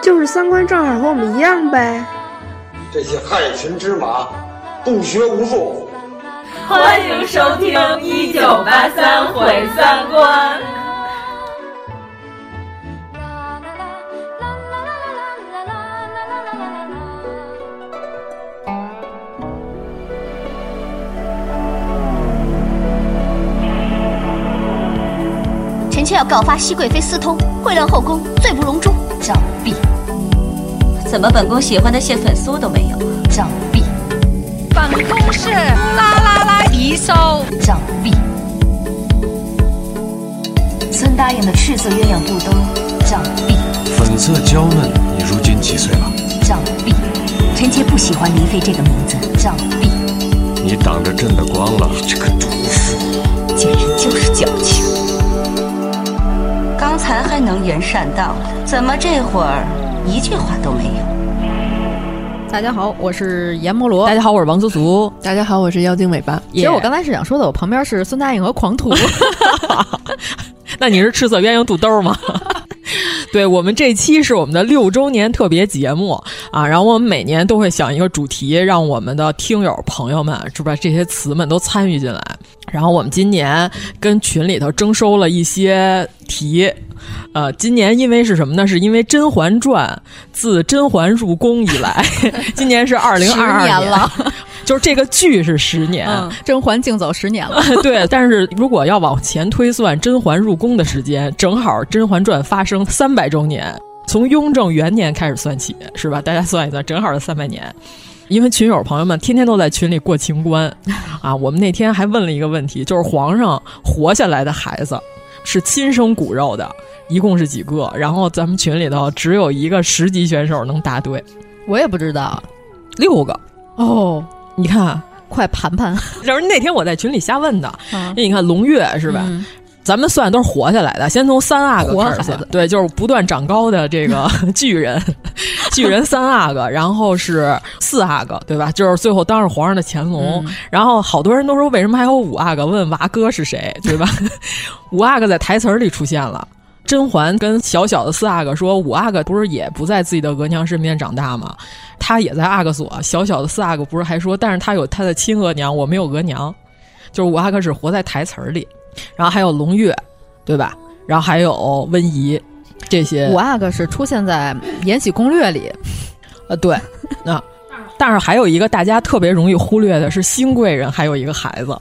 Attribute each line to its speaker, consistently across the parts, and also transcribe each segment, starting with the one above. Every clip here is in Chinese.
Speaker 1: 就是三观正好和我们一样呗。
Speaker 2: 这些害群之马，不学无术。
Speaker 3: 欢迎收听《一九八三毁三观》。
Speaker 4: 臣妾要告发熹贵妃私通，会乱后宫，罪不容诛，杖毙。
Speaker 5: 怎么本宫喜欢的蟹粉酥都没有？
Speaker 4: 杖毙。
Speaker 6: 本宫是啦啦啦一收，
Speaker 4: 杖毙。孙答应的赤色鸳鸯肚兜，杖毙。
Speaker 7: 粉色娇嫩，你如今几岁了？
Speaker 4: 杖毙。臣妾不喜欢“黎妃”这个名字，杖毙。
Speaker 7: 你挡着朕的光了，
Speaker 4: 你这个毒妇，简直就是矫情。
Speaker 5: 刚才还能言善道的，怎么这会儿一句话都没有？
Speaker 8: 大家好，我是阎摩罗。
Speaker 9: 大家好，我是王苏苏。
Speaker 10: 大家好，我是妖精尾巴。
Speaker 8: 其实我刚才是想说的，我旁边是孙答应和狂徒。
Speaker 9: 那你是赤色鸳鸯肚兜吗？ 对我们这期是我们的六周年特别节目啊，然后我们每年都会想一个主题，让我们的听友朋友们，是不是这些词们都参与进来？然后我们今年跟群里头征收了一些题，呃，今年因为是什么呢？是因为《甄嬛传》自甄嬛入宫以来， 今年是二零二二
Speaker 8: 年了。
Speaker 9: 就是这个剧是十年， 嗯、
Speaker 8: 甄嬛竞走十年了。
Speaker 9: 对，但是如果要往前推算甄嬛入宫的时间，正好《甄嬛传》发生三百周年，从雍正元年开始算起，是吧？大家算一算，正好是三百年。因为群友朋友们天天都在群里过 情关，啊，我们那天还问了一个问题，就是皇上活下来的孩子是亲生骨肉的，一共是几个？然后咱们群里头只有一个十级选手能答对，
Speaker 8: 我也不知道，
Speaker 9: 六个
Speaker 8: 哦。
Speaker 9: 你看，啊
Speaker 8: 快盘盘！
Speaker 9: 就是那天我在群里瞎问的，啊、你看龙月是吧？嗯、咱们算都是活下来的，先从三阿哥开始算，对，就是不断长高的这个 巨人， 巨人三阿哥，然后是四阿哥，对吧？就是最后当上皇上的乾隆。嗯、然后好多人都说，为什么还有五阿哥？问娃哥是谁，对吧？ 五阿哥在台词里出现了。甄嬛跟小小的四阿哥说：“五阿哥不是也不在自己的额娘身边长大吗？他也在阿哥所。小小的四阿哥不是还说，但是他有他的亲额娘，我没有额娘。就是五阿哥只活在台词儿里。然后还有龙月，对吧？然后还有温宜，这些。
Speaker 8: 五阿哥是出现在《延禧攻略》里，
Speaker 9: 呃，对，啊，但是还有一个大家特别容易忽略的是，新贵人还有一个孩子。”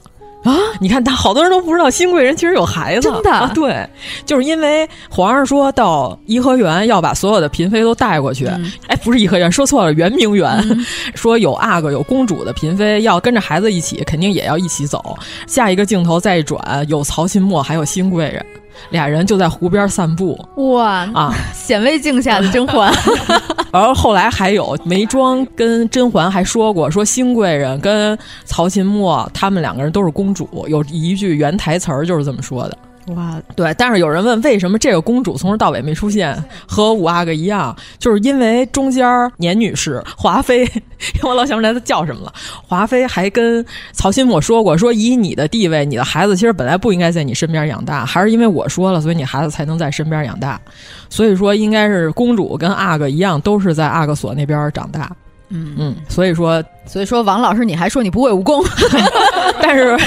Speaker 8: 啊！
Speaker 9: 你看，他好多人都不知道新贵人其实有孩子，
Speaker 8: 真的、
Speaker 9: 啊。对，就是因为皇上说到颐和园要把所有的嫔妃都带过去，嗯、哎，不是颐和园，说错了，圆明园。嗯、说有阿哥有公主的嫔妃要跟着孩子一起，肯定也要一起走。下一个镜头再一转，有曹琴墨还有新贵人，俩人就在湖边散步。
Speaker 8: 哇
Speaker 9: 啊！
Speaker 8: 显微镜下的甄
Speaker 10: 哦
Speaker 8: 嬛。
Speaker 9: 然后后来还有眉庄跟甄嬛还说过，说新贵人跟曹琴墨他们两个人都是公主，有一句原台词儿就是这么说的。
Speaker 8: 哇，
Speaker 9: 对。但是有人问，为什么这个公主从头到尾没出现？和五阿哥一样，就是因为中间年女士华妃， 我老想不起来她叫什么了。华妃还跟曹琴墨说过，说以你的地位，你的孩子其实本来不应该在你身边养大，还是因为我说了，所以你孩子才能在身边养大。所以说，应该是公主跟阿哥一样，都是在阿哥所那边长大。
Speaker 8: 嗯
Speaker 9: 嗯，所以说，
Speaker 8: 所以说，王老师，你还说你不会武功，
Speaker 9: 但是，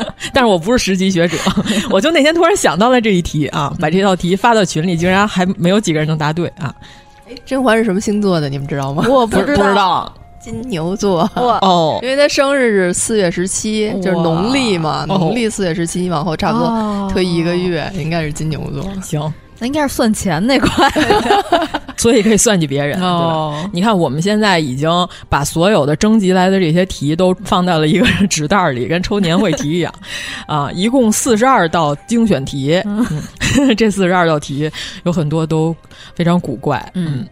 Speaker 9: 但是我不是十级学 者，我就那天突然想到了这一题啊，把这道题发到群里，竟然还没有几个人能答对啊！
Speaker 10: 哎甄嬛是什么星座的？你们知道吗？
Speaker 8: 我
Speaker 9: 不
Speaker 8: 知道，不
Speaker 9: 知道
Speaker 10: 金牛座
Speaker 9: 哦，
Speaker 10: 因为他生日是四月十七，就是农历
Speaker 9: 哦
Speaker 10: 嘛，农历四月十七往后差不多推一个月，应该是金牛座。
Speaker 9: 行。
Speaker 8: 那应该是算钱那块，
Speaker 9: 所以可以算计别人。哦对吧，你看我们现在已经把所有的征集来的这些题都放到了一个 纸袋里，跟抽年会题一样。啊，一共四十二道精嗯 选题，嗯、这四十二道题有很多都非常古怪。
Speaker 8: 嗯，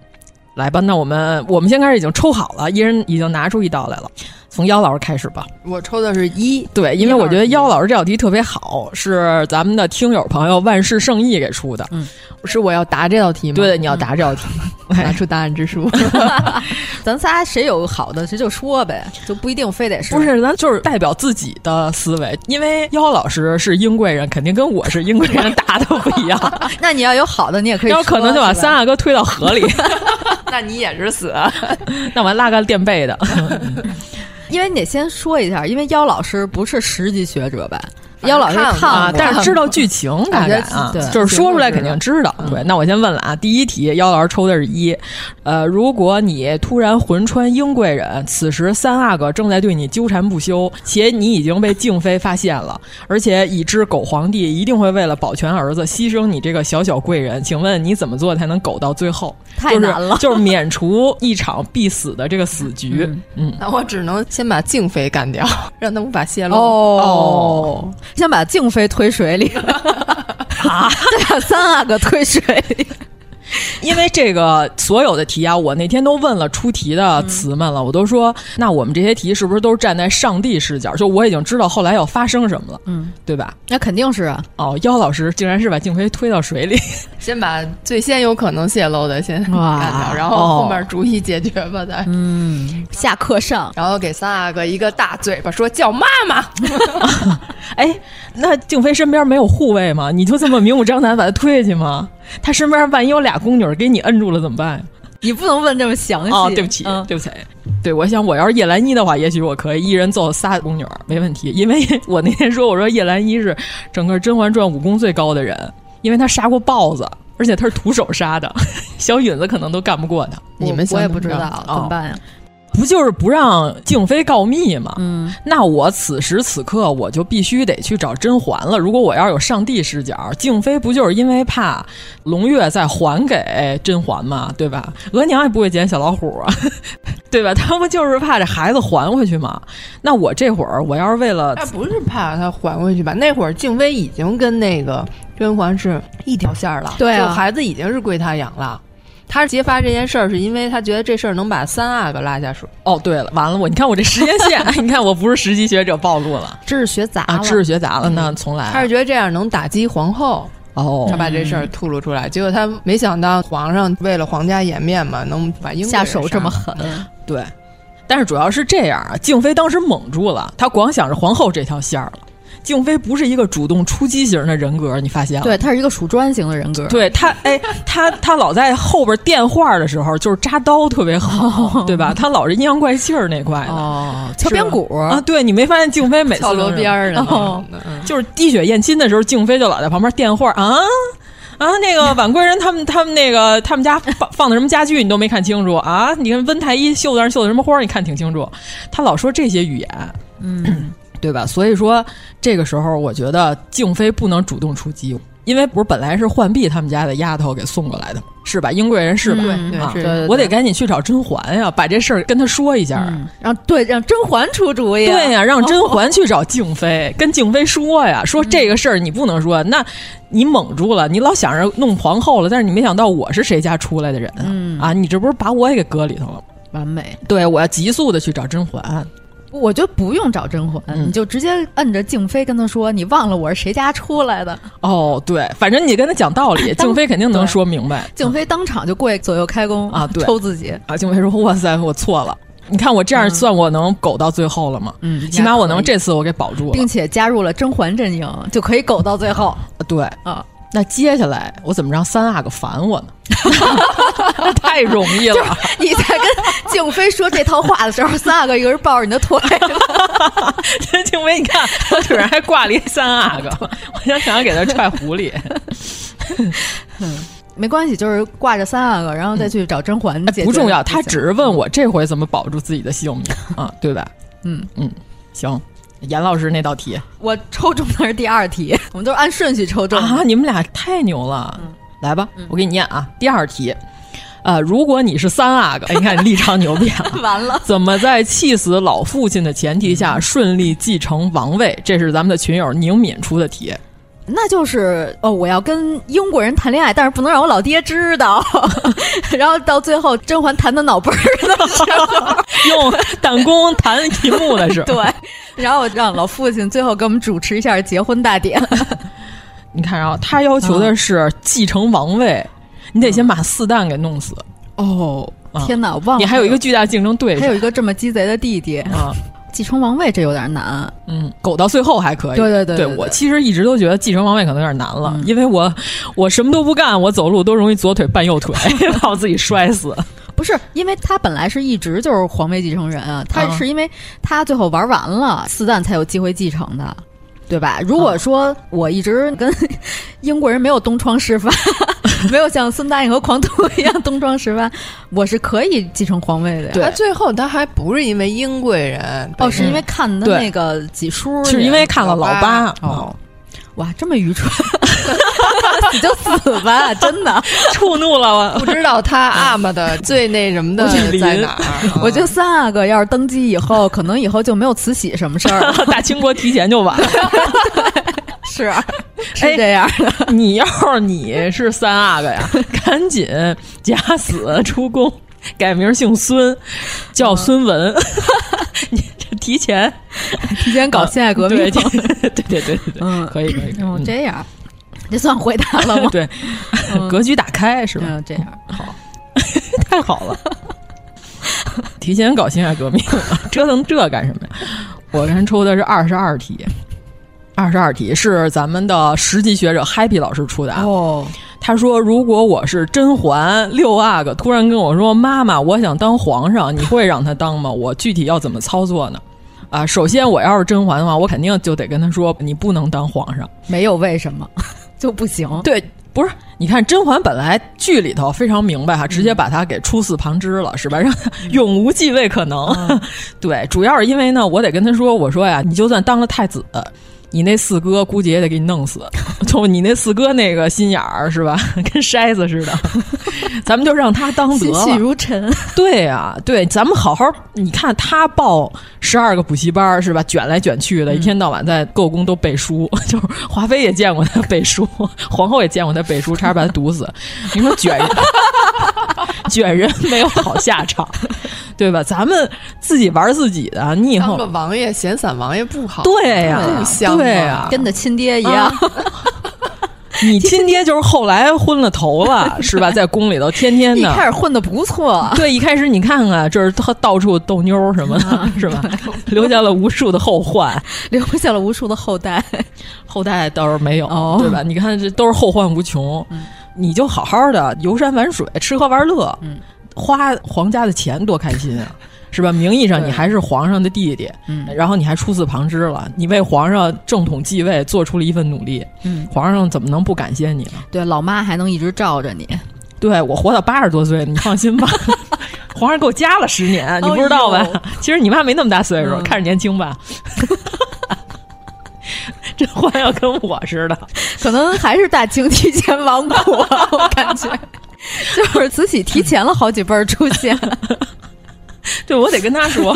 Speaker 9: 来吧，那我们我们先开始已经抽好了，一人已经拿出一道来了。从妖老师开始吧，
Speaker 10: 我抽的是 一，
Speaker 9: 对，因为我觉得妖老师这道题特别好，是咱们的听友朋友万事胜意给出的。
Speaker 8: 嗯，
Speaker 10: 是我要答这道题吗？
Speaker 9: 对，你要答这道题，
Speaker 10: 嗯、拿出答案之书。
Speaker 8: 咱仨谁有好的谁就说呗，就不一定非得是。
Speaker 9: 不是，咱就是代表自己的思维，因为妖老师是英贵人，肯定跟我是英贵人答的不一样。
Speaker 8: 那你要有好的，你也可以。
Speaker 9: 要可能就把三阿哥推到河里。
Speaker 10: 那你也是死，
Speaker 9: 那我拉个垫背的。
Speaker 8: 因为你得先说一下，因为妖老师不是十级学者吧？妖老师
Speaker 9: 看啊，但是 知道剧情大概啊，就是说出来肯定知道。
Speaker 8: 嗯
Speaker 9: 对，那我先问了啊，第一题，妖老师抽的是一，呃，如果你突然魂穿英贵人，此时三阿哥正在对你纠缠不休，且你已经被静妃发现了，而且已知狗皇帝一定会为了保全儿子牺牲你这个小小贵人，请问你怎么做才能苟到最后？
Speaker 8: 太难了，
Speaker 9: 就是免除一场必死的这个死局。嗯，
Speaker 10: 那我只能先把静妃干掉，让他无法泄露。
Speaker 8: 哦。先把静妃推 水里，
Speaker 9: 啊！
Speaker 8: 再把三阿哥推水里。
Speaker 9: 因为这个所有的题啊，我那天都问了出题的词们了，嗯、我都说，那我们这些题是不是都是站在上帝视角？就我已经知道后来要发生什么了，
Speaker 8: 嗯，
Speaker 9: 对吧？
Speaker 8: 那肯定是啊。
Speaker 9: 哦，妖老师竟然是把静妃推到水里，
Speaker 10: 先把最先有可能泄露的先干掉，然后后面逐一解决吧，再、哦、
Speaker 8: 哦嗯，下课上，
Speaker 10: 然后给三阿哥一个大嘴巴，说叫妈妈。
Speaker 9: 哎，那静妃身边没有护卫吗？你就这么明目张胆把她推下去吗？她身边万一有俩宫女给你摁住了怎么办呀？
Speaker 8: 你不能问这么详细。
Speaker 9: 哦，对不起，
Speaker 8: 嗯、
Speaker 9: 对不起。对，我想我要是叶澜依的话，也许我可以一人揍仨宫女没问题，因为 我那天说我说叶澜依是整个《甄嬛传》武功最高的人，因为她杀过豹子，而且她是徒手杀的， 小允子可能都干不过她。
Speaker 10: 你们
Speaker 8: 我也不知道怎么办呀、啊？
Speaker 9: 哦不就是不让静妃告密吗？
Speaker 8: 嗯，
Speaker 9: 那我此时此刻我就必须得去找甄嬛了。如果我要有上帝视角，静妃不就是因为怕胧月再还给甄嬛吗？对吧？额娘也不会捡小老虎啊， 对吧？他们就是怕这孩子还回去嘛。那我这会儿我要是为了，
Speaker 10: 他不是怕他还回去吧？那会儿静妃已经跟那个甄嬛是一条线了，
Speaker 8: 对、啊，
Speaker 10: 就孩子已经是归他养了。他揭发这件事儿，是因为他觉得这事儿能把三阿哥拉下水。
Speaker 9: 哦，对了，完了，我你看我这时间线， 你看我不是十级学者暴露了，
Speaker 8: 知识学杂
Speaker 9: 啊，知识学杂了，那从来
Speaker 10: 他是觉得这样能打击皇后，
Speaker 9: 哦，
Speaker 10: 他把这事儿吐露出来，结果他没想到皇上为了皇家颜面嘛，能把英
Speaker 8: 下手这么狠，
Speaker 9: 对，但是主要是这样啊，静妃当时懵住了，她光想着皇后这条线儿了。静妃不是一个主动出击型的人格，你发现了？
Speaker 8: 对，她是一个数砖型的人格。
Speaker 9: 对她，哎，她她老在后边垫话的时候，就是扎刀特别好，哦、对吧？她老是阴阳怪气儿那块的，
Speaker 8: 哦，敲边鼓
Speaker 9: 啊！对，你没发现静妃每次
Speaker 10: 敲锣边儿
Speaker 9: 呢？哦、
Speaker 10: 嗯
Speaker 9: 就是滴血验亲的时候，静妃就老在旁边垫话啊。啊，那个婉贵人他们他们那个他们家放放的什么家具你都没看清楚啊？你看温太医绣的绣的什么花你看挺清楚，她老说这些语言，
Speaker 8: 嗯。
Speaker 9: 对吧？所以说，这个时候我觉得静妃不能主动出击，因为不是本来是浣碧他们家的丫头给送过来的，是吧？英贵人是吧？
Speaker 10: 嗯、对，
Speaker 9: 啊、
Speaker 10: 对对
Speaker 9: 我得赶紧去找甄嬛呀、啊，把这事儿跟她说一下，
Speaker 8: 嗯、让对让甄嬛出主意、
Speaker 9: 啊，对呀，让甄嬛去找静妃，哦、跟静妃说呀，说这个事儿你不能说，嗯、那你蒙住了，你老想着弄皇后了，但是你没想到我是谁家出来的人啊，你这不是把我也给搁里头了？
Speaker 8: 完美，
Speaker 9: 对我要急速的去找甄嬛。
Speaker 8: 我觉得不用找甄嬛，嗯、你就直接摁着静妃跟她说：“你忘了我是谁家出来的？”
Speaker 9: 哦，对，反正你跟她讲道理，静妃肯定能说明白。
Speaker 8: 静妃当场就跪左右开弓
Speaker 9: 啊，对，
Speaker 8: 抽自己
Speaker 9: 啊！静妃说：“哇塞，我错了！嗯你看我这样算我能苟到最后了吗？
Speaker 8: 嗯，
Speaker 9: 起码我能这次我给保住了，
Speaker 8: 并且加入了甄嬛阵营，就可以苟到最 后。
Speaker 9: 对
Speaker 8: 啊。”
Speaker 9: 那接下来我怎么让三阿哥烦我呢？ 太容 易了！
Speaker 8: 你在跟静妃说这套话的时候，三阿哥一个人抱着你的 腿。
Speaker 9: 静妃，你 看我腿上还挂了一三阿哥，我想想要给他踹湖 里。
Speaker 8: 嗯没关系，就是挂着三阿哥，然后再去找甄嬛、嗯哎。
Speaker 9: 不重要，他只是问我这回怎么保住自己的性命啊，对吧？
Speaker 8: 嗯
Speaker 9: 嗯，行。严老师那道题，
Speaker 8: 我抽中的是第二题，我们都是按顺序抽中
Speaker 9: 啊！你们俩太牛了，嗯、来吧，我给你念啊。第二题，呃，如果你是三 阿哥，哎、你看你立场牛逼 啊！
Speaker 8: 完了，
Speaker 9: 怎么在气死老嗯父亲的前提下顺利继承王位？这是咱们的群友宁敏出的题。
Speaker 8: 那就是哦，我要跟英国人谈恋爱，但是不能让我老爹知道。 然后到最后，甄嬛弹他脑门儿的时 候，
Speaker 9: 用弹弓弹题目的是
Speaker 8: 对。然后让老父亲最后给我们主持一下结婚大 典。
Speaker 9: 你看啊，他要求的是继承王位，嗯、你得先把四蛋给弄死。
Speaker 8: 哦，天哪！我忘了
Speaker 9: 你还有一个巨大竞争对手，
Speaker 8: 还有一个这么鸡贼的弟弟啊。继承王位这有点难，啊
Speaker 9: 嗯，苟到最后还可以。
Speaker 8: 对对对,
Speaker 9: 对，
Speaker 8: 对
Speaker 9: 我其实一直都觉得继承王位可能有点难了，嗯、因为我我什么都不干，我走路都容易左腿绊右腿， 把我自己摔死。
Speaker 8: 不是，因为他本来是一直就是皇位继承人
Speaker 9: 嗯
Speaker 8: 啊，他是因为他最后玩完了，四蛋才有机会继承的，对吧？
Speaker 9: 嗯
Speaker 8: 如果说我一直跟 英国人没有东窗事 发。没有像孙大爷和狂徒一样东窗事发，我是可以继承皇位的呀。
Speaker 10: 他最后他还不是因为英贵人
Speaker 8: 哦，是因为看的那个几叔，
Speaker 9: 嗯是因为看了
Speaker 10: 老
Speaker 9: 八
Speaker 8: 哦。哇，这么愚蠢， 死就死 吧，真的
Speaker 9: 触怒了我。
Speaker 10: 不知道他阿玛的最那什么 的在哪儿？啊
Speaker 8: 我觉得三阿哥要是登基以后，可能以后就没有慈禧什么事儿 了。
Speaker 9: 大清国提前就 完了。
Speaker 8: 是
Speaker 9: 啊
Speaker 8: 是这样的，
Speaker 9: 哎、你要是你是三阿哥 呀，赶紧假死出宫，改名姓孙，叫孙 文。嗯、你这提前
Speaker 8: 提前搞辛亥革命、
Speaker 9: 啊， 对对对对对，嗯，可以可以，
Speaker 8: 嗯，这样，这算回答了 吗？
Speaker 9: 对，格局打开是吧？
Speaker 8: 嗯，这样
Speaker 9: 好，太好了， 提前搞辛亥革命了， 折腾这干什么呀？我看抽的是二十二题。二十二题是咱们的十级学者 Happy 老师出的啊
Speaker 8: 哦。
Speaker 9: 他说：“如果我是甄嬛六阿哥，突然跟我说‘妈妈，我想当皇上’，你会让他当吗？我具体要怎么操作呢？”啊，首先我要是甄嬛的话，我肯定就得跟他说：“你不能当皇上，
Speaker 8: 没有为什么就不行。”
Speaker 9: 对，不是？你看甄嬛本来剧里头非常明白哈，直接把他给出四旁支了，是吧？让他永无继位可能。嗯、 对，主要是因为呢，我得跟他说：“我说呀，你就算当了太子。”你那四哥估计也得给你弄死， 就你那四哥那个心眼儿是吧， 跟筛子似的。 咱们就让他当得了，
Speaker 8: 心细如尘。
Speaker 9: 对啊，对，咱们好好，你看他报十二个补习班是吧，卷来卷去的，一天到晚在各宫都背书， 嗯、就是华妃也见过他背书， 皇后也见过他背书，差点把他毒死。你说卷人， 卷人没有好下场，对吧？咱们自己玩自己的，你以后
Speaker 10: 当个王爷闲散王爷不好，
Speaker 9: 对呀、啊，
Speaker 10: 不香。
Speaker 9: 对呀、啊，
Speaker 8: 跟的亲爹一样。啊、
Speaker 9: 你亲爹就是后来昏了头了，是吧？在宫里头天天的。
Speaker 8: 一开始混的不 错。
Speaker 9: 对，一开始你看看，这是他到处逗妞什么的，啊、 是吧？留下了无数的后患，
Speaker 8: 留下了无数的后代。
Speaker 9: 后代倒是没有，哦、对吧？你看这都是后患无穷。嗯、你就好好的游山玩水，吃喝玩乐，嗯、花皇家的钱多开心 啊！是吧？名义上你还是皇上的弟弟，嗯，然后你还出四旁支了，你为皇上正统继位做出了一份努力，嗯，皇上怎么能不感谢你呢？
Speaker 8: 对，老妈还能一直罩着你。
Speaker 9: 对我活到八十多岁，你放心 吧。皇上给我加了十年，你不知道吧？哦、其实你妈没那么大岁数，嗯、看着年轻吧。 这话要跟我似的，
Speaker 8: 可能还是大清提前亡国， 我感觉就是慈禧提前了好几辈儿出现。
Speaker 9: 对，我得跟他说，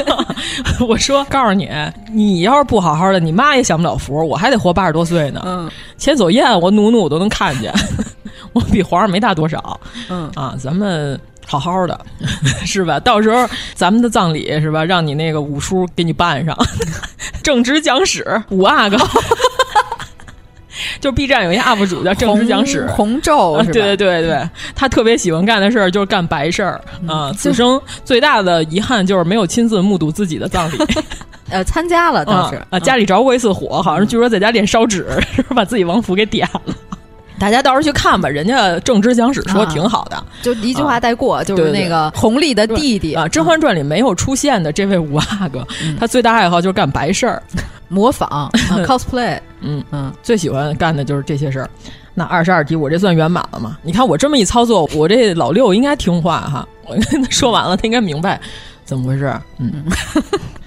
Speaker 9: 我说告诉你，你要是不好好的，你妈也享不了福，我还得活八十多岁呢。嗯，千叟宴我努努我都能看见， 我比皇上没大多少。嗯啊，咱们好好的， 是吧？到时候咱们的葬礼是吧，让你那个五叔给你办上， 正直讲史五阿哥。 就 B 站有一 UP 主叫正直讲史
Speaker 8: 红昼、啊，
Speaker 9: 对对对对，他特别喜欢干的事儿就是干白事儿啊。嗯、此生最大的遗憾就是没有亲自目睹自己的葬 礼。
Speaker 8: 呃，参加了当时、嗯、
Speaker 9: 啊，家里着过一次火，好像据说在家练烧纸，是把自己王府给点了。大家到时候去看吧，人家正直讲史说挺好的，啊、
Speaker 8: 就一句话带过，啊、就是那个弘历的弟弟嗯
Speaker 9: 啊，《甄嬛传》里没有出现的这位五阿哥，嗯、他最大爱好就是干白事儿，
Speaker 8: 模 仿、啊、cosplay，
Speaker 9: 嗯嗯，最喜欢干的就是这些事儿。那二十二题我这算圆满了吗？你看我这么一操作，我这老六应该听话哈，我跟他说完了，他应该明白怎么回事。嗯，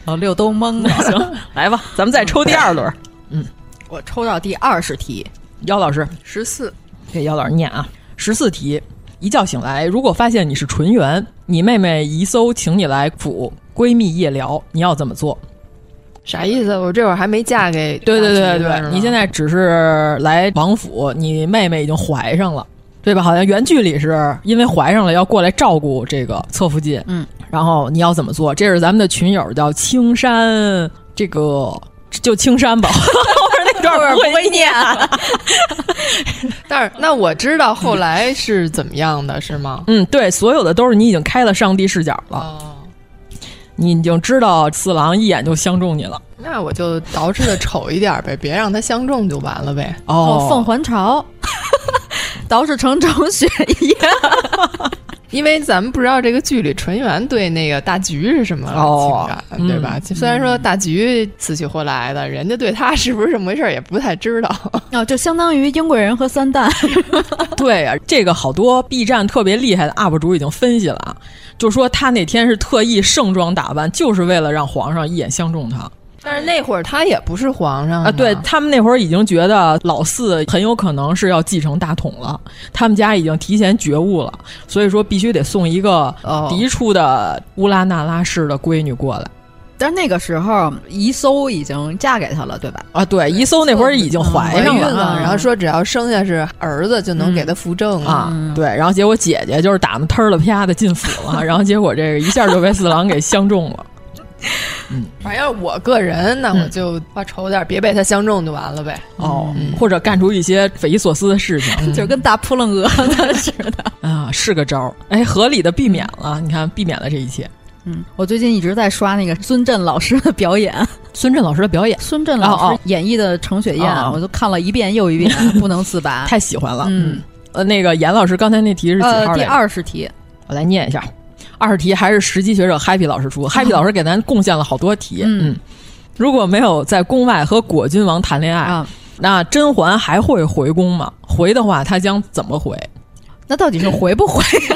Speaker 8: 老哦六都懵了，
Speaker 9: 行，来吧，咱们再抽第二轮。嗯，
Speaker 8: 我抽到第二十题。
Speaker 9: 姚老师，
Speaker 10: 十四，
Speaker 9: 给姚老师念啊。十四题，一觉醒来，如果发现你是纯元，你妹妹宜搜请你来府闺蜜夜聊，你要怎么做？
Speaker 10: 啥意思？我这会儿还没嫁给
Speaker 9: 对对对对，你现在只是来王府，你妹妹已经怀上了，对吧？好像原剧里是因为怀上了要过来照顾这个侧福晋，
Speaker 8: 嗯，
Speaker 9: 然后你要怎么做？这是咱们的群友叫青山，这个就青 山吧，那段
Speaker 8: 不会念。啊
Speaker 10: 但是那我知道后来是怎么样的，是吗？
Speaker 9: 嗯，对，所有的都是你已经开了上帝视角了。哦你已经知道四郎一眼就相中你了，
Speaker 10: 那我就捯饬的丑一点呗，别让他相中就完了呗。
Speaker 9: 哦，
Speaker 8: 凤还 巢，捯饬成程雪一样。
Speaker 10: 因为咱们不知道这个剧里纯元对那个大菊是什么情感，哦、对吧？嗯、虽然说大菊死去活来的，人家对他是不是这么回事也不太知 道。
Speaker 8: 哦，就相当于英国人和三蛋。
Speaker 9: 对呀、啊，这个好多 B 站特别厉害的 UP 主已经分析了啊，就说他那天是特意盛装打扮，就是为了让皇上一眼相中他。
Speaker 10: 但是那会儿他也不是皇上
Speaker 9: 啊，对他们那会儿已经觉得老四很有可能是要继承大统了，他们家已经提前觉悟了，所以说必须得送一个嫡出的乌拉那拉氏的闺女过来。哦、
Speaker 8: 但是那个时候宜搜已经嫁给他了，对吧？嗯
Speaker 9: 啊，对，宜搜那会儿已经怀上了，啊
Speaker 10: 了然后说只要生下是儿子就能给他扶正、嗯、
Speaker 9: 啊。对，然后结果姐姐就是打的忒了啪的进府了，然后结果这个一下就被四郎给相中了。
Speaker 10: 嗯，反正我个人，那我就怕丑点，嗯、别被他相中就完了呗。
Speaker 9: 哦，嗯、或者干出一些匪夷所思的事情，嗯、
Speaker 8: 就跟大扑棱 蛾子似的
Speaker 9: 啊，是个招儿。哎，合理的避免了，你看，避免了这一切。
Speaker 8: 嗯，我最近一直在刷那个孙振老师的表演，
Speaker 9: 孙振老师的表 演，
Speaker 8: 孙振老师演绎的程雪燕，哦哦我都看了一遍又 一遍，不能自拔，
Speaker 9: 太喜欢了。
Speaker 8: 嗯，
Speaker 9: 呃，那个严老师刚才那题是几号、呃？
Speaker 8: 第二十题，
Speaker 9: 我来念一下。二十题还是实际学者 Happy 老师出、哦、，Happy 老师给咱贡献了好多题。
Speaker 8: 嗯,
Speaker 9: 嗯，如果没有在宫外和果郡王谈恋爱，
Speaker 8: 啊、
Speaker 9: 那甄嬛还会回宫吗？回的话，她将怎么回？
Speaker 8: 那到底是回不回、 啊？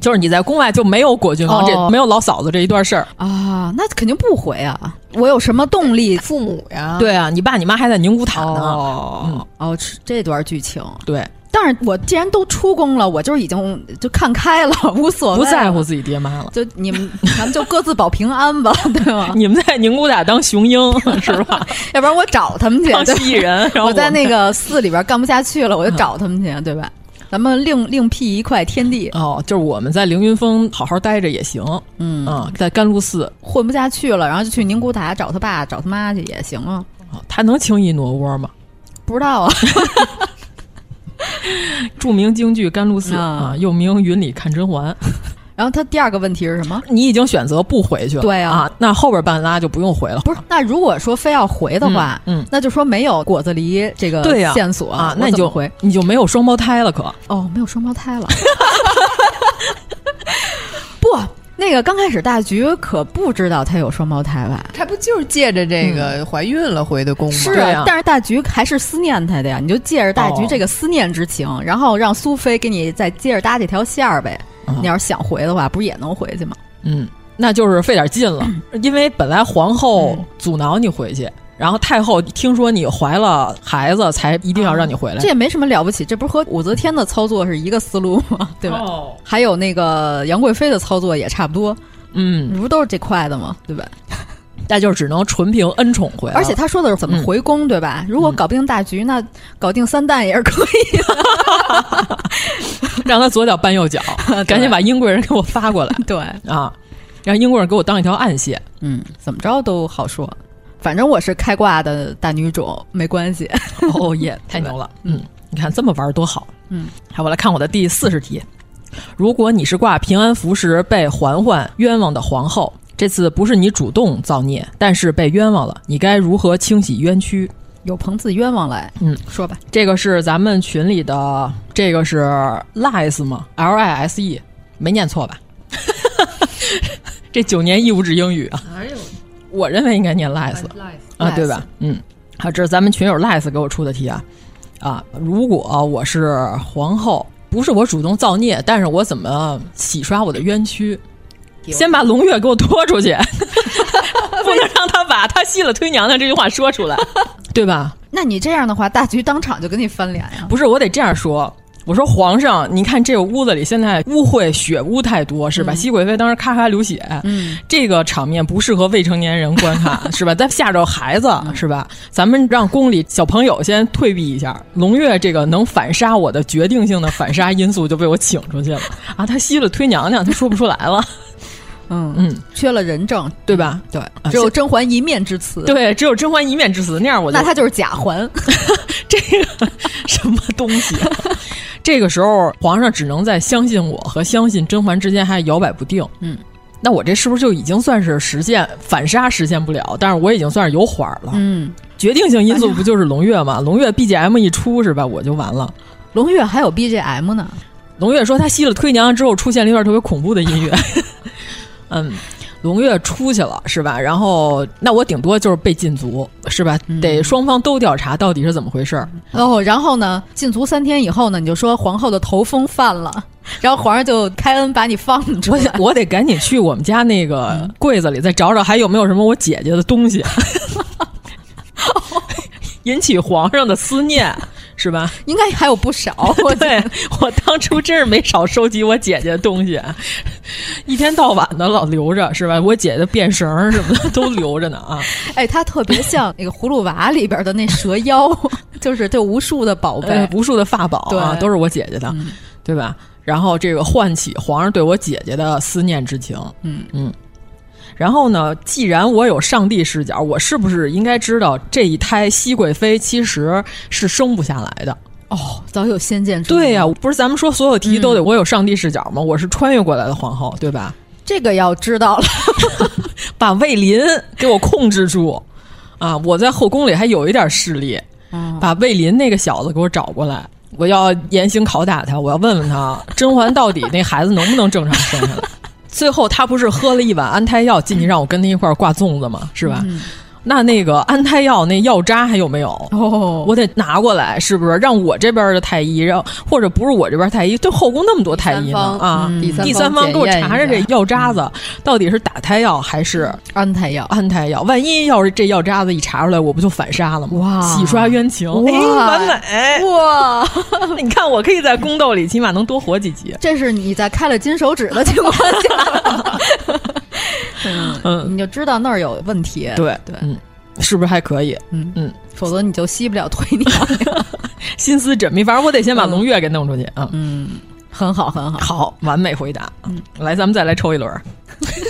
Speaker 9: 就是你在宫外就没有果郡王、哦、这没有老嫂子这一段事儿
Speaker 8: 啊，那肯定不回啊！我有什么动力？
Speaker 10: 父母呀，
Speaker 9: 对啊，你爸你妈还在宁古塔呢。
Speaker 8: 哦、
Speaker 9: 嗯、
Speaker 8: 哦，这段剧情
Speaker 9: 对。
Speaker 8: 但是我既然都出宫了，我就是已经就看开了， 无所
Speaker 9: 不在乎自己爹妈了。
Speaker 8: 就你们，咱们就各自保平安吧， 对吗？
Speaker 9: 你们在宁古塔当雄鹰 是 吧？
Speaker 8: 要不然我找他们去。
Speaker 9: 当蜥蜴 人，然
Speaker 8: 哦
Speaker 9: 后
Speaker 8: 我在那个寺里边干不下去了，
Speaker 9: 嗯
Speaker 8: 我就找他们去，对吧？咱们另另辟一块天地。
Speaker 9: 哦，就是我们在凌云峰好好待着也行。
Speaker 8: 嗯
Speaker 9: 啊、嗯，在甘露寺
Speaker 8: 混不下去了，然后就去宁古塔找他爸、找他妈去也行啊、
Speaker 9: 哦。他能轻易挪窝吗？
Speaker 8: 不知 道啊。
Speaker 9: 著名京剧《甘露寺》啊，又名《云里看甄嬛》。
Speaker 8: 然后他第二个问题是什么？
Speaker 9: 你已经选择不回去了，
Speaker 8: 对
Speaker 9: 啊，啊那后边半拉就不用回了。
Speaker 8: 不是，那如果说非要回的话，
Speaker 9: 嗯，嗯
Speaker 8: 那就说没有果子狸这个
Speaker 9: 对呀
Speaker 8: 呃线索
Speaker 9: 啊，那你就
Speaker 8: 回，
Speaker 9: 你就没有双胞胎了可，可
Speaker 8: 哦，没有双胞胎 了。 不，那个刚开始大菊可不知道她有双胞胎吧？嗯
Speaker 10: 她不就是借着这个怀孕了回的宫吗？嗯、
Speaker 8: 是啊，但是大菊还是思念她的呀，你就借着
Speaker 9: 哦
Speaker 8: 大菊这个思念之情，哦、然后让苏菲给你再接着搭这条线儿呗。你要是想回的话，不是也能回去吗？
Speaker 9: 嗯，那就是费点劲了，嗯、因为本来皇后
Speaker 8: 嗯
Speaker 9: 阻挠你回去，嗯、然后太后听说你怀了孩子，才一定要让你回来。
Speaker 8: 这也没什么了不起，这不是和武则天的操作是一个思路吗？对吧？
Speaker 9: 哦、
Speaker 8: 还有那个杨贵妃的操作也差不多，
Speaker 9: 嗯，
Speaker 8: 你不都是这块的吗？对吧？
Speaker 9: 那就只能纯凭恩宠回来。
Speaker 8: 而且他说的是怎么回宫，
Speaker 9: 哦嗯、
Speaker 8: 对吧？如果搞定大局，那搞定三蛋也是可以的。
Speaker 9: 让他左脚绊 右脚，赶紧把英贵人给我发过来。
Speaker 8: 对
Speaker 9: 啊，让英贵人给我当一条暗线。
Speaker 8: 嗯，怎么着都好说。反正我是开挂的大女主，没关系。
Speaker 9: 哦耶，太牛了！嗯，你看这么玩多好。
Speaker 8: 嗯，
Speaker 9: 好，我来看我的第四十题。如果你是挂平安符时被嬛嬛冤枉的皇后，这次不是你主动造孽，但是被冤枉了，你该如何清洗冤屈？
Speaker 8: 有朋自冤枉来，
Speaker 9: 嗯，
Speaker 8: 说吧，
Speaker 9: 这个是咱们群里的，这个是 lies 吗？L I S E，没念错吧？ 这九年义务制英语啊，
Speaker 10: 哪有？
Speaker 9: 我认为应该念 lies 啊，对吧？嗯，好，这是咱们群友 lies 给我出的题啊啊！如果我是皇后，不是我主动造孽，但是我怎么洗刷我的冤屈？先把龙月给我拖出去， 不能让他把他吸了推娘娘这句话说出来。对吧？
Speaker 8: 那你这样的话，大局当场就跟你翻脸呀、啊！
Speaker 9: 不是，我得这样说，我说皇上，您看这个屋子里现在污秽血污太多，是吧？熹、贵妃当时咔咔流血，
Speaker 8: 嗯，
Speaker 9: 这个场面不适合未成年人观看，是吧？再吓着孩子，是吧？咱们让宫里小朋友先退避一下。龙月这个能反杀我的决定性的反杀因素就被我请出去了 啊！他吸了推娘娘，他说不出来了。
Speaker 8: 嗯
Speaker 9: 嗯，
Speaker 8: 缺了人证，
Speaker 9: 对吧？
Speaker 8: 对，只有甄嬛一面之词。
Speaker 9: 对，只有甄嬛一面之词，那样我
Speaker 8: 那他就是假 环，
Speaker 9: 这个什么东西、啊？ 这个时候，皇上只能在相信我和相信甄嬛之间还摇摆不定。
Speaker 8: 嗯，
Speaker 9: 那我这是不是就已经算是实现反杀实现不了？但是我已经算是有缓了。
Speaker 8: 嗯，
Speaker 9: 决定性因素不就是龙月吗？龙月 BGM 一出是吧，我就完了。
Speaker 8: 龙月还有 BGM 呢。
Speaker 9: 龙月说他吸了推娘之后，出现了一段特别恐怖的音乐。 嗯，龙月出去了是吧？然后那我顶多就是被禁足是吧？得双方都调查到底是怎么回事儿。
Speaker 8: 哦，然后呢，禁足三天以后呢，你就说皇后的头风犯了， 然后皇上就开恩把你放出
Speaker 9: 我得 我得赶紧去我们家那个柜子里再找找还有没有什么我姐姐的东西，引起皇上的思念。是吧？
Speaker 8: 应该还有不 少。
Speaker 9: 我对我当初真是没少收集我姐姐的东西，一天到晚的老留着，是吧？我姐姐变绳什么的都留着呢啊！
Speaker 8: 哎，她特别像 那个《葫芦娃》里边的那蛇妖， 就是这无数的宝贝、哎、
Speaker 9: 呃无数的法宝啊，都是我姐姐的，
Speaker 8: 嗯、
Speaker 9: 对吧？然后这个唤起皇上对我姐姐的思念之情。
Speaker 8: 嗯
Speaker 9: 嗯。然后呢？既然我有上帝视角，我是不是应该知道这一胎熹贵妃其实是生不下来的？
Speaker 8: 哦，早有先见之
Speaker 9: 明。对呀、啊，不是咱们说所有题都得我有上帝视角吗？嗯、我是穿越过来的皇后，对吧？
Speaker 8: 这个要知道了，
Speaker 9: 把卫林 给我控制住啊！我在后宫里还有一点势力，
Speaker 8: 嗯、
Speaker 9: 把卫林那个小子给我找过来，我要严刑拷打他，我要问问他甄嬛到底那孩子能不能正常生下来。 最后，他不是喝了一碗安胎药进去，让我跟他一块儿挂粽子嘛，是吧？
Speaker 8: 嗯、
Speaker 9: 那那个安胎药那药渣还有没有？
Speaker 8: 哦，
Speaker 9: 我得拿过来，是不是？让我这边的太医，让或者不是我这边太医，就后宫那么多太医呢啊！
Speaker 10: 嗯、
Speaker 9: 第三方给我查查这药渣子、嗯、到底是打胎药还是
Speaker 8: 安胎药？
Speaker 9: 安胎药，万一要是这药渣子一查出来，我不就反杀了吗？
Speaker 8: 哇，
Speaker 9: 洗刷冤情，哎，完美
Speaker 8: 哇！
Speaker 9: 你看，我可以在宫斗里起码能多活几集。
Speaker 8: 这是你在开了金手指的情况下。嗯，你就知道那儿有问题。
Speaker 9: 对
Speaker 8: 对，
Speaker 9: 嗯，是不是还可以？嗯嗯，
Speaker 8: 否则你就吸不了 推娘。
Speaker 9: 心思缜密，反正我得先把龙月给弄出去啊。
Speaker 8: 嗯，很好，很好，
Speaker 9: 好，完美回答。
Speaker 8: 嗯，
Speaker 9: 来，咱们再来抽一轮。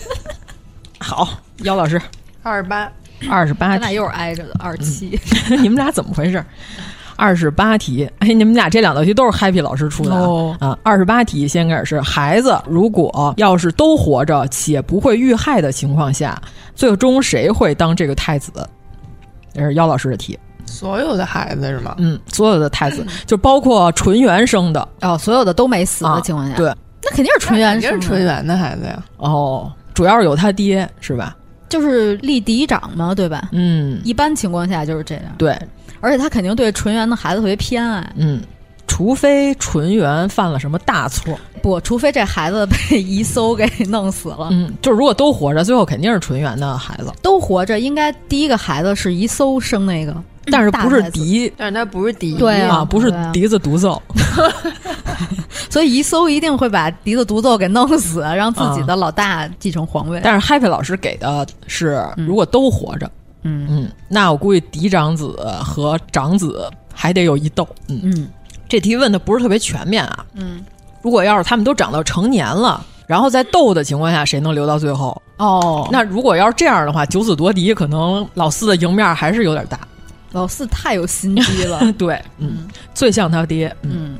Speaker 9: 好，姚老师，
Speaker 10: 二十八，
Speaker 9: 二十八，
Speaker 8: 咱俩又是挨着的，二十七。
Speaker 9: 你们俩怎么回事？二十八题，哎，你们俩这两道题都是 Happy 老师出的、
Speaker 8: 哦、
Speaker 9: 啊。二十八题先开始是孩子如果要是都活着且不会遇害的情况下，最终谁会当这个太子？这是姚老师的题。
Speaker 10: 所有的孩子是吗？
Speaker 9: 嗯，所有的太子就包括纯元生的
Speaker 8: 哦，所有的都没死的情况下，
Speaker 9: 啊、对，
Speaker 8: 那肯定是纯元，
Speaker 10: 肯定是纯元的孩子呀。
Speaker 9: 哦，主要是有他爹是吧？
Speaker 8: 就是立嫡长嘛，对吧？
Speaker 9: 嗯，
Speaker 8: 一般情况下就是这样。
Speaker 9: 对。
Speaker 8: 而且他肯定对纯元的孩子特别偏爱，
Speaker 9: 嗯，除非纯元犯了什么大错，
Speaker 8: 不，除非这孩子被遗叟给弄死了，
Speaker 9: 嗯，就是如果都活着，最后肯定是纯元的孩子，
Speaker 8: 都活着，应该第一个孩子是遗叟生那个，
Speaker 9: 但是不是嫡，
Speaker 10: 但是他不是嫡，
Speaker 8: 对
Speaker 9: 啊，不是嫡子独奏，
Speaker 8: 所以遗叟一定会把嫡子独奏给弄死，让自己的老大继承皇位。
Speaker 9: 但是 Happy 老师给的是，如果都活着。
Speaker 8: 嗯
Speaker 9: 嗯，那我估计嫡长子和长子还得有一斗。嗯
Speaker 8: 嗯，
Speaker 9: 这题问的不是特别全面啊。
Speaker 8: 嗯，
Speaker 9: 如果要是他们都长到成年了，然后在斗的情况下，谁能留到最后？
Speaker 8: 哦，
Speaker 9: 那如果要是这样的话，九子夺嫡，可能老四的赢面还是有点大。
Speaker 8: 老四太有心机 了。
Speaker 9: 对，嗯，嗯最像他爹。
Speaker 8: 嗯。嗯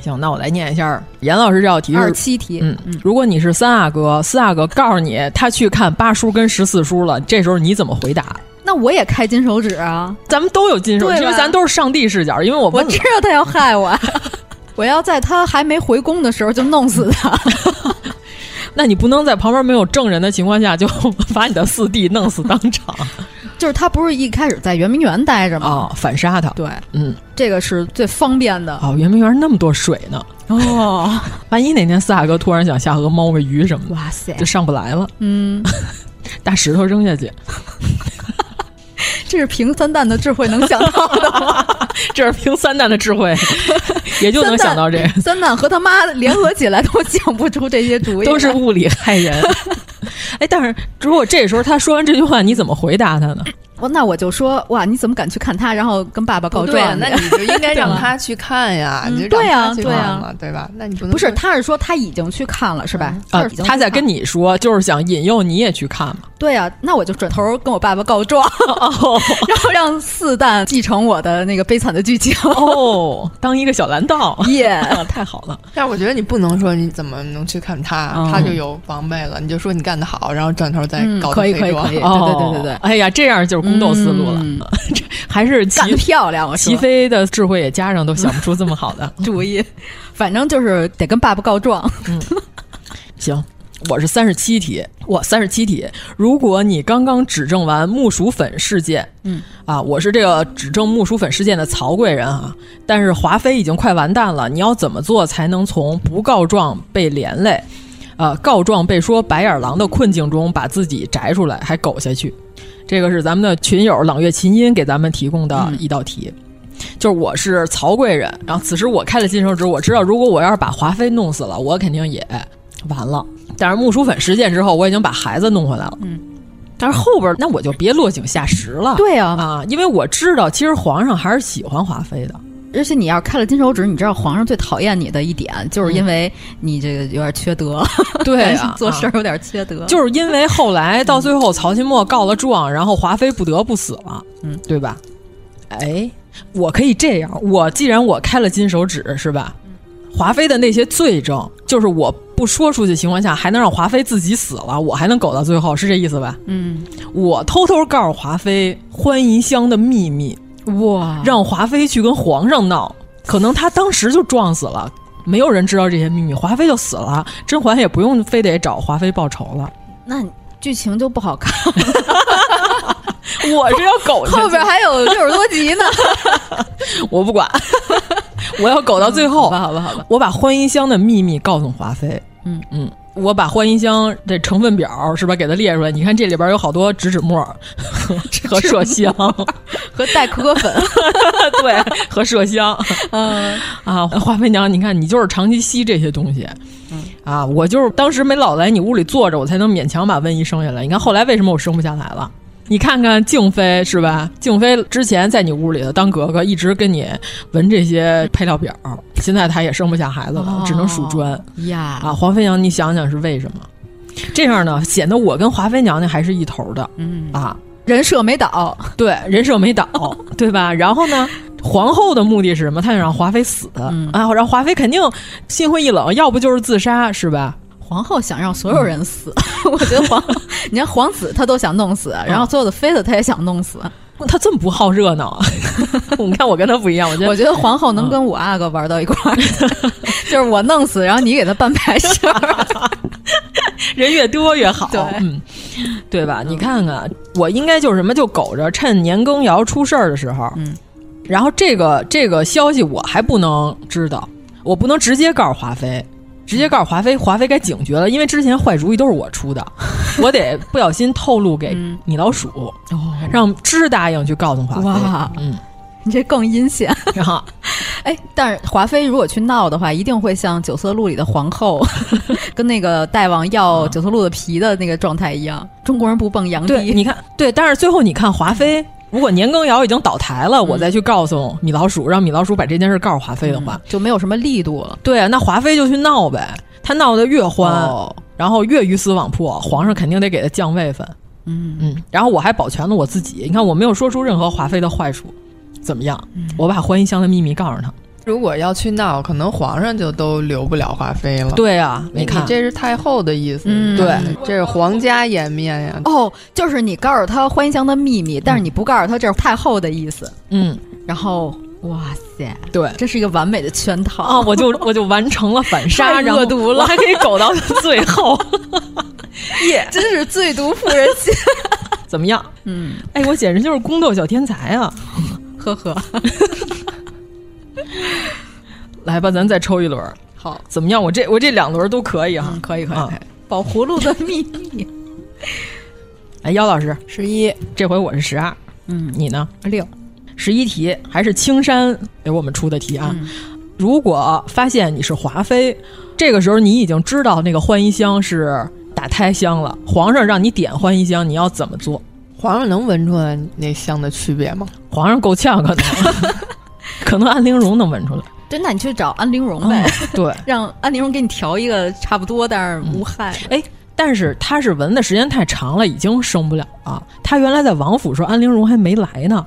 Speaker 9: 行，那我来念一下严老师这道题
Speaker 8: 二十七题。
Speaker 9: 嗯，如果你是三阿哥，四阿哥告诉你他去看八叔跟十四叔了，这时候你怎么回答？
Speaker 8: 那我也开金手指啊！
Speaker 9: 咱们都有金手指，因为咱都是上帝视角。因为我
Speaker 8: 我知道他要害我，我要在他还没回宫的时候就弄死 他。
Speaker 9: 那你不能在旁边没有证人的情况下就 把你的四弟弄死当 场。
Speaker 8: 就是他不是一开始在圆明园待着吗？
Speaker 9: 哦，反杀他。
Speaker 8: 对，
Speaker 9: 嗯，
Speaker 8: 这个是最方便的。
Speaker 9: 哦，圆明园那么多水呢。
Speaker 8: 哦，
Speaker 9: 万一哪天四阿哥突然想下河猫个鱼什么的，
Speaker 8: 哇塞，
Speaker 9: 就上不来了。
Speaker 8: 嗯，
Speaker 9: 大石头扔下去。
Speaker 8: 这是平三蛋的智慧能想到的吗？
Speaker 9: 这是平三蛋的智慧， 也就能想到这个。
Speaker 8: 三蛋和他妈联合起来都想不出这些主意，
Speaker 9: 都是物理害人。 哎，但是如果这时候他说完这句话，你怎么回答他呢？啊
Speaker 8: 我那我就说哇，你怎么敢去看他？然后跟爸爸告状。
Speaker 10: 对、啊，那你就应该让他去看呀，你 就
Speaker 8: 对呀，
Speaker 10: 对
Speaker 8: 呀，
Speaker 10: 对吧？那你不能
Speaker 8: 不是，他是说他已经去看了，是吧？
Speaker 10: 嗯
Speaker 9: 啊，
Speaker 8: 他
Speaker 9: 在跟你说，就是想引诱你也去看嘛。
Speaker 8: 对呀、啊，那我就转头跟我爸爸告状，
Speaker 9: 哦、
Speaker 8: 然后让四蛋继承我的那个悲惨的剧情。
Speaker 9: 哦，当一个小蓝道，
Speaker 8: 耶、
Speaker 9: 啊，太好了。
Speaker 10: 但是我觉得你不能说你怎么能去看他，
Speaker 9: 啊
Speaker 10: 哦、他就有防备了。你就说你干得好，然后转头再搞、
Speaker 8: 嗯、可以可以可以，
Speaker 9: 哦、
Speaker 8: 对对对对对。
Speaker 9: 哎呀，这样就是。宫斗思路了， 嗯、还是
Speaker 8: 干漂亮。
Speaker 9: 齐飞的智慧也加上，都想不出这么好的
Speaker 8: 主意。反正就是得跟爸爸告状。
Speaker 9: 嗯，行，我是三十七题，我三十七题。如果你刚刚指证完木薯粉事件，
Speaker 8: 嗯
Speaker 9: 啊，我是这个指证木薯粉事件的曹贵人啊，但是华妃已经快完蛋了，你要怎么做才能从不告状被连累，呃，告状被说白眼狼的困境中把自己摘出来，还苟下去？这个是咱们的群友朗月琴音给咱们提供的一道题，嗯、就是我是曹贵人，然后此时我开了金手指，我知道如果我要是把华妃弄死了，我肯定也完了。但是木薯粉事件之后，我已经把孩子弄回来了，
Speaker 8: 嗯，
Speaker 9: 但是后边那我就别落井下石了，
Speaker 8: 对啊，
Speaker 9: 啊，因为我知道其实皇上还是喜欢华 妃的。
Speaker 8: 而且你要开了金手指，你知道皇上最讨厌你的一点，就是因为你这个有点缺 德，
Speaker 9: 嗯、对、啊，
Speaker 8: 嗯做事儿有点缺德。
Speaker 9: 就是因为后来到最后，曹钦墨告了状，然后华妃不得不死了，
Speaker 8: 嗯，
Speaker 9: 对吧？哎，我可以这样，我既然我开了金手指，是吧？华妃的那些罪证，就是我不说出去情况下，还能让华妃自己死了，我还能苟到最后，是这意思吧？
Speaker 8: 嗯，
Speaker 9: 我偷偷告诉华妃欢宜香的秘密。
Speaker 8: 哇！
Speaker 9: 让华妃去跟皇上闹，可能他当时就撞死了，没有人知道这些秘密，华妃就死了，甄嬛也不用非得找华妃报仇了。
Speaker 8: 那剧情就不好看。
Speaker 9: 我是要 苟
Speaker 8: 后，后边还有六十多集 呢。
Speaker 9: 我不管，我要苟到最 后。
Speaker 8: 好吧，好吧，好吧。
Speaker 9: 我把欢宜香的秘密告诉华妃。
Speaker 8: 嗯
Speaker 9: 嗯，我把欢宜香这成分表是吧给它列出来，你看这里边有好多植脂末 和麝香
Speaker 8: 和代可可粉，
Speaker 9: 对，和麝香。
Speaker 8: 嗯
Speaker 9: 啊，华妃娘，你看你就是长期吸这些东西，
Speaker 8: 嗯
Speaker 9: 啊，我就是当时没老来你屋里坐着，我才能勉强把瘟疫生下来。你看后来为什么我生不下来了？你看看静妃是吧？静妃之前在你屋里头当格格，一直跟你闻这些配料表，现在她也生不下孩子了，哦、只能数砖
Speaker 8: 呀！
Speaker 9: 啊，华妃娘，你想想是为什么？这样呢，显得我跟华妃娘娘还是一头的，
Speaker 8: 嗯
Speaker 9: 啊，
Speaker 8: 人设没倒，
Speaker 9: 对，人设没倒，对吧？然后呢，皇后的目的是什么？她想让华妃死、
Speaker 8: 嗯、
Speaker 9: 啊，让华妃肯定心灰意冷，要不就是自杀，是吧？
Speaker 8: 皇后想让所有人 死，嗯、我觉得皇，你看皇子他都想弄死，嗯、然后所有的妃子他也想弄死，
Speaker 9: 他这么不好热闹 啊！你看我跟他不一样，我觉得
Speaker 8: 我觉得皇后能跟我阿哥玩到一块儿，嗯、 就是我弄死，然后你给他办白事儿，
Speaker 9: 人越多越好，
Speaker 8: 对，嗯
Speaker 9: 嗯，对吧？你看看，我应该就是什么，就苟着，趁年羹尧出事儿的时候，
Speaker 8: 嗯，
Speaker 9: 然后这个这个消息我还不能知道，我不能直接告诉华妃。直接告诉华妃，华妃该警觉了，因为之前坏主意都是我 出的，我得不小心透露给米老鼠，
Speaker 8: 嗯哦、
Speaker 9: 让知答应去告诉华 妃。啊
Speaker 8: 哇，
Speaker 9: 嗯，
Speaker 8: 你这更阴险。
Speaker 9: 然后，
Speaker 8: 哎，但是华妃如果去闹的话，一定会像《九色鹿》里的皇后， 跟那个大王要九色鹿的皮的那个状态一样。中国人不蹦洋嗯
Speaker 9: 地，你看，对，但是最后你看华妃。如果年羹尧已经倒台了，
Speaker 8: 嗯
Speaker 9: 我再去告诉米老鼠，让米老鼠把这件事告诉华妃的话、嗯，
Speaker 8: 就没有什么力度了。
Speaker 9: 对啊，那华妃就去闹呗，她闹得越欢，
Speaker 8: 哦、
Speaker 9: 然后越鱼死网破，皇上肯定得给她降位分。
Speaker 8: 嗯
Speaker 9: 嗯，然后我还保全了我自己，你看我没有说出任何华妃的坏处，怎么样？
Speaker 8: 嗯、
Speaker 9: 我把欢宜香的秘密告诉她。
Speaker 10: 如果要去闹，可能皇上就都留不了华妃了。
Speaker 9: 对啊，你看，
Speaker 10: 这是太后的意思。
Speaker 8: 嗯，
Speaker 9: 对，
Speaker 10: 这是皇家颜面呀。
Speaker 8: 哦，就是你告诉他欢香的秘密，但是你不告诉他这是太后的意思。
Speaker 9: 嗯，
Speaker 8: 然后哇塞，
Speaker 9: 对，
Speaker 8: 这是一个完美的圈套
Speaker 9: 啊！我就我就完成了 反杀，
Speaker 8: 恶毒
Speaker 9: 了，我还可以苟到最后。 耶，
Speaker 8: 真是最毒妇人心。
Speaker 9: 怎么样？
Speaker 8: 嗯，
Speaker 9: 哎，我简直就是宫斗小天才啊！
Speaker 8: 呵呵。
Speaker 9: 来吧，咱再抽一轮。
Speaker 8: 好，
Speaker 9: 怎么样？我这我这两轮都可以哈、
Speaker 8: 嗯，可以可以。
Speaker 9: 啊、
Speaker 8: 宝葫芦的秘密。
Speaker 9: 哎，姚老师，
Speaker 10: 十一，
Speaker 9: 这回我是十二。
Speaker 8: 嗯，
Speaker 9: 你呢？
Speaker 8: 六，
Speaker 9: 哎十一题还是青山给我们出的题啊？
Speaker 8: 嗯、
Speaker 9: 如果发现你是华妃，这个时候你已经知道那个欢宜香是打胎香了，皇上让你点欢宜香，你要怎么做？
Speaker 10: 皇上能闻出来那香的区别吗？
Speaker 9: 皇上够呛，啊可 能，可能安陵容能闻出来。
Speaker 8: 对，那你去找安陵容呗、
Speaker 9: 嗯。对，
Speaker 8: 让安陵容给你调一个差不多，但是无害。
Speaker 9: 哎、嗯，但是他是闻的时间太长了，已经生不了啊。他原来在王府说安陵容还没来呢，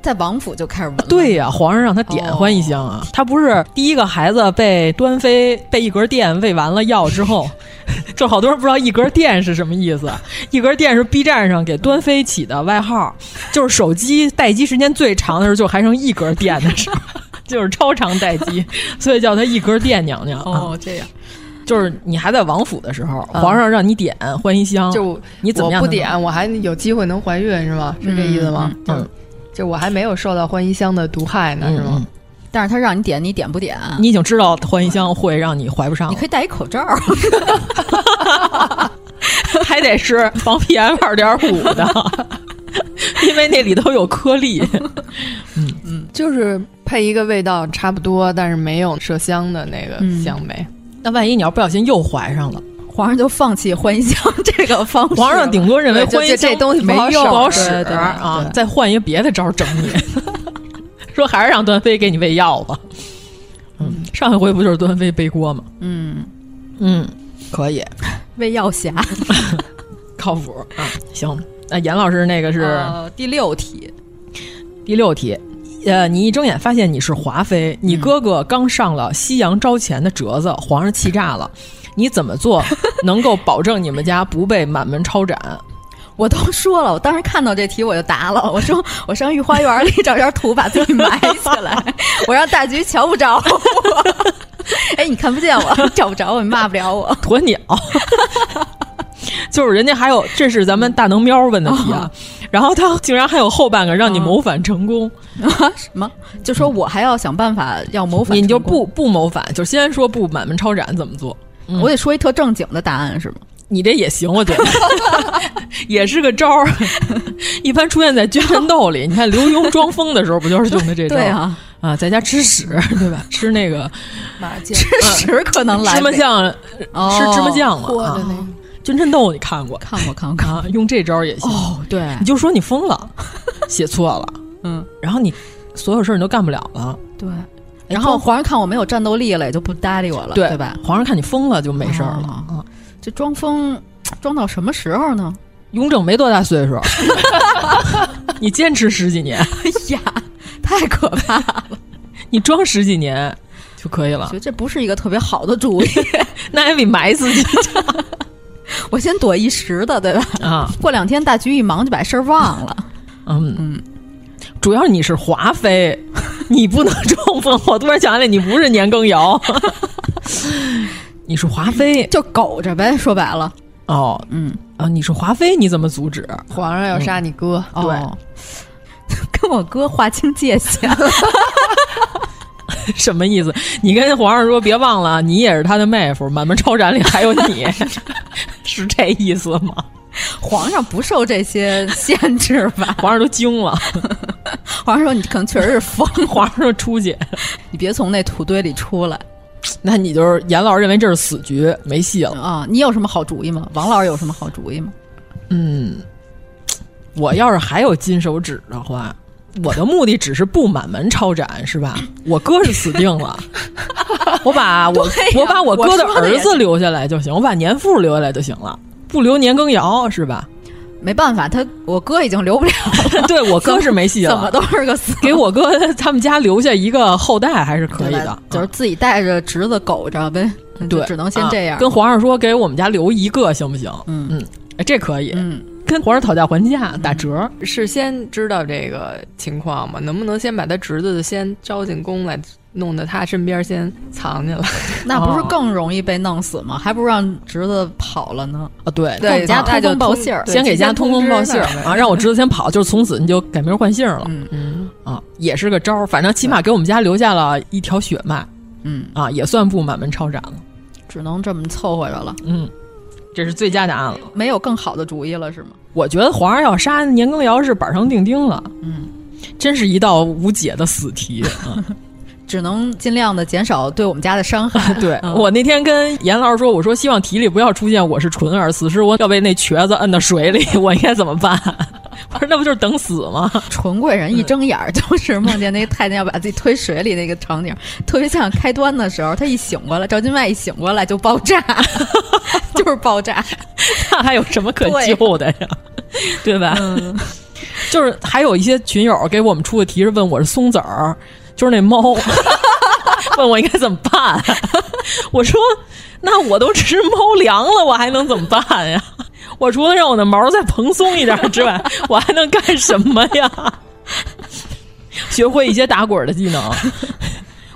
Speaker 8: 在王府就开始闻。
Speaker 9: 对呀、啊，皇上让他点欢宜香啊。哦、他不是第一个孩子被端妃被一格殿喂完了药之后， 这好多人不知道一格殿是什么意思。啊一格殿是 B 站上给端妃起的外号，就是手机待机时间最长的时候，就还剩一格殿的时候。 就是超长待机，所以叫她一格殿娘啊娘。
Speaker 8: 哦，这样，
Speaker 9: 就是你还在王府的时候，皇上让你点欢宜香，
Speaker 10: 嗯就
Speaker 9: 你怎么样
Speaker 10: 不点，我还有机会能怀孕是吗？是这意思吗？嗯，就我还没有受到欢宜香的毒害呢，是吗？
Speaker 8: 但是他让你点，你点不点？
Speaker 9: 嗯你已经知道欢宜香会让你怀不 上，
Speaker 8: 你可以戴一口罩，
Speaker 9: 还得是防 PM 二点五的， 因为那里头有颗粒。
Speaker 10: 嗯嗯，就是。配一个味道差不多，但是没有麝香的那个香味。
Speaker 9: 嗯、那万一你要不小心又怀上了，
Speaker 8: 皇上就放弃欢香这个方式。
Speaker 9: 皇上顶多认为
Speaker 10: 欢
Speaker 9: 香
Speaker 10: 这东西
Speaker 9: 没
Speaker 10: 用，
Speaker 9: 不好
Speaker 10: 使
Speaker 9: 啊，再换一个别的招整你。 说还是让端妃给你喂药吧。嗯，上一回不就是端妃背锅吗？
Speaker 8: 嗯
Speaker 9: 嗯，可以
Speaker 8: 喂药侠，
Speaker 9: 靠谱啊。行，那严老师那个是、
Speaker 8: 呃、第六题，
Speaker 9: 第六题。呃，你一睁眼发现你是华妃，你哥哥刚上了西洋招前的折子，皇上气炸了，你怎么做能够保证你们家不被满门抄斩？
Speaker 8: 我都说了，我当时看到这题我就答了，我说 我上御花园里找张图把自己埋起来， 我让大局瞧不着我。 哎，你看不见我， 找不着我，你骂不了我。
Speaker 9: 鸵鸟， 就是人家还有，这是咱们大能喵问的题
Speaker 8: 嗯
Speaker 9: 啊。哦 然后他竟然还有后半个让你谋反成功
Speaker 8: 啊？什么？就说我还要想办法要谋反，
Speaker 9: 你就不不谋反，就先说不满门抄斩怎么做？
Speaker 8: 嗯、我得说一特正经的答案是吗？
Speaker 9: 你这也行，我觉得 也是个招儿，一般出现在军臣斗里。你看刘墉装疯的时候，不就是用的这招？
Speaker 8: 对啊，
Speaker 9: 啊，在家吃屎，对吧？吃那个
Speaker 8: 吃屎可能来
Speaker 9: 芝麻酱，吃芝麻酱嘛、
Speaker 10: 哦、
Speaker 9: 啊。
Speaker 10: 那个
Speaker 9: 君臣斗你看过？
Speaker 8: 看过，看过，
Speaker 9: 啊，用这招也行。
Speaker 8: 哦，对，
Speaker 9: 你就说你疯了，写错了，
Speaker 8: 嗯，
Speaker 9: 然后你所有事儿你都干不了了。
Speaker 8: 对，然后皇上看我没有战斗力了，也就不搭理我了，对哦吧？
Speaker 9: 皇上看你疯了就没事儿了啊。
Speaker 8: 这装疯装到什么时候呢？
Speaker 9: 雍正没多大岁数，你坚持十几年，
Speaker 8: 哎呀，太可怕 了！
Speaker 9: 你装十几年就可以了。
Speaker 8: 觉得这不是一个特别好的主意，
Speaker 9: 那还比埋自己强。
Speaker 8: 我先躲一时的，对吧？
Speaker 9: 啊，
Speaker 8: 过两天大局一忙就把事儿忘了。
Speaker 9: 嗯嗯，主要你是华妃，你不能中风。我突然想起来，你不是年羹尧，你是华妃，
Speaker 8: 就苟着呗。说白了，
Speaker 9: 哦，
Speaker 8: 嗯
Speaker 9: 啊，你是华妃，你怎么阻止？
Speaker 10: 皇上要杀你哥，
Speaker 9: 嗯、对，
Speaker 8: 哦、跟我哥划清界限。
Speaker 9: 什么意思？你跟皇上说，别忘了，你也是他的妹夫，满门抄斩里还有 你，是这意思 吗？
Speaker 8: 皇上不受这些限制吧？
Speaker 9: 皇上都惊 了。
Speaker 8: 皇上说：“你可能确实是疯。”
Speaker 9: 皇上说：“出去，
Speaker 8: 你别从那土堆里出来。”
Speaker 9: 那你就是严老师认为这是死局，没戏了
Speaker 8: 啊！你有什么好主意吗？王老师有什么好主意吗？
Speaker 9: 嗯，我要是还有金手指的话。我的目的只是不满门抄斩，是吧？我哥是死定 了，我把我、
Speaker 8: 啊、
Speaker 9: 我把我哥的儿子留下来就行，我,我把年父留下来就行了，不留年羹尧，是吧？
Speaker 8: 没办法，他我哥已经留不了了，
Speaker 9: 对 我哥是没戏了，
Speaker 8: 怎么都是个 死。
Speaker 9: 给我哥他们家留下一个后代还是可以的，啊嗯
Speaker 8: 就是自己带着侄子苟着呗，
Speaker 9: 对，
Speaker 8: 只能先这样、啊。
Speaker 9: 跟皇上说，给我们家留一个行不行？
Speaker 8: 嗯
Speaker 9: 嗯，这可以，
Speaker 8: 嗯。
Speaker 9: 跟皇上讨价还价，打折、
Speaker 10: 嗯、是先知道这个情况吗？能不能先把他侄子先招进宫来，弄到他身边先藏起来？
Speaker 8: 那不是更容易被弄死吗？还不如让侄子跑了呢？
Speaker 9: 啊，对，
Speaker 8: 给我们家
Speaker 10: 通
Speaker 8: 风报信儿，
Speaker 9: 先给家
Speaker 10: 通
Speaker 9: 风报信儿啊，让我侄子先跑，就是从此你就改名换姓了。
Speaker 8: 嗯
Speaker 9: 嗯，啊，也是个招儿，反正起码给我们家留下了一条血脉。
Speaker 8: 嗯，
Speaker 9: 啊，也算不满门抄斩了，
Speaker 8: 只能这么凑合着了。
Speaker 9: 嗯。这是最佳答案了，
Speaker 8: 没有更好的主意了，是吗？
Speaker 9: 我觉得皇上要杀年羹尧是板上钉钉了，
Speaker 8: 嗯，
Speaker 9: 真是一道无解的死题啊！
Speaker 8: 只能尽量的减少对我们家的伤害。
Speaker 9: 对、嗯、我那天跟严老师说，我说希望题里不要出现我是纯儿，此时我要被那瘸子摁到水里，我应该怎么办？ 我说那不就是等死吗？
Speaker 8: 纯贵人一睁眼 就是梦见那太监要把自己推水里那个场景， 特别像开端的时候，他一醒过来，赵今麦一醒过来就爆炸， 就是爆炸，
Speaker 9: 那 还有什么可救的呀？ 对吧？
Speaker 8: 嗯、
Speaker 9: 就是还有一些群友给我们出的题是问我是松子儿，就是那猫，问我应该怎么办？啊 我说那我都吃猫粮了，我还能怎么办呀？ 我除了让我的毛再蓬松一点之外，我还能干什么呀？学会一些打滚的技能，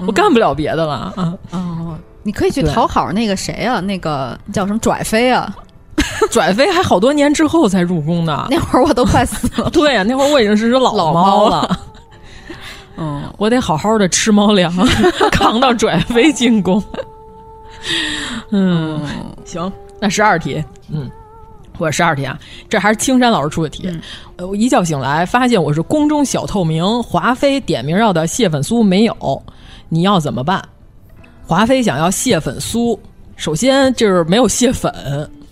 Speaker 9: 我干不了别的了。嗯、
Speaker 8: 哦，你可以去讨好那个谁啊，那个叫什么拽飞啊。
Speaker 9: 拽飞还好多年之后才入宫呢，
Speaker 8: 那会儿我都快死了。
Speaker 9: 对呀、啊，那会儿我已经是只老
Speaker 8: 猫
Speaker 9: 了。
Speaker 8: 嗯，
Speaker 9: 我得好好的吃猫粮， 扛到拽飞进宫。 嗯，嗯行，那十二题，嗯，我十二题啊，这还是青山老师出的题。我、嗯、一觉醒来，发现我是宫中小透明，华妃点名要的蟹粉酥没有，你要怎么办？华妃想要蟹粉酥，首先就是没有蟹粉。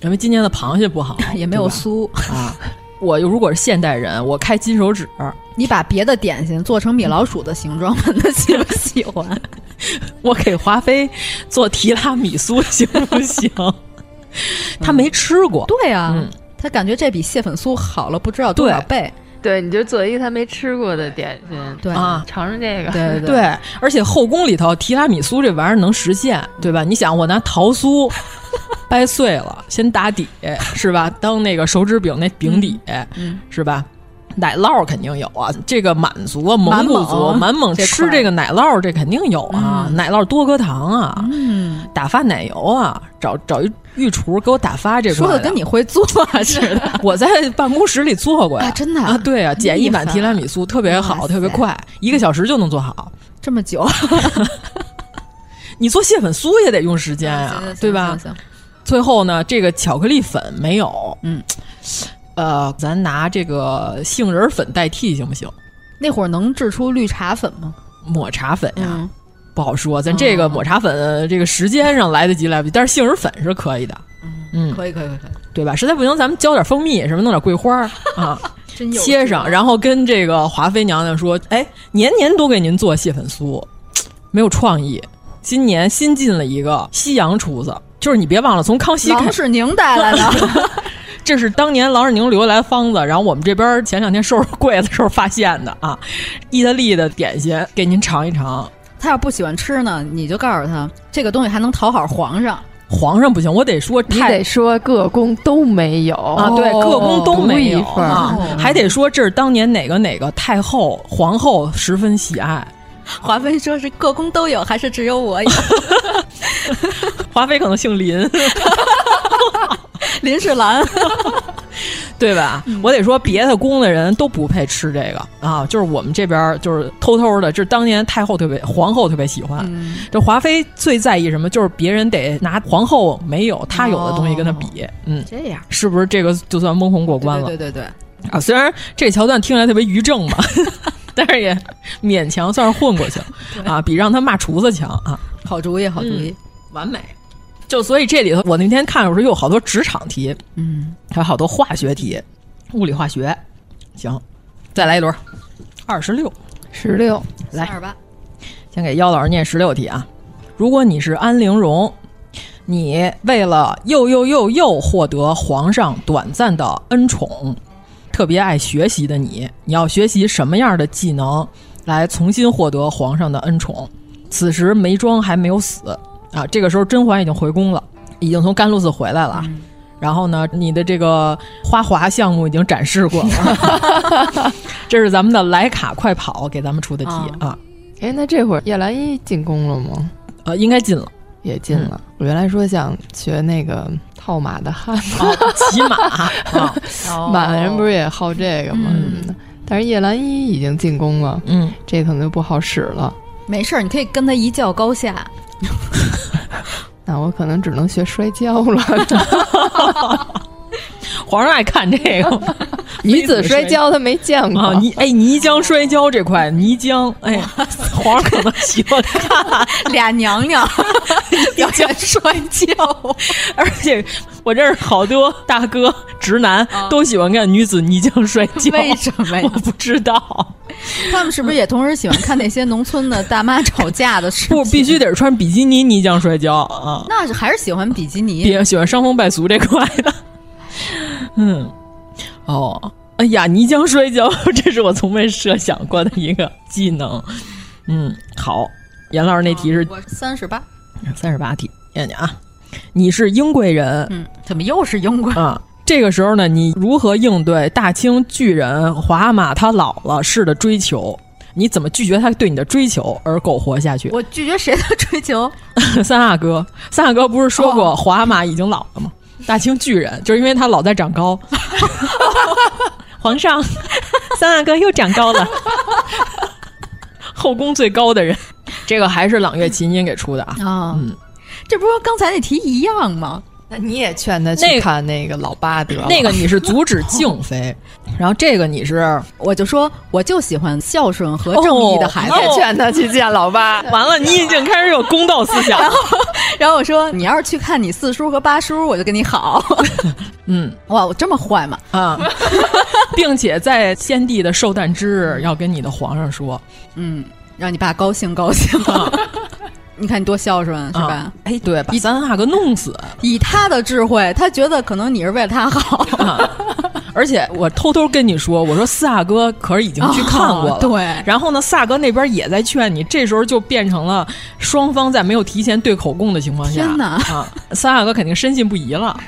Speaker 9: 因为今年的螃蟹不好，
Speaker 8: 也没有酥
Speaker 9: 啊。我如果是现代人，我开金手指。
Speaker 8: 你把别的点心做成米老鼠的形状，他喜不喜欢？
Speaker 9: 我给华妃做提拉米苏行不行？他没吃过。
Speaker 8: 对啊，他感觉这比蟹粉酥好了不知道多少倍。
Speaker 11: 对，你就做一个他没吃过的点心，
Speaker 8: 对
Speaker 9: 啊，
Speaker 11: 尝尝这个。
Speaker 8: 对
Speaker 9: 对，而且后宫里头提拉米苏这玩意儿能实现，对吧？你想，我拿桃 酥。掰碎了，先打底是吧？当那个手指饼那饼底、
Speaker 8: 嗯嗯、
Speaker 9: 是吧？奶酪肯定有啊，这个满族啊、蒙古族、满蒙吃这个奶酪，这肯定有啊。
Speaker 8: 嗯、
Speaker 9: 奶酪多哥糖啊，打发奶油啊，找找一御厨给我打发这
Speaker 8: 说的跟你会 做似的。
Speaker 9: 我在办公室里做过呀，
Speaker 8: 啊、真的
Speaker 9: 啊，对啊，简易版提拉米苏特别好，特别快，一个小时就能做好。
Speaker 8: 这么久，啊
Speaker 9: 你做蟹粉酥也得用时间啊，对吧？最后呢，这个巧克力粉没有，
Speaker 8: 嗯，
Speaker 9: 呃，咱拿这个杏仁粉代替行不行？
Speaker 8: 那会儿能制出绿茶粉吗？哎
Speaker 9: 抹茶粉呀，嗯、不好说。咱这个抹茶粉，嗯、这个时间上来得及来不及，但是杏仁粉是可以的，嗯，
Speaker 8: 可以可以可以，
Speaker 9: 对吧？实在不行，咱们浇点蜂蜜，什么弄点桂花啊，切上，然后跟这个华妃娘娘说，哎，年年都给您做蟹粉酥，没有创意。今年新进了一个西洋厨子，就是你别忘了，从康熙
Speaker 8: 郎世宁带来 的，
Speaker 9: 这是当年郎世宁留下来方子，然后我们这边前两天收拾柜子时候发现的啊，意大利的点心给您尝一尝。
Speaker 8: 他要不喜欢吃呢，你就告诉他这个东西还能讨好皇上。
Speaker 9: 皇上不行，我得说
Speaker 10: 你得说各宫都没有
Speaker 8: 哦
Speaker 9: 啊，对，各宫都没有、
Speaker 10: 哦、
Speaker 9: 啊，
Speaker 10: 哦、
Speaker 9: 还得说这是当年哪个哪个太后皇后十分喜爱。
Speaker 8: 华妃说是各宫都有，还是只有我 有？
Speaker 9: 华妃可能姓林，
Speaker 8: 林世兰，
Speaker 9: 对吧？嗯、我得说，别的宫的人都不配吃这个啊！就是我们这边就是偷偷的，这当年太后特别，皇后特别喜欢。
Speaker 8: 嗯、
Speaker 9: 这华妃最在意什么？就是别人得拿皇后没有，她有的东西跟她比。哦、嗯，
Speaker 8: 这样
Speaker 9: 是不是这个就算蒙混过关了？
Speaker 8: 对,对对对
Speaker 9: 对。啊，虽然这桥段听起来特别于正嘛。 但是也勉强算是混过去了啊，比让他骂厨子强啊！
Speaker 8: 好主意，好主意，
Speaker 9: 嗯、完美。就所以这里头，我那天看的时候有好多职场题，
Speaker 8: 嗯，
Speaker 9: 还有好多化学题，物理化学。行，再来一轮，二十六，
Speaker 10: 十六，
Speaker 9: 来
Speaker 8: 二八，
Speaker 9: 先给妖老师念十六题啊。如果你是安陵容，你为了又又又又获得皇上短暂的恩宠。特别爱学习的你，你要学习什么样的技能来重新获得皇上的恩宠？此时眉庄还没有死啊，这个时候甄嬛已经回宫了，已经从甘露寺回来了。
Speaker 8: 嗯、
Speaker 9: 然后呢，你的这个花滑项目已经展示过 了。这是咱们的莱卡快跑给咱们出的题、嗯、啊。
Speaker 10: 哎，那这会儿叶澜依进宫了吗？
Speaker 9: 呃，应该进了。
Speaker 10: 也进了。嗯、我原来说想学那个套马的汉子、
Speaker 9: 哦，骑 马，
Speaker 10: 哦、马人不是也好这个吗？
Speaker 9: 嗯、
Speaker 10: 但是叶澜依已经进宫了，
Speaker 9: 嗯，
Speaker 10: 这可能就不好使了。
Speaker 8: 没事儿，你可以跟他一较高下。
Speaker 10: 那我可能只 能学摔跤了。
Speaker 9: 皇上爱看这个，
Speaker 10: 女子摔跤他没见过。
Speaker 9: 泥哎，泥浆摔跤这块，泥浆哎，皇上可能喜欢看
Speaker 8: 俩娘 娘表演摔跤，
Speaker 9: 而且我认识好多大哥直男
Speaker 10: 啊
Speaker 9: 都喜欢看女子泥浆摔跤，
Speaker 8: 为什么呀？
Speaker 9: 我不知道，
Speaker 8: 他们是不是也同时喜欢看那些农村的大妈 吵架的事？
Speaker 9: 不，必须得是穿比基尼泥浆摔跤啊！
Speaker 8: 那还是喜欢比基尼，
Speaker 9: 比喜欢伤风败俗这块的。 嗯，哦，哎呀，泥浆摔跤， 这是我从未设想过的一个技能。嗯，好，严老师那题是
Speaker 8: 三十八，
Speaker 9: 三十八题，念念啊，你是英贵人，
Speaker 8: 嗯，怎么又是英贵
Speaker 9: 啊？这个时候呢，你如何应对大清巨人华马他老了式的追求？你怎么拒绝他对你的追求而苟活下去？
Speaker 8: 我拒绝谁的追求？
Speaker 9: 三阿哥，三阿哥不是说过华马已经老了吗？哦大清巨人，就是因为他老在长高。 皇上，三阿哥又长高了， 后宫最高的人。这个还是朗月琴音给出的啊。
Speaker 8: 哦、嗯，这不是刚才那题一样吗？
Speaker 10: 那你也劝他去看那个老八得了。
Speaker 9: 那个 你是阻止敬妃，然后这个你是，
Speaker 8: 我就说我就喜欢孝顺和正义的孩子，
Speaker 10: 也劝他去见老八。
Speaker 9: 哦 完了，你已经开始有公道思想。
Speaker 8: 然后，然后我说你要是去看你四叔和八叔，我就跟你 好。
Speaker 9: 嗯，
Speaker 8: 哇，我这么坏吗？
Speaker 9: 啊， 并且在先帝的寿诞之日要跟你的皇上说，
Speaker 8: 嗯，让你爸高兴高 兴。 你看你多孝顺是吧？
Speaker 9: 哎、嗯，对，把三阿哥 弄死。啊
Speaker 8: 以他的智慧，他觉得可能你是为了他好。
Speaker 9: 嗯、而且我偷偷跟你说，我说四阿哥可是已经去看过了。哦、
Speaker 8: 对。
Speaker 9: 然后呢，四阿哥那边也在劝你，这时候就变成了双方在没有提前对口供的情况下，
Speaker 8: 天哪！
Speaker 9: 啊、嗯，三阿哥肯定深信不疑了。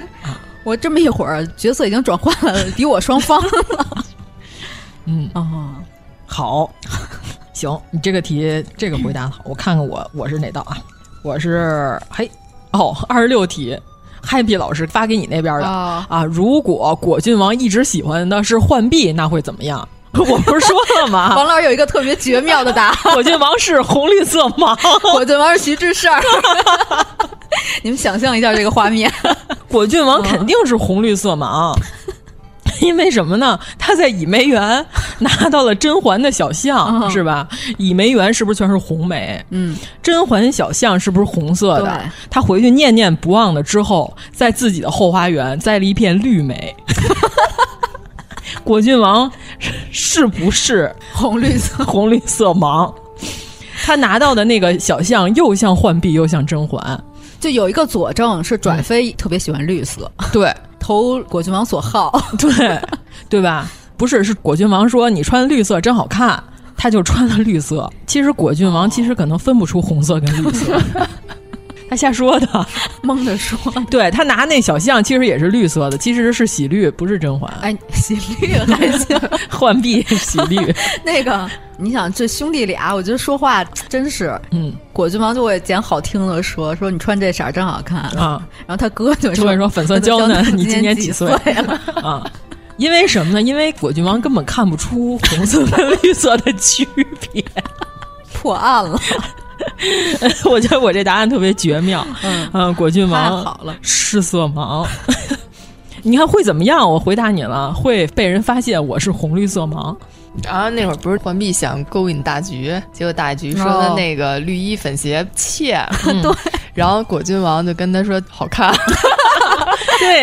Speaker 8: 我这么一会儿角色已经转换了，敌我双方了。
Speaker 9: 嗯
Speaker 8: 哦，
Speaker 9: 好。 行，你这个题这个回答好，我看看我我是哪道啊？我是嘿哦，二十六题，Happy 老师发给你那边的、哦、啊。如果果郡王一直喜欢的是浣碧，那会怎么样？ 我不是说了 吗？
Speaker 8: 王老师有一个特别绝妙的 答案：
Speaker 9: 果郡王是红绿色盲，
Speaker 8: 果郡王是徐志胜。 你们想象一下这个画面，
Speaker 9: 果郡王肯定是红绿色盲。 因为什么呢？他在倚梅园拿到了甄嬛的小象，哦、是吧？倚梅园是不是全是红梅？
Speaker 8: 嗯，
Speaker 9: 甄嬛小象是不是红色的？他回去念念不忘的之后，在自己的后花园栽了一片绿梅。果郡王是不是
Speaker 8: 红绿色
Speaker 9: 红绿色盲？他拿到的那个小象又像浣碧又像甄嬛，
Speaker 8: 就有一个佐证是转妃特别喜欢绿色，
Speaker 9: 嗯、对。
Speaker 8: 投果郡王所 好，
Speaker 9: 对对吧？不是，是果郡王说你穿绿色真好看，他就穿了绿色。其实果郡王其实可能分不出红色跟绿色，他瞎说的，
Speaker 8: 蒙着说。
Speaker 9: 对他拿那小象其实也是绿色的，其实是喜绿，不是甄嬛。
Speaker 8: 哎，喜绿还行，
Speaker 9: 浣碧喜绿。
Speaker 8: 那个，你想这兄弟俩，我觉得说话真是，
Speaker 9: 嗯，
Speaker 8: 果郡王就会捡好听的说，说你穿这色儿真好看
Speaker 9: 啊。
Speaker 8: 然后他哥就
Speaker 9: 就会说：“粉色 娇嫩，你今
Speaker 8: 年
Speaker 9: 几
Speaker 8: 岁
Speaker 9: 了？” 啊，因为什么呢？因为果郡王根本看不出红色跟绿色的区别，
Speaker 8: 破案 了。
Speaker 9: 我觉得我这答案特别绝妙。
Speaker 8: 嗯，
Speaker 9: 嗯果郡王
Speaker 8: 好了，
Speaker 9: 是色盲。 你看会怎么样？我回答你了，会被人发现我是红绿色盲。
Speaker 10: 然啊后那会儿不是浣碧想勾引大橘，结果大橘说
Speaker 9: 哦
Speaker 10: 他那个绿衣粉鞋 怯，嗯
Speaker 8: 对、哦，
Speaker 10: 然后果郡王就跟他说好看，
Speaker 9: 对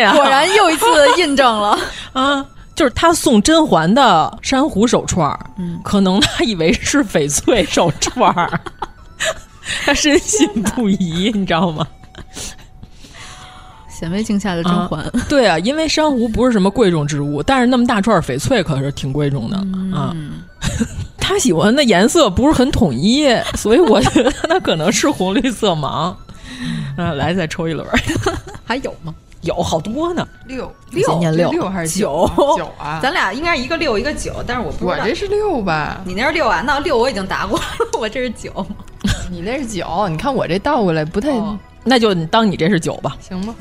Speaker 9: 呀、啊，
Speaker 8: 果然又一次印证 了
Speaker 9: 啊。就是他送甄嬛的珊瑚手串，
Speaker 8: 嗯，
Speaker 9: 可能他以为是翡翠手串， 他深信不疑，你知道吗？
Speaker 8: 显微镜下的甄嬛、
Speaker 9: 啊，对啊，因为珊瑚不是什么贵重植物，但是那么大串翡翠可是挺贵重的、
Speaker 8: 嗯、
Speaker 9: 啊。 他喜欢的颜色不是很统一，所以我觉得他可能是红绿色盲。啊，来，再抽一轮，
Speaker 8: 还有吗？
Speaker 9: 有好多 呢，
Speaker 12: 六
Speaker 9: 六念六
Speaker 12: 六还是
Speaker 9: 九
Speaker 12: 九啊？咱俩应该一个六一个九，但是我不
Speaker 10: 我这是六吧？
Speaker 12: 你那是六啊？那六我已经 答过了，我这是九。
Speaker 10: 你那是九，你看我这倒过来不太，哦、
Speaker 9: 那就当你这是九吧？
Speaker 10: 行吧。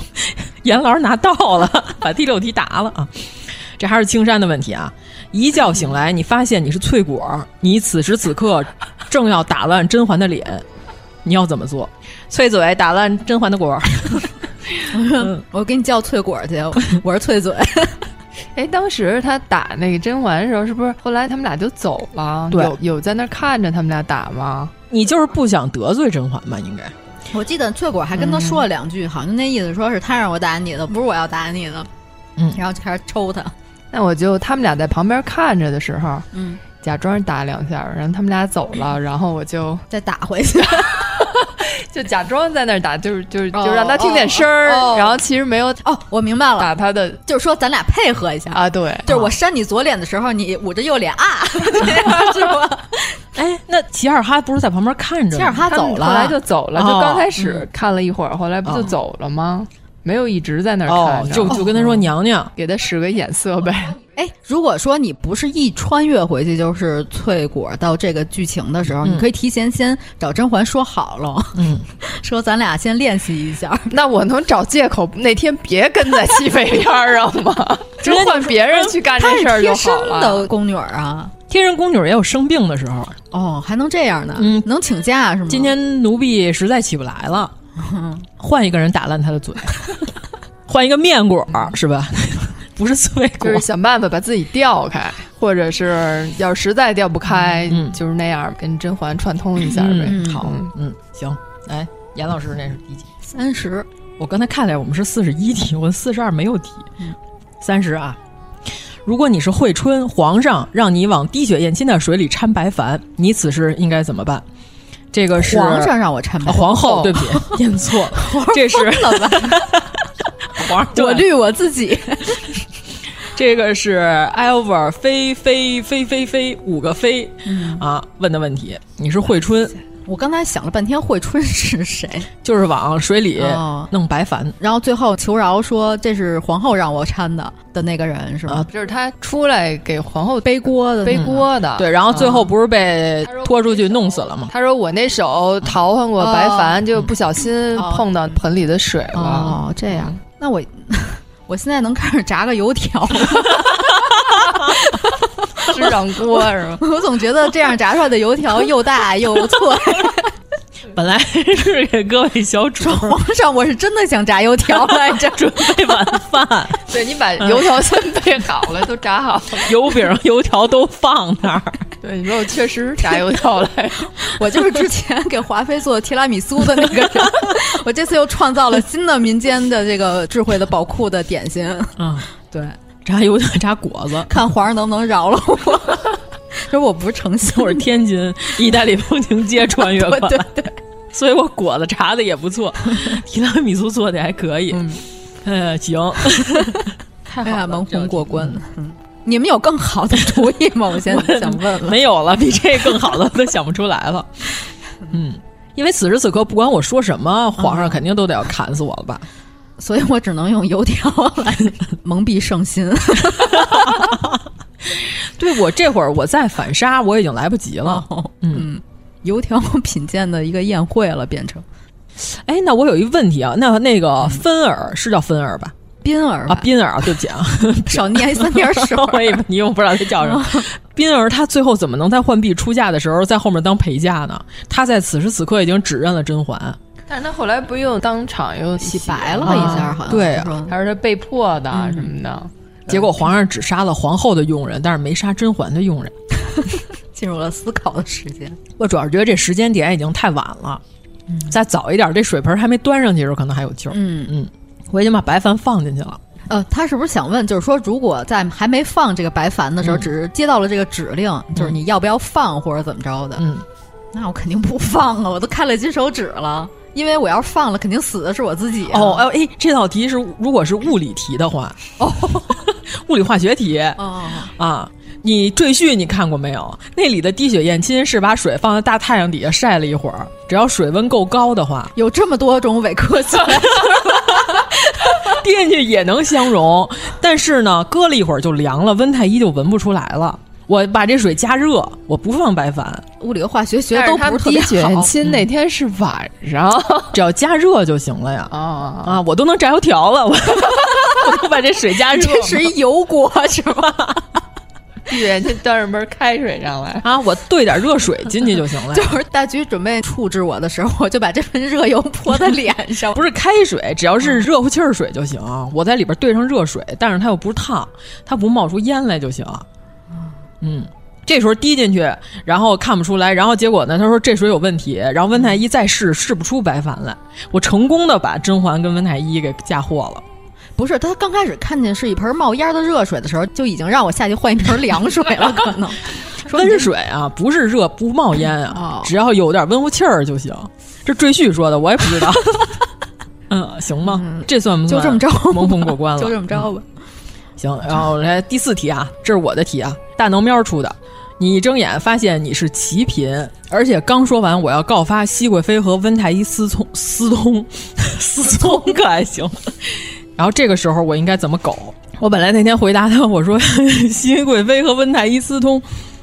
Speaker 9: 严老师拿到了，把第六题答了啊！这还是青山的问题啊！一觉醒来，你发现你是翠果，你此时此刻正要打烂甄嬛的脸，你要怎么做？
Speaker 10: 翠嘴打烂甄嬛的果。
Speaker 8: 我给你叫翠果去，我是翠嘴。
Speaker 10: 哎，当时他打那个甄嬛的时候，是不是后来他们俩就走了？
Speaker 9: 对
Speaker 10: 有有在那儿看着他们俩打吗？
Speaker 9: 你就是不想得罪甄嬛吧？应该。
Speaker 8: 我记得翠果还跟他说了两句，好像那意思说是他让我打你的，不是我要打你的。
Speaker 9: 嗯，
Speaker 8: 然后就开始抽他。
Speaker 10: 那我就他们俩在旁边看着的时候，
Speaker 8: 嗯，
Speaker 10: 假装打两下，然后他们俩走了，然后我就
Speaker 8: 再打回去，
Speaker 10: 就假装在那儿打，就是就是就让他听见声儿，然后其实没有
Speaker 8: 哦，我明白了，
Speaker 9: 啊
Speaker 10: 打他的
Speaker 8: 就是说咱俩配合一下
Speaker 10: 啊，对，
Speaker 8: 就是我扇你左脸的时候，你捂着右 脸啊，是吧？
Speaker 9: 哎，那齐尔哈不是在旁边看着？
Speaker 8: 齐尔哈走了，
Speaker 10: 后来就走了，就哦刚开始看了一会儿，后来不就走了吗？嗯没有一直在那儿看、哦
Speaker 9: 哦，就就跟他说娘娘，
Speaker 10: 给他使个眼色 呗。
Speaker 8: 哎，如果说你不是一穿越回去就是翠果到这个剧情的时候，
Speaker 9: 嗯、
Speaker 8: 你可以提前先找甄嬛说好了，
Speaker 9: 嗯，
Speaker 8: 说咱俩先练习一下。
Speaker 10: 那我能找借口那天别跟在西北边上 吗？就哎换别人去干这事儿就好了。
Speaker 8: 的宫女啊。
Speaker 9: 天人宫女也有生病的时候
Speaker 8: 哦，还能这样呢？
Speaker 9: 嗯，
Speaker 8: 能请假是吗？
Speaker 9: 今天奴婢实在起不来了，
Speaker 8: 嗯、
Speaker 9: 换一个人打烂她的嘴。 换一个面果是吧？ 不是脆果，
Speaker 10: 就是想办法把自己调开，或者是要实在调不开，嗯、就是那样跟甄嬛串通一下呗。
Speaker 9: 嗯、好，嗯，行，哎，严老师那是第几？
Speaker 8: 三十。
Speaker 9: 我刚才看了，我们是四十一题，我四十二没有题。三十、嗯、啊，如果你是惠春，皇上让你往滴血验亲的水里掺白矾，你此时应该怎么办？这个是
Speaker 8: 皇上让我掺白、
Speaker 9: 啊，皇后对不起，念错了， 这是。 皇
Speaker 8: 我绿我自己，
Speaker 9: 这个是 Elver 飞飞飞飞飞五个飞、
Speaker 8: 嗯、
Speaker 9: 啊问的问题。你是惠春，
Speaker 8: 我刚才想了半天，惠春是谁？
Speaker 9: 就是往水里弄白矾、哦，
Speaker 8: 然后最后求饶说这是皇后让我掺的的那个人是吧？哦
Speaker 10: 啊、就是他出来给皇后
Speaker 8: 背锅的，
Speaker 10: 背锅的。
Speaker 9: 对，然后最后不是被拖出去弄死了吗？
Speaker 10: 他说我那手淘换过白矾，就不小心碰到盆里的水了。
Speaker 8: 哦，这样。那我， 我现在能开始炸个油 条了，
Speaker 10: 是上锅是吗？
Speaker 8: 我总觉得这样炸出来的油条又大又 脆。
Speaker 9: 本来 是给各位小主，
Speaker 8: 皇上，我是真的想炸油条来着，
Speaker 9: 准备晚饭。
Speaker 10: 对你把油条先备好了，都炸好了，
Speaker 9: 油饼、油条都放那儿。
Speaker 10: 对，你说我确实炸油条来，
Speaker 8: 我就是之前给华妃做提拉米苏的那个人， 我这次又创造了新的民间的这个智慧的宝库的点心。
Speaker 9: 嗯，
Speaker 8: 对，
Speaker 9: 炸油条、炸果子，
Speaker 8: 看皇上能不能饶了我。 说我不是诚心，
Speaker 9: 我是天津意大利风情街穿 越过来
Speaker 8: 对对对，
Speaker 9: 所以我果子炸的也 不错，提拉米苏做的还可以，
Speaker 8: 嗯、
Speaker 9: 哎，行，
Speaker 8: 太好了，哎、蒙混过关了。嗯、你们有更好的主意吗？我现在想问了，
Speaker 9: 没有了，比这更好的都想不 出来了。嗯，因为此时此刻，不管我说什么，皇
Speaker 8: 嗯
Speaker 9: 上肯定都得要砍死我了吧。
Speaker 8: 所以我只能用油条来蒙蔽圣心。
Speaker 9: 对我这会儿我再反杀我已经来不及了。
Speaker 8: 哦、
Speaker 9: 嗯，
Speaker 8: 油条品鉴的一个宴会了，变成。
Speaker 9: 哎，那我有一问题啊，那那个芬尔、嗯、是叫芬尔吧？
Speaker 8: 宾尔
Speaker 9: 啊，宾尔啊，对 不起啊，
Speaker 8: 少念三点水。
Speaker 9: 我以为你又不知道他叫什
Speaker 8: 哦
Speaker 9: 么。 宾尔他最后怎么能在浣碧出嫁的时候在后面当陪嫁呢？他在此时此刻已经指认了甄嬛。
Speaker 10: 但是他后来不又当场又
Speaker 8: 洗白了一下，好像
Speaker 9: 对
Speaker 8: 啊，
Speaker 10: 还是他被 迫的什么的。
Speaker 9: 结果皇上只杀了皇后的佣人，但是没杀甄嬛的佣人。
Speaker 8: 进入了思考的时间。
Speaker 9: 我主要是觉得这时间点已经太晚了，再早一点，这水盆还没端上去的时候，可能还有救。
Speaker 8: 嗯
Speaker 9: 嗯，我已经把白矾放进去了。
Speaker 8: 呃，他是不是想问，就是说，如果在还没放这个白矾的时候，只是接到了这个指令，就是你要不要放或者怎么着的？
Speaker 9: 嗯，
Speaker 8: 那我肯定不放啊，我都开了金手指了。因为我要是放了，肯定死的是我自己、啊。
Speaker 9: 哦，哎哎，这道题是如果是物理题的话，
Speaker 8: 哦，
Speaker 9: 物理化学题。
Speaker 8: 哦
Speaker 9: 啊，你赘婿你看过没有？那里的滴血验亲是把水放在大太阳底下晒了一会儿，只要水温够高的话，
Speaker 8: 有这么多种伪科 学，
Speaker 9: 滴进去也能相融。但是呢，搁了一会儿就凉了，温太医就闻不出来了。我把这水加热，我不放白矾。
Speaker 8: 物理和化学学都不是
Speaker 10: 滴血验
Speaker 8: 嗯
Speaker 10: 亲那天是晚 上，
Speaker 9: 嗯、只要加热就行了呀。
Speaker 10: 啊、
Speaker 9: 哦、啊！ 我都能炸油条了，我我把这水加热。
Speaker 8: 这是一油锅是吧？
Speaker 10: 去人家端着盆开水上来
Speaker 9: 啊，我兑点热水进去就行了。
Speaker 8: 就是大橘准备处置我的时候，我就把这盆热油泼在脸上。
Speaker 9: 不是开水，只要是热乎气儿水就行。我在里边兑上热水，但是它又不是烫，它不冒出烟来就行。
Speaker 8: 哦
Speaker 9: 嗯。这时候滴进去，然后看不出来，然后结果呢？他说这水有问题，然后温太医再试，试不出白矾来。我成功的把甄嬛跟温太医给嫁祸了。
Speaker 8: 不是，他刚开始看见是一盆冒烟的热水的时候，就已经让我下去换一瓶凉水 了，可能。
Speaker 9: 温水啊，不是热不冒烟啊，哦、只要有点温乎气儿就行。这赘婿说的，我也不 知道。嗯，行吗？嗯、这算不
Speaker 8: 算？就这么着，
Speaker 9: 蒙混过关 了。
Speaker 8: 就这么着吧。
Speaker 9: 嗯、行，然后来第四题啊，这是我的题啊，大能喵出的。你一睁眼发现你是齐嫔，而且刚说完我要告发熹贵妃和温太医私通私通 私通，可还行。然后这个时候我应该怎么搞？我本来那天回答他，我说熹贵妃和温太医私通，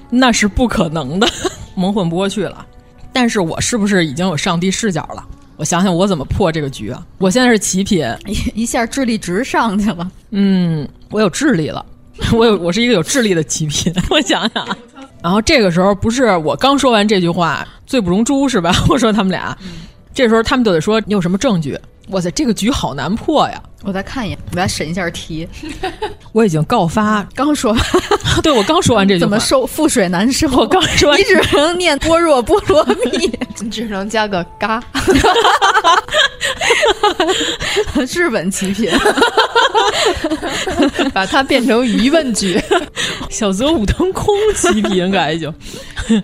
Speaker 9: 那是不可能的，蒙混不过去了。但是我是不是已经有上帝视角了？我想想我怎么破这个局啊！我现在是齐嫔，
Speaker 8: 一下智力值上去了。
Speaker 9: 嗯，我有智力了。 我有，我是一个有智力的极品。 我想想，然后这个时候不是我刚说完这句话“罪不容诛”是吧？ 我说他们俩，这时候他们就得说你有什么证据？哇塞，这个局好难破呀！
Speaker 8: 我再看一眼，我再审一下题。
Speaker 9: 我已经告发，
Speaker 8: 刚说完，
Speaker 9: 对我刚说完这句话，
Speaker 8: 怎么受覆水难收？
Speaker 9: 我刚说完，
Speaker 8: 你只能念般若波罗蜜，
Speaker 10: 你 只能加个 嘎。
Speaker 8: 日本极品，
Speaker 10: 把它变成疑问句。
Speaker 9: 小泽武藤空极品，感觉 就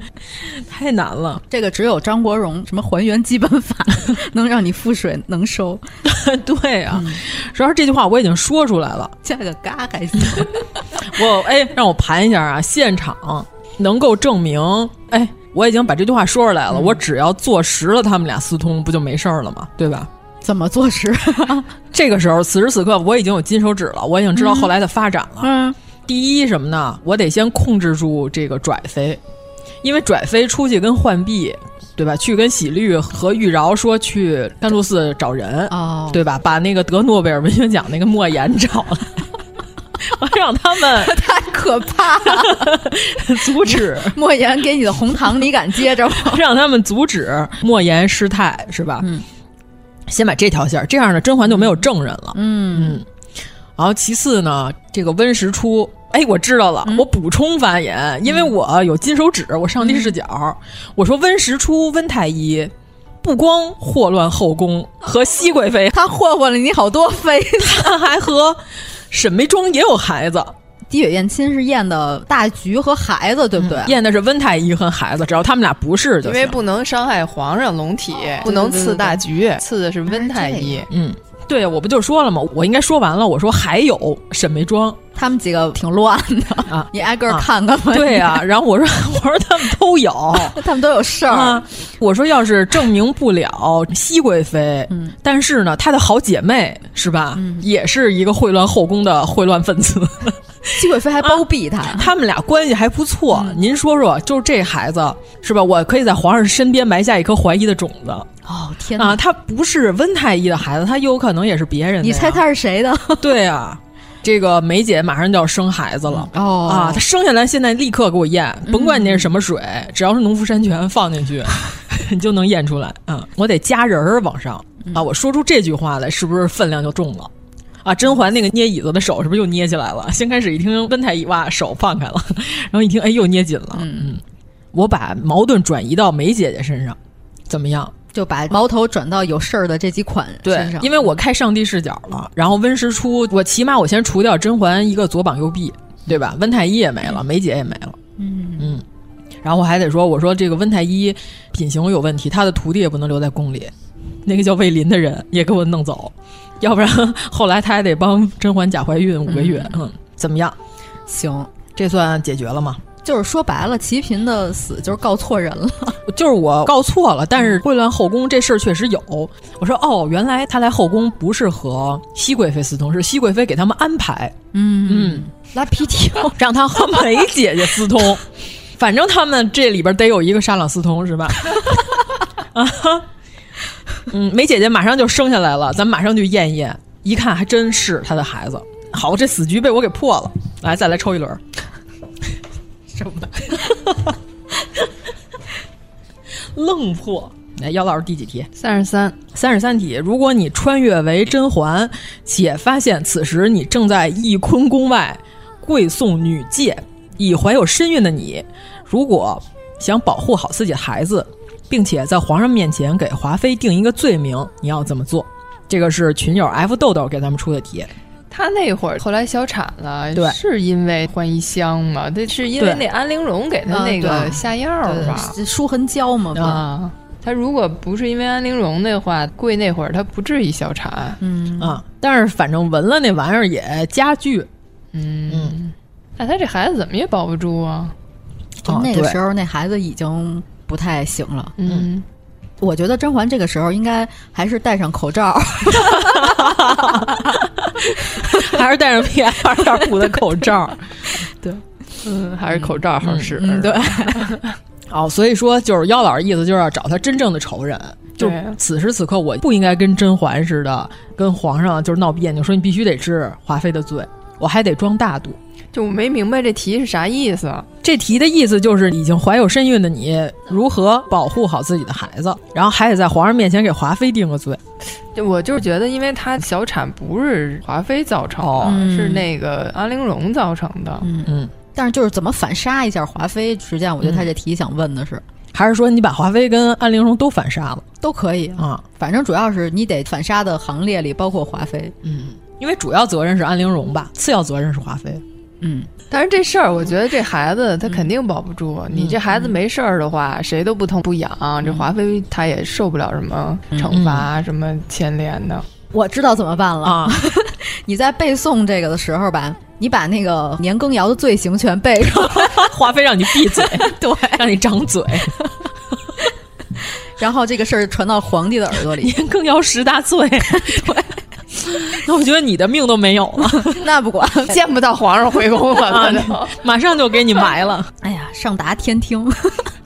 Speaker 9: 太难了。
Speaker 8: 这个只有张国荣什么还原基本法，能让你覆水能收。
Speaker 9: 对啊，
Speaker 8: 嗯
Speaker 9: 主要是这句话我已经说出来了，
Speaker 8: 加个嘎还行。
Speaker 9: 我哎，让我盘一下啊，现场能够证明哎。我已经把这句话说出来了，嗯、我只要坐实了他们俩私通，不就没事儿了吗？对吧？
Speaker 8: 怎么坐实？
Speaker 9: 这个时候，此时此刻，我已经有金手指了，我已经知道后来的发展 了。
Speaker 8: 嗯，嗯
Speaker 9: 第一什么呢？我得先控制住这个拽妃，因为拽妃出去跟浣碧，对吧？去跟喜律和玉娆说去甘露寺找人，
Speaker 8: 哦、
Speaker 9: 对吧？把那个得诺贝尔文学奖那个莫言找来。 我让他们
Speaker 8: 太可怕了，
Speaker 9: 阻止
Speaker 8: 莫言给你的红糖，你敢接着吗？
Speaker 9: 让他们阻止莫言失态，是吧？
Speaker 8: 嗯，
Speaker 9: 先把这条线，这样呢，甄嬛就没有证人了。
Speaker 8: 嗯
Speaker 9: 嗯，然后其次呢，这个温实初，哎，我知道了，嗯、我补充发言，因为我有金手指，我上帝视角，嗯、我说温实初、温太医。不光祸乱后宫和熹 贵妃，
Speaker 8: 他祸祸了你好多妃，
Speaker 9: 他还和沈眉庄也有孩子。
Speaker 8: 滴血验亲是验的大菊和孩子，对不对？嗯、
Speaker 9: 验的是温太医和孩子，只要他们俩不是就
Speaker 10: 因为不能伤害皇上龙体，哦、不能刺大菊，
Speaker 8: 对对对
Speaker 10: 刺的是温太医。
Speaker 9: 嗯，对，我不就说了吗？我应该说完了。我说还有沈 眉庄。
Speaker 8: 他们几个挺乱的
Speaker 9: 啊，
Speaker 8: 你挨个看看吧。
Speaker 9: 对呀、啊， 然后我说我说他们都 有，
Speaker 8: 他们都有事儿、
Speaker 9: 啊。我说要是证明不了熹贵妃，
Speaker 8: 嗯、
Speaker 9: 但是呢，她的好姐妹是吧，
Speaker 8: 嗯、
Speaker 9: 也是一个秽乱后宫的秽乱分子。
Speaker 8: 熹贵妃还包庇 她、啊，
Speaker 9: 他们俩关系还不错。嗯、您说说，就是这孩子是吧？我可以在皇上身边埋下一颗怀疑的种子。
Speaker 8: 哦天
Speaker 9: 啊，他不是温太医的孩子，他有可能也是别人的。
Speaker 8: 你猜他是谁的？
Speaker 9: 对呀。这个梅姐马上就要生孩子了、
Speaker 8: 嗯、 哦
Speaker 9: 啊！她生下来现在立刻给我验，甭管你那是什么水，
Speaker 8: 嗯、
Speaker 9: 只要是农夫山泉放 进去，你就能验出来啊、嗯！我得加人儿往上
Speaker 8: 嗯
Speaker 9: 啊！我说出这句话来，是不是分量就重了啊？甄嬛那个捏椅子的手是不是又捏起来了？先开始一听温太医哇，手放开了，然后一听哎又捏紧了，嗯，我把矛盾转移到梅姐姐身上，怎么样？
Speaker 8: 就把矛头转到有事儿的这几款身上，
Speaker 9: 因为我开上帝视角了。然后温实初，我起码我先除掉甄嬛一个左膀右臂，对吧？温太医也没了，梅姐也没了，
Speaker 8: 嗯
Speaker 9: 嗯。然后我还得说，我说这个温太医品行有问题，他的徒弟也不能留在宫里，那个叫卫林的人也给我弄走， 要不然后来他还得帮甄嬛假怀孕五个月。嗯,嗯，怎么样？
Speaker 8: 行，
Speaker 9: 这算解决了吗？
Speaker 8: 就是说白了，齐嫔的死就是告错人了，
Speaker 9: 就是我告错了。但是混乱后宫这事儿确实有。我说哦，原来她来后宫不是和熹贵妃私通，是熹贵妃给他们安排，
Speaker 8: 嗯
Speaker 9: 嗯，
Speaker 8: 拉 PTO
Speaker 9: 让她和梅姐姐私通。 反正他们这里边得有一个沙朗私通是 吧？啊，嗯，梅姐姐马上就生下来了，咱马上就验一验，一看还真是她的孩子。好，这死局被我给破了。来，再来抽一轮。
Speaker 8: 什么？
Speaker 9: 愣破。哎，姚老师第几题？
Speaker 10: 三十三，
Speaker 9: 三十三题。如果你穿越为甄嬛，且发现此时你正在翊坤宫外跪送女戒，已怀有身孕的你，如果想保护好自己的孩子，并且在皇上面前给华妃定一个罪名，你要怎么做？这个是群友 F 豆豆给咱们出的题。
Speaker 10: 他那会儿后来小产了，
Speaker 9: 对，
Speaker 10: 是因为换衣香嘛？这是因为那安陵容给他那个下药吧？
Speaker 8: 舒痕胶嘛？
Speaker 10: 啊。他如果不是因为安陵容的话，跪那会儿他不至于小产，
Speaker 8: 嗯
Speaker 9: 啊，但是反正闻了那玩意儿也加剧，
Speaker 10: 嗯嗯，那、啊、他这孩子怎么也保不住啊？
Speaker 8: 就那个时候，那孩子已经不太行了，
Speaker 10: 嗯。嗯
Speaker 8: 我觉得甄嬛这个时候应该还是戴上口 罩，
Speaker 9: 还是戴上 P F 二点五的口罩，
Speaker 8: 对，
Speaker 10: 嗯，还是口罩好使、嗯
Speaker 8: 嗯，对。
Speaker 9: 哦，所以说就是妖老师意思就是要找他真正的仇人，就此时此刻我不应该跟甄嬛似的跟皇上就是闹别扭，说你必须得治华妃的罪，我还得装大度。
Speaker 10: 就我没明白这题是啥意思。
Speaker 9: 这题的意思就是已经怀有身孕的你如何保护好自己的孩子，然后还得在皇上面前给华妃定个罪。
Speaker 10: 就我就是觉得，因为她小产不是华妃造成的，
Speaker 9: 嗯、
Speaker 10: 是那个安陵容造成的。
Speaker 9: 嗯嗯。
Speaker 8: 但是就是怎么反杀一下华妃，实际上我觉得他这题想问的是，嗯、
Speaker 9: 还是说你把华妃跟安陵容都反杀了
Speaker 8: 都可以
Speaker 9: 啊？
Speaker 8: 反正主要是你得反杀的行列里包括华妃。
Speaker 9: 嗯，因为主要责任是安陵容吧，次要责任是华妃。
Speaker 8: 嗯，
Speaker 10: 但是这事儿，我觉得这孩子他肯定保不住。嗯、你这孩子没事儿的话，嗯、谁都不疼不痒，嗯、这华妃她也受不了什么惩罚、什么牵连的。
Speaker 8: 我知道怎么办了
Speaker 9: 啊！
Speaker 8: 你在背诵这个的时候吧，你把那个年羹尧的罪行全背 上，
Speaker 9: 华妃让你闭 嘴，
Speaker 8: 对，
Speaker 9: 让你张嘴。
Speaker 8: 然后这个事儿传到皇帝的耳朵 里，
Speaker 9: 年羹尧十大 罪，
Speaker 8: 对。
Speaker 9: 那我觉得你的命都没有了，
Speaker 8: 那不管，
Speaker 10: 见不到皇上回宫 了，
Speaker 9: 马上就给你埋了。
Speaker 8: 哎呀，上达天 听，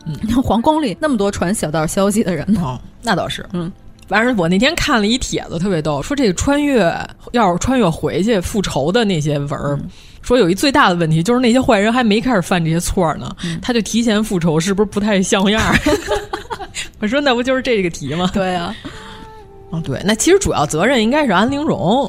Speaker 8: 嗯皇宫里那么多传小道消息的人呢，
Speaker 9: 哦，那倒是，
Speaker 8: 嗯。
Speaker 9: 反正我那天看了一帖子，特别逗，说这个穿越要是穿越回去复仇的那些文儿，
Speaker 8: 嗯、
Speaker 9: 说有一最大的问题就是那些坏人还没开始犯这些错呢，
Speaker 8: 嗯、
Speaker 9: 他就提前复仇，是不是不太 像样？我说那不就是这个题吗？
Speaker 8: 对啊。
Speaker 9: 哦，对，那其实主要责任应该是安陵容，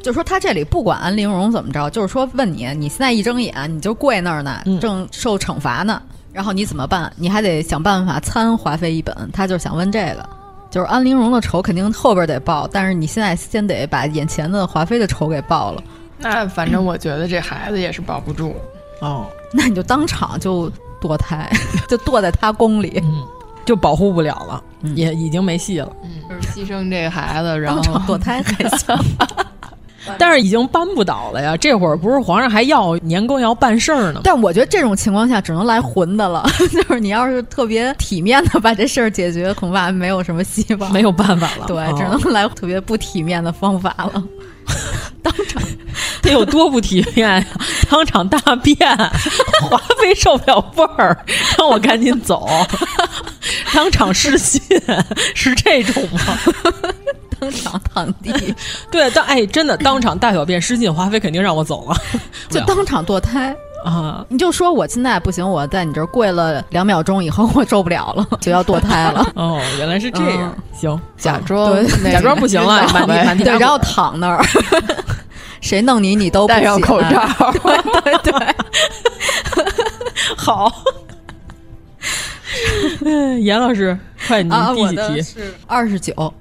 Speaker 8: 就说他这里不管安陵容怎么着，就是说问你，你现在一睁眼你就跪那儿呢，
Speaker 9: 嗯、
Speaker 8: 正受惩罚呢，然后你怎么办？你还得想办法参华妃一本，他就想问这个，就是安陵容的仇肯定后边得报，但是你现在先得把眼前的华妃的仇给报了。
Speaker 10: 那反正我觉得这孩子也是保不住、
Speaker 9: 嗯、哦，
Speaker 8: 那你就当场就堕胎， 就堕在他宫里。
Speaker 9: 嗯就保护不了了，
Speaker 8: 嗯、
Speaker 9: 也已经没戏了。
Speaker 10: 嗯，就是牺牲这个孩子，然后
Speaker 8: 堕胎还行，
Speaker 9: 但是已经扳不倒了呀。这会儿不是皇上还要年羹尧办事儿呢？
Speaker 8: 但我觉得这种情况下只能来混的了。 就是你要是特别体面的把这事儿解决，恐怕没有什么希望，
Speaker 9: 没有办法了。
Speaker 8: 对，
Speaker 9: 哦、
Speaker 8: 只能来特别不体面的方法了。当场
Speaker 9: 得有多不体 面呀！当场大便，华妃受不了味儿，让我赶紧走。 当场失信是这种 吗？
Speaker 8: 当场躺地，
Speaker 9: 对，当哎真的当场大小便失禁，华妃肯定让我走了，
Speaker 8: 就当场堕胎
Speaker 9: 啊！
Speaker 8: 你就说我现在不行，我在你这儿跪了两秒钟以后，我受不了了，就要堕胎了。
Speaker 9: 哦，原来是这样，
Speaker 8: 嗯、
Speaker 9: 行，
Speaker 10: 假装
Speaker 9: 假装不行了，满地满地，
Speaker 8: 对，然后躺那儿， 谁弄你你
Speaker 9: 啊
Speaker 8: 都
Speaker 10: 戴上口罩，
Speaker 8: 对对对，
Speaker 9: 好。 严老师，快你第几题？
Speaker 8: 啊是二十九，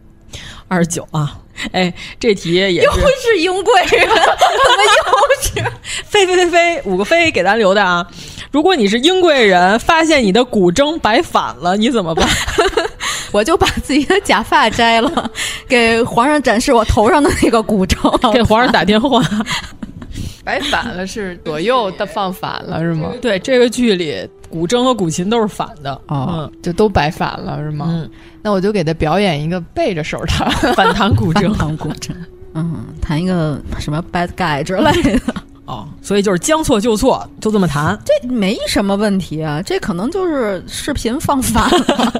Speaker 9: 二十九啊！哎，这题也
Speaker 8: 又是英贵人， 怎么又是？
Speaker 9: 飞飞飞飞，五个飞给咱留的啊！如果你是英贵人，发现你的古筝摆反了，你怎么 办？
Speaker 8: 我就把自己的假发摘了，给皇上展示我头上的那个古筝，
Speaker 9: 给皇上打 电话。
Speaker 10: 摆反了是左右的放反了是吗？
Speaker 9: 对，这个剧里。古筝和古琴都是反的
Speaker 10: 啊，就都摆反了是吗？
Speaker 9: 嗯，
Speaker 10: 那我就给他表演一个背着手弹
Speaker 9: 反弹古 筝，
Speaker 8: 反弹古筝， 嗯，弹一个什么 bad guy 之类 的
Speaker 9: 哦，所以就是将错就错，就这么弹，
Speaker 8: 这没什么问题啊，这可能就是视频放 反了。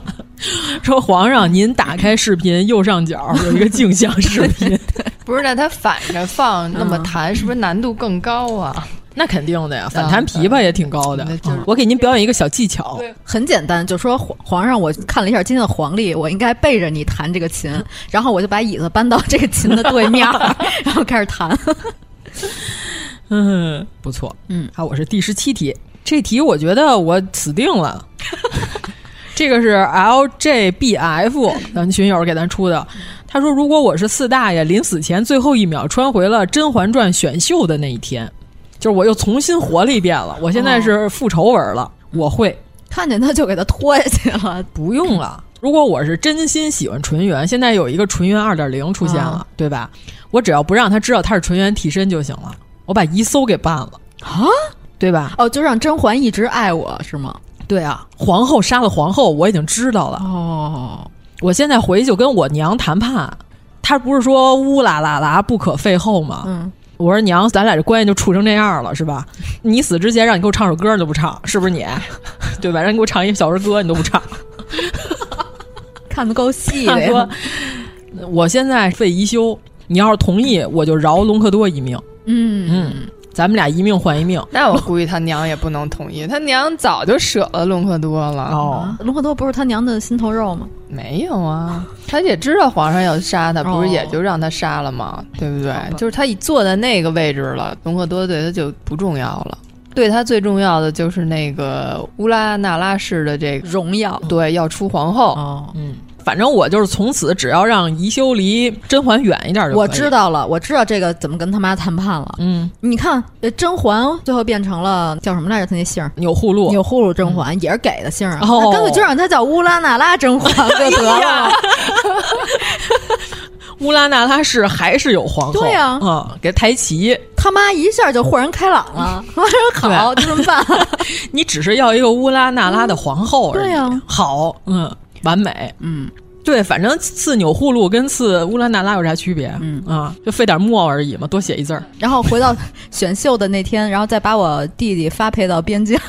Speaker 9: 说皇上，您打开视频右上角有一个 镜像视频，嗯
Speaker 10: 不是？那他反着放，那么弹是不是难度更高啊？嗯
Speaker 9: 那肯定的呀，反弹琵琶也挺高的。嗯我给您表演一个小技巧，
Speaker 8: 很简单，就说皇皇上，我看了一下今天的黄历，我应该背着你弹这个琴，然后我就把椅子搬到这个琴的对面， 然后开始弹。
Speaker 9: 嗯，不错。嗯，好，我是第十七题，这题我觉得我死定了。这个是 LJBF 咱群友给咱出的，他说：“如果我是四大爷，临死前最后一秒穿回了《甄嬛传》选秀的那一天，就是我又重新活了一遍了。我现在是复仇文了，我会
Speaker 8: 看见他就给他拖下去了，
Speaker 9: 不用了。如果我是真心喜欢纯元，现在有一个纯元二点零出现了，啊、对吧？我只要不让他知道他是纯元替身就行了，我把遗搜给办了
Speaker 8: 啊，
Speaker 9: 对吧？
Speaker 8: 哦，就让甄嬛一直爱我是吗？”
Speaker 9: 对啊，皇后杀了皇后，我已经知道了。
Speaker 8: 哦，
Speaker 9: 我现在回去就跟我娘谈判，她不是说乌啦啦啦不可废后吗？
Speaker 8: 嗯，
Speaker 9: 我说娘，咱俩这关系就处成这样了，是吧？ 你死之前让你给我唱首歌，你都不唱，是不是你？ 对吧？让你给我唱一小儿歌，你都不唱，
Speaker 8: 看的够细
Speaker 9: 的。说，我现在废遗休，你要是同意，我就饶隆克多一命。
Speaker 8: 嗯
Speaker 9: 嗯。咱们俩一命换一命，
Speaker 10: 那我估计他娘也不能同意，他娘早就舍了隆克多了。
Speaker 9: 哦，
Speaker 8: 隆克多不是他娘的心头肉吗？
Speaker 10: 没有啊，他也知道皇上要杀他，不是也就让他杀了吗？哦、对不对？就是他已坐在那个位置了，隆克多对他就不重要了。对他最重要的就是那个乌拉那拉氏的这个
Speaker 8: 荣耀，
Speaker 10: 对，要出皇后。
Speaker 9: 哦，嗯。反正我就是从此只要让宜修离甄嬛远一点就
Speaker 8: 我知道了，我知道这个怎么跟他妈谈判了。
Speaker 9: 嗯，
Speaker 8: 你看，呃甄嬛最后变成了叫什么来着？她那姓
Speaker 9: 钮祜禄，
Speaker 8: 钮祜禄甄嬛、嗯、也是给的姓啊，哦、干脆就让她叫乌拉那拉甄嬛就得了。
Speaker 9: 乌拉那拉氏还是有皇后，
Speaker 8: 对呀、
Speaker 9: 啊，嗯，给抬旗，
Speaker 8: 他妈一下就豁然开朗了。 好，就这么办。
Speaker 9: 你只是要一个乌拉那拉的皇后，
Speaker 8: 对呀、啊，
Speaker 9: 好，嗯。完美，
Speaker 8: 嗯，
Speaker 9: 对，反正刺钮祜禄跟刺乌兰那拉有啥区别？
Speaker 8: 嗯
Speaker 9: 啊，就费点墨而已嘛，多写一字儿。
Speaker 8: 然后回到选秀的那天，然后再把我弟弟发配到边疆。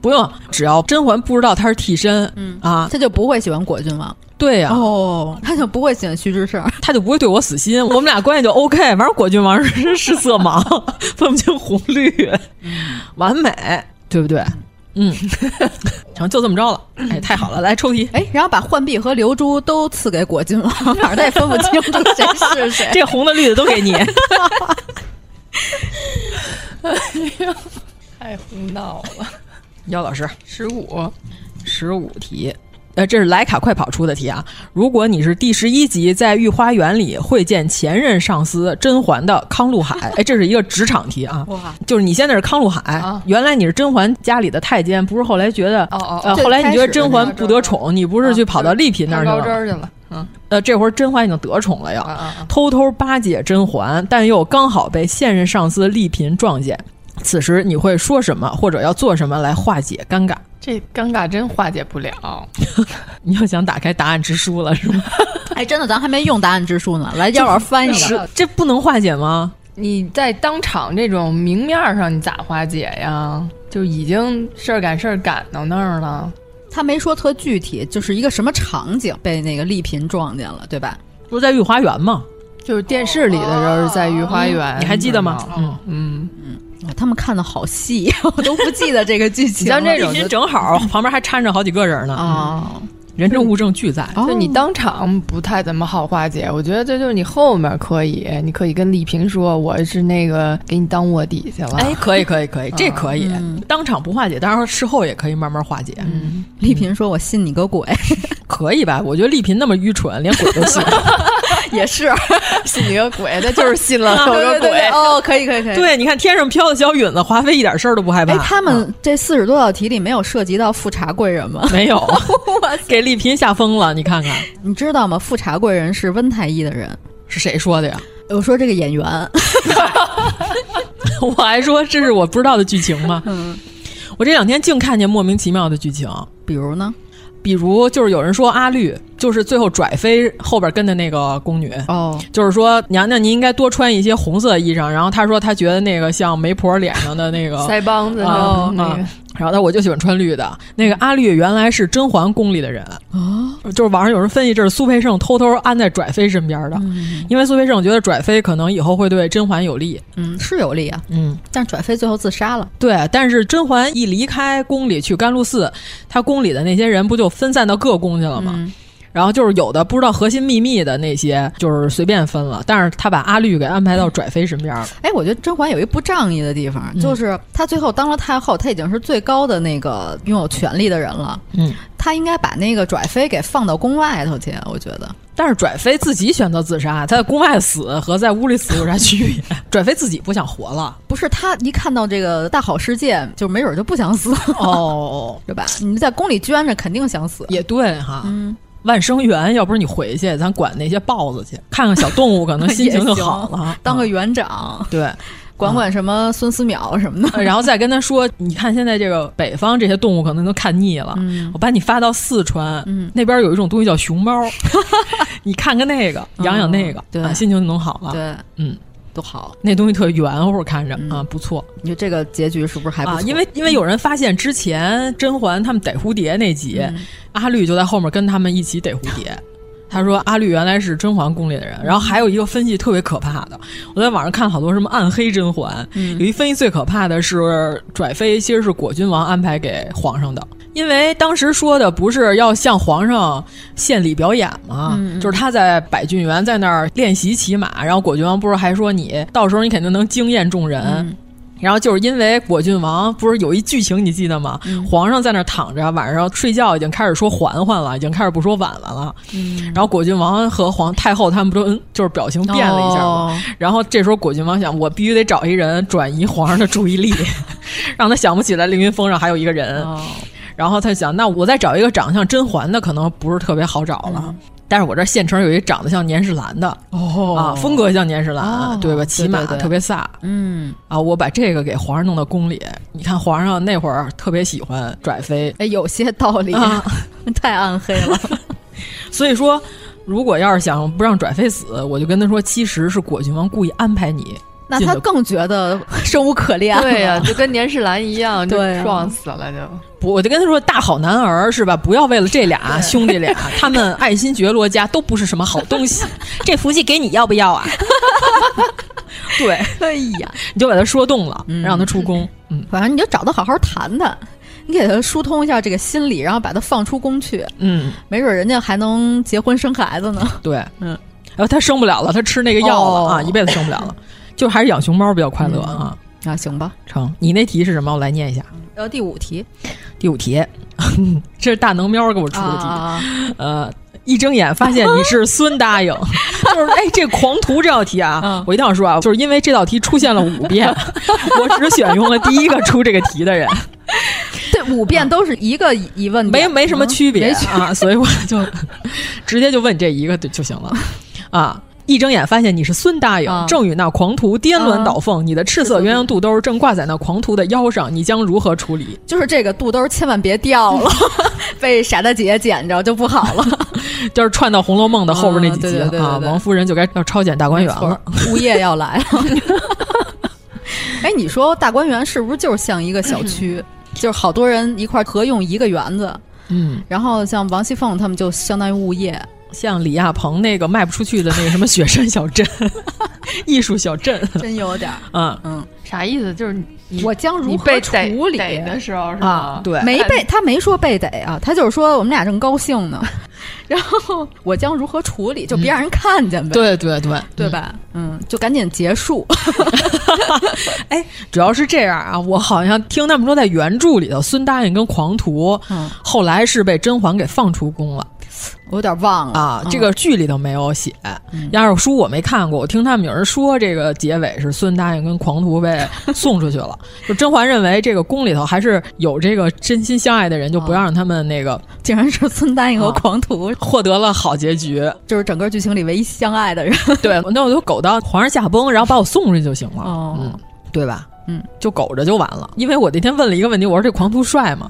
Speaker 9: 不用，只要甄嬛不知道他是替身，
Speaker 8: 嗯
Speaker 9: 啊，
Speaker 8: 他就不会喜欢果郡王。
Speaker 9: 对呀、啊，
Speaker 8: 哦，他就不会喜欢虚之胜，
Speaker 9: 他就不会对我死心，我们俩关系就 OK。反正果郡王是是色盲，分不清红绿，完美，对不对？嗯， 成就这么着了，哎，太好了，来抽题，
Speaker 8: 哎，然后把浣碧和流珠都赐给果郡王， 反正他也分不清楚谁是谁，
Speaker 9: 这红的绿的 都给你，
Speaker 10: 哎呦，太胡闹了，
Speaker 9: 姚老师，
Speaker 10: 十五，
Speaker 9: 十五题。呃，这是莱卡快跑出的题啊！如果你是第十一集在御花园里会见前任上司甄嬛的康 禄海，哎，这是一个职场题啊！
Speaker 8: 哇，
Speaker 9: 就是你现在是康禄海，
Speaker 8: 啊、
Speaker 9: 原来你是甄嬛家里的太监，不是后来觉得，
Speaker 8: 哦哦，
Speaker 9: 呃，后来你觉得甄嬛不得宠，你不是
Speaker 10: 啊
Speaker 9: 去跑到丽嫔那儿
Speaker 10: 去了？啊、去了，嗯，
Speaker 9: 呃，这会儿甄嬛已经得宠了，要、啊、偷偷巴结甄嬛，但又刚好被现任上司丽嫔撞见，此时你会说什么，或者要做什么来化解尴尬？
Speaker 10: 这尴尬真化解不了，
Speaker 9: 你又想打开答案之书了是吗？
Speaker 8: 哎，真的，咱还没用答案之书呢。来，姚老师翻译
Speaker 9: 这，这不能化解吗？
Speaker 10: 你在当场这种明面上，你咋化解呀？就已经事儿赶事儿赶到那儿了。
Speaker 8: 他没说特具体，就是一个什么场景被那个丽嫔撞见了，对吧？
Speaker 9: 不是在御花园吗？哦
Speaker 10: 就是电视里的时候是在御花园，
Speaker 9: 你还记得吗？
Speaker 10: 嗯嗯嗯。
Speaker 8: 哦、他们看的好细， 我都不记得这个剧情。
Speaker 9: 像这种正好旁边还掺着好几个人呢
Speaker 8: 啊，
Speaker 9: 嗯、人证物证俱在。
Speaker 10: 就你当场嗯不太怎么好化解，我觉得这就是你后面可以，你可以跟丽萍说我是那个给你当卧底去了。
Speaker 9: 哎，可以可以可以，这可以、嗯、当场不化解，当然事后也可以慢慢化解。
Speaker 10: 嗯、
Speaker 8: 丽萍说：“我信你 个鬼，
Speaker 9: 可以吧？”我觉得丽萍那么愚蠢，连鬼都信。
Speaker 8: 也是
Speaker 10: 信你个鬼，他就是信
Speaker 8: 啊
Speaker 10: 了我个鬼
Speaker 8: 哦，可以可以可以。
Speaker 9: 对，你看天上飘的小允子，华妃一点事儿都不害
Speaker 10: 嗯
Speaker 9: 怕。哎，
Speaker 8: 他们这四十多道题里没有涉及到富察贵人吗？
Speaker 9: 没有，给丽嫔吓疯了。你看看，
Speaker 8: 你知道吗？富察贵人是温太医的人，
Speaker 9: 是谁说的呀？
Speaker 8: 我说这个演员，
Speaker 9: 我还说这是我不知道的剧情吗？
Speaker 8: 嗯，
Speaker 9: 我这两天净看见莫名其妙的剧情，
Speaker 8: 比如呢？
Speaker 9: 比如就是有人说阿绿就是最后拽飞后边跟的那个宫女哦，就是说娘娘您应该多穿一些红色衣裳。然后她说她觉得那个像媒婆脸上的那
Speaker 8: 哦
Speaker 9: 个
Speaker 10: 腮帮子嗯
Speaker 9: 啊
Speaker 10: 那个。
Speaker 9: 然后他我就喜欢穿绿的。那个阿绿原来是甄嬛宫里的人
Speaker 10: 哦
Speaker 9: 啊，就是网上有人分析这是苏培盛偷偷安在拽妃身边的，嗯、因为苏培盛觉得拽妃可能以后会对甄嬛有利，
Speaker 8: 嗯，是有利啊，
Speaker 9: 嗯，
Speaker 8: 但拽妃最后自杀了。
Speaker 9: 对，但是甄嬛一离开宫里去甘露寺，她宫里的那些人不就分散到各宫去了吗？
Speaker 8: 嗯
Speaker 9: 然后就是有的不知道核心秘密的那些，就是随便分了。但是他把阿绿给安排到拽妃身 边了。
Speaker 8: 哎，我觉得甄嬛有一不仗义的地方，
Speaker 9: 嗯、
Speaker 8: 就是她最后当了太后，她已经是最高的那个拥有权力的人了。
Speaker 9: 嗯，
Speaker 8: 她应该把那个拽妃给放到宫外头去，我觉得。
Speaker 9: 但是拽妃自己选择自杀，她在宫外死和在屋里死有啥区别？ 拽妃自己不想活了，
Speaker 8: 不是她一看到这个大好世界，就没准就不想死
Speaker 9: 哦，
Speaker 8: 对吧？ 你在宫里捐着，肯定想死。
Speaker 9: 也对哈，
Speaker 8: 嗯。
Speaker 9: 万生园，要不是你回去，咱管那些豹子去，看看小动物，可能心情就好 了。啊
Speaker 8: 当个园长，嗯、
Speaker 9: 对，
Speaker 8: 管管什么孙思邈什 么的、
Speaker 9: 嗯，然后再跟他说，你看现在这个北方这些动物可能都看腻了，
Speaker 8: 嗯、
Speaker 9: 我把你发到四川，那边有一种东西叫 熊猫， 你看看那个，养养那个，
Speaker 8: 嗯对、
Speaker 9: 啊，心情就能好了。
Speaker 8: 对，
Speaker 9: 嗯。
Speaker 8: 都好，
Speaker 9: 那东西特圆乎，看着、嗯、啊，不错。
Speaker 8: 你说这个结局是不是还不错？嗯
Speaker 9: 啊、因为因为有人发现之前甄嬛他们逮蝴蝶那集，
Speaker 8: 嗯、
Speaker 9: 阿绿就在后面跟他们一起逮蝴 蝶。他说阿绿原来是甄嬛宫里的
Speaker 8: 嗯
Speaker 9: 人，然后还有一个分析特别可怕的，我在网上看好多什么暗黑甄嬛，
Speaker 8: 嗯、
Speaker 9: 有一分析最可怕的是拽妃其实是果郡王安排给皇上的，因为当时说的不是要向皇上献礼表演吗？
Speaker 8: 嗯、
Speaker 9: 就是他在百郡园在那儿练习骑马，然后果郡王不是还说你到时候你肯定能惊艳众人。
Speaker 8: 嗯
Speaker 9: 然后就是因为果郡王不是有一剧情你记得吗？
Speaker 8: 嗯、
Speaker 9: 皇上在那儿躺着，晚上睡觉已经开始说嬛嬛了，已经开始不说婉婉了。
Speaker 8: 嗯、
Speaker 9: 然后果郡王和皇太后他们不都嗯，就是表情变了一下吗？
Speaker 8: 哦、
Speaker 9: 然后这时候果郡王想，我必须得找一人转移皇上的注 意力，让他想不起来凌云峰上还有一个人。
Speaker 8: 哦、
Speaker 9: 然后他想，那我再找一个长相甄嬛的，可能不是特别好找了。
Speaker 8: 嗯
Speaker 9: 但是我这县城有一长得像年世兰的
Speaker 8: 哦
Speaker 9: 啊，风格像年世兰，
Speaker 8: 哦、
Speaker 9: 对吧？骑马特别飒，
Speaker 8: 嗯
Speaker 9: 啊，我把这个给皇上弄到宫里，你看皇上那会儿特别喜欢拽妃，
Speaker 8: 哎，有些道理，
Speaker 9: 啊、
Speaker 8: 太暗黑了。
Speaker 9: 所以说，如果要是想不让拽妃死，我就跟他说，其实是果郡王故意安排你。
Speaker 8: 那他更觉得生无可恋，啊
Speaker 10: 对呀、啊，就跟年世兰一样，就撞死了就。
Speaker 9: 不，我就跟他说，大好男儿是吧？不要为了这俩兄弟俩，他们爱新觉罗家都不是什么好东西。 这福气给你要不要啊？ 对，
Speaker 8: 哎呀，
Speaker 9: 你就把他说动了，
Speaker 8: 嗯、
Speaker 9: 让他出 宫。嗯，
Speaker 8: 反正你就找他好好谈谈。你给他疏通一下这个心理，然后把他放出宫去，
Speaker 9: 嗯，
Speaker 8: 没准人家还能结婚生孩子呢。
Speaker 9: 对，
Speaker 8: 嗯，
Speaker 9: 然后他生不了了，他吃那个药了、
Speaker 8: 哦、
Speaker 9: 啊，一辈子生不了 了。就还是养熊猫比较快乐啊、
Speaker 8: 嗯、啊，行吧，
Speaker 9: 成。你那题是什么？我来念一下。
Speaker 8: 呃，第五题，
Speaker 9: 第五题，这是大能喵给我出的题。
Speaker 8: 啊、
Speaker 9: 呃，一睁眼发现你是孙 答应，就是哎，这狂徒这道题啊，
Speaker 8: 嗯、
Speaker 9: 我一定要说啊，就是因为这道题出现了 五遍，我只选用了第一个出这个题的人。
Speaker 8: 对，五遍都是一个疑问、嗯，
Speaker 9: 没没什么区别
Speaker 8: 啊，
Speaker 9: 所以我就直接就问这一个就就 行了啊。一睁眼发现你是孙答应，
Speaker 8: 啊、
Speaker 9: 正与那狂徒颠鸾倒
Speaker 8: 啊、
Speaker 9: 凤，你的赤色鸳鸯肚兜正挂在那狂徒的腰上，你将如何处理？
Speaker 8: 就是这个肚兜千万别掉 了，被傻大姐捡着就不好了。
Speaker 9: 就是串到《红楼梦》的后边那几集
Speaker 8: 啊，
Speaker 9: 王夫人就该要抄检大观园了，
Speaker 8: 物业要来了。哎，你说大观园是不是就是像一个小区，嗯、就是好多人一块合用一个园子？
Speaker 9: 嗯，
Speaker 8: 然后像王熙凤他们就相当于物业。
Speaker 9: 像李亚鹏那个卖不出去的那个什么雪山小 镇，艺术小 镇，
Speaker 8: 真有点儿。
Speaker 9: 嗯
Speaker 8: 嗯，
Speaker 10: 啥意思？就是你
Speaker 8: 我将如
Speaker 10: 何
Speaker 8: 处理
Speaker 10: 的时候是
Speaker 9: 啊，对，
Speaker 8: 没被他没说被逮啊，他就是说我们俩正高兴呢，然后我将如何处理，就别让人看见呗。
Speaker 9: 对对对，
Speaker 8: 对吧？嗯，就赶紧结束。
Speaker 9: 哎，主要是这样啊，我好像听他们说，在原著里头，孙答应跟狂徒后来是被甄嬛给放出宫了。
Speaker 8: 我有点忘了嗯
Speaker 9: 啊，这个剧里头没有写，要是书我没看过，我听他们有人说这个结尾是孙答应跟狂徒被送出 去了。就甄嬛认为这个宫里头还是有这个真心相爱的人，就不要让他们那个。
Speaker 8: 竟然是孙答应和狂徒
Speaker 9: 获得了好结 局，
Speaker 8: 就是整个剧情里唯一相爱的人。
Speaker 9: 对，那我就苟到皇上驾崩，然后把我送出去就行了， 嗯，对
Speaker 8: 哦
Speaker 9: 吧？
Speaker 8: 嗯，
Speaker 9: 就苟着就完了。因为我那天问了一个问题，我说这狂徒帅吗？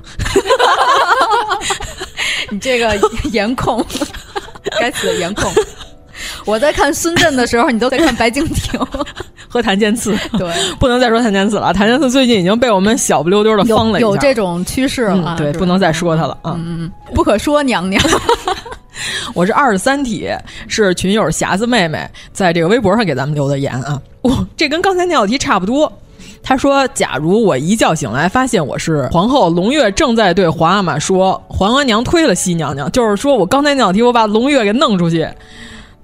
Speaker 8: 你这个颜控该死的颜控。 我在看孙震的时候，你都在看白敬亭
Speaker 9: 和谭健次。
Speaker 8: 对，
Speaker 9: 不能再说谭健次了，谭健次最近已经被我们小不溜丢的封了
Speaker 8: 有这种趋势了，啊
Speaker 9: 嗯、对，不能再说他了啊。
Speaker 8: 嗯嗯，不可说娘 娘。
Speaker 9: 我是二十三题，是群友匣子妹妹在这个微博上给咱们留的言啊。哇、哦，这跟刚才那道题差不多。他说：“假如我一觉醒来，发现我是皇后，龙月正在对皇阿玛说‘皇额娘推了西娘娘’，就是说我刚才那道题，我把龙月给弄出去。”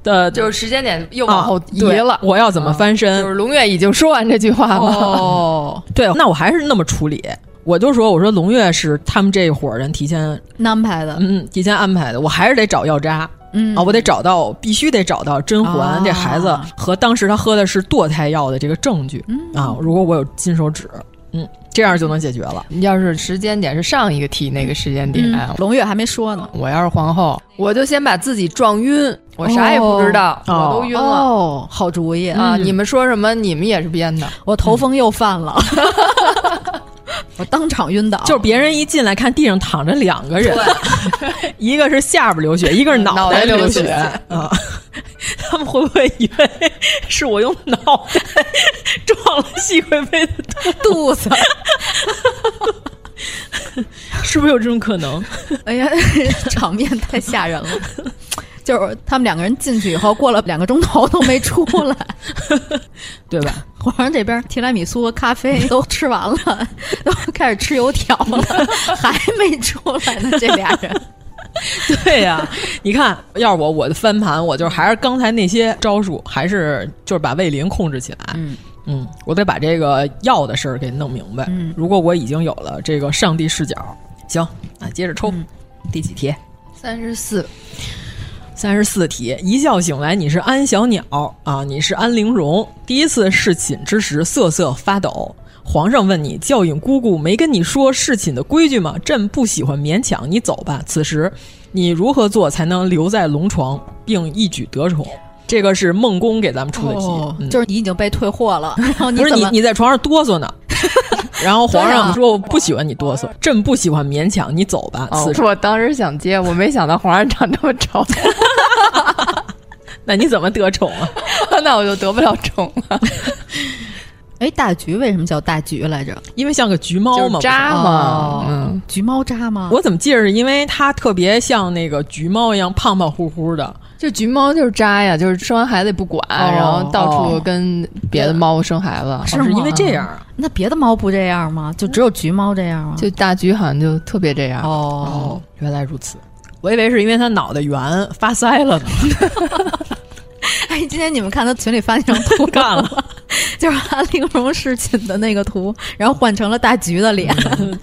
Speaker 9: 的
Speaker 11: 就是时间点又
Speaker 9: 哦
Speaker 11: 往后移了，啊、
Speaker 9: 我要怎么翻身？啊、
Speaker 10: 就是龙月已经说完这句话了。
Speaker 9: 哦，对，那我还是那么处理。我就说，我说龙月是他们这一伙人提前
Speaker 8: 安排的，
Speaker 9: 嗯，提前安排的。我还是得找药渣，
Speaker 8: 嗯
Speaker 9: 啊，我得找到，必须得找到甄嬛、
Speaker 8: 啊、
Speaker 9: 这孩子和当时他喝的是堕胎药的这个证据、
Speaker 8: 嗯、
Speaker 9: 啊。如果我有金手指，嗯，这样就能解决了。
Speaker 10: 要是时间点是上一个题那个时间点，
Speaker 8: 嗯、龙月还没说呢。
Speaker 10: 我要是皇后，我就先把自己撞晕。我啥也不知道，
Speaker 9: 哦、
Speaker 10: 我都晕了。
Speaker 8: 哦，好主意
Speaker 10: 啊！嗯、你们说什么？你们也是编的。
Speaker 8: 我头风又犯 了，嗯、我当场晕倒。
Speaker 9: 就是别人一进来看地上躺着两个人，一个是下巴流血，一个是
Speaker 10: 脑
Speaker 9: 袋
Speaker 10: 流
Speaker 9: 血啊。他们会不会以为是我用脑袋撞了细贵妃的
Speaker 8: 肚子？
Speaker 9: 是不是有这种可能？
Speaker 8: 哎呀， 场面太吓人了。 就是他们两个人进去以后，过了两个钟头都没出来，
Speaker 9: 对吧？
Speaker 8: 皇上这边提拉米苏、咖啡都吃完了， 都开始吃油条了， 还没出来呢，这俩人。
Speaker 9: 对呀、啊，你看，要是我我的翻盘，我就还是刚才那些招数，还是就是把魏林控制起来。
Speaker 8: 嗯
Speaker 9: 嗯，我得把这个药的事儿给弄明白。
Speaker 8: 嗯，
Speaker 9: 如果我已经有了这个上帝视角，行，那接着抽。
Speaker 8: 嗯、
Speaker 9: 第几题？
Speaker 10: 三十四。
Speaker 9: 三十四题，一觉醒来，你是安小鸟啊，你是安陵容。第一次侍寝之时，瑟瑟发抖。皇上问你，教引姑姑没跟你说侍寝的规矩吗？朕不喜欢勉强，你走吧。此时，你如何做才能留在龙床，并一举得宠？这个是孟公给咱们出的题，
Speaker 8: 哦
Speaker 9: 嗯、
Speaker 8: 就是你已经被退 货了，然后你
Speaker 9: 不是你你在床上哆嗦呢。然后皇上说：“我不喜欢你哆嗦，朕不喜欢勉强，你走吧。”此时、
Speaker 10: 啊哦、我当时想接，我没想到皇上长这么丑。
Speaker 9: 那你怎么得宠啊？
Speaker 10: 那我就得不了宠了。
Speaker 8: 哎，大橘为什么叫大橘来着？
Speaker 9: 因为像个橘猫嘛，
Speaker 10: 渣嘛，
Speaker 8: 嗯，橘猫渣吗？
Speaker 9: 我怎么记着是因为它特别像那个橘猫一样胖胖乎乎的。
Speaker 10: 就橘猫就是渣呀，就是生完孩子也不管，
Speaker 9: 哦、
Speaker 10: 然后到处跟别的猫生孩子，
Speaker 9: 是因为这样？啊
Speaker 8: 那别的猫不这样吗？就只有橘猫这样吗？
Speaker 10: 就大橘好像就特别这样。
Speaker 9: 哦，原来如此，我以为是因为它脑袋圆发腮了呢。
Speaker 8: 哎，今天你们看他群里发那张图
Speaker 9: 干了，
Speaker 8: 就是安陵容侍寝的那个图，然后换成了大橘的脸。
Speaker 9: 嗯、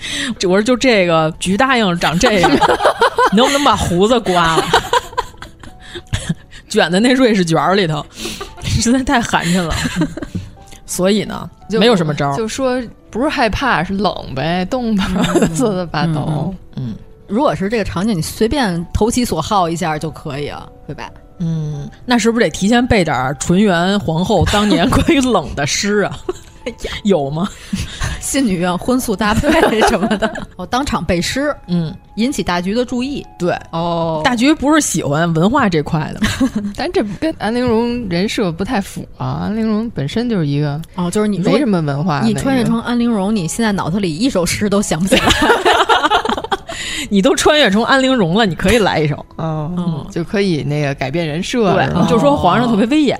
Speaker 9: 我说就这个橘答应长这样， 你能不能把胡子刮了？卷在那瑞士卷里头，实在太寒碜了。所以呢，没有什么招
Speaker 10: 就说不是害怕，是冷呗，冻吧，瑟瑟发抖。
Speaker 9: 嗯，
Speaker 8: 如果是这个场景，你随便投其所好一下就可以了，对吧？
Speaker 9: 嗯，那是不是得提前背点纯元皇后当年 关于冷的诗啊？
Speaker 10: 哎
Speaker 9: 有吗？
Speaker 8: 信女院荤素搭配什么的，我哦、当场背诗，
Speaker 9: 嗯，
Speaker 8: 引起大局的注意。
Speaker 9: 对，
Speaker 8: 哦，
Speaker 9: 大局不是喜欢文化这块的，
Speaker 10: 但这跟安陵容人设不太符啊。安陵容本身就是一个
Speaker 8: 哦，就是你
Speaker 10: 没什么文化，
Speaker 8: 你穿越成安陵容，你现在脑子里一首诗都想不起来。
Speaker 9: 你都穿越成安陵容了，你可以来一首，嗯
Speaker 10: 哦，就可以那个改变人设，
Speaker 9: 对，就说皇上特别威严，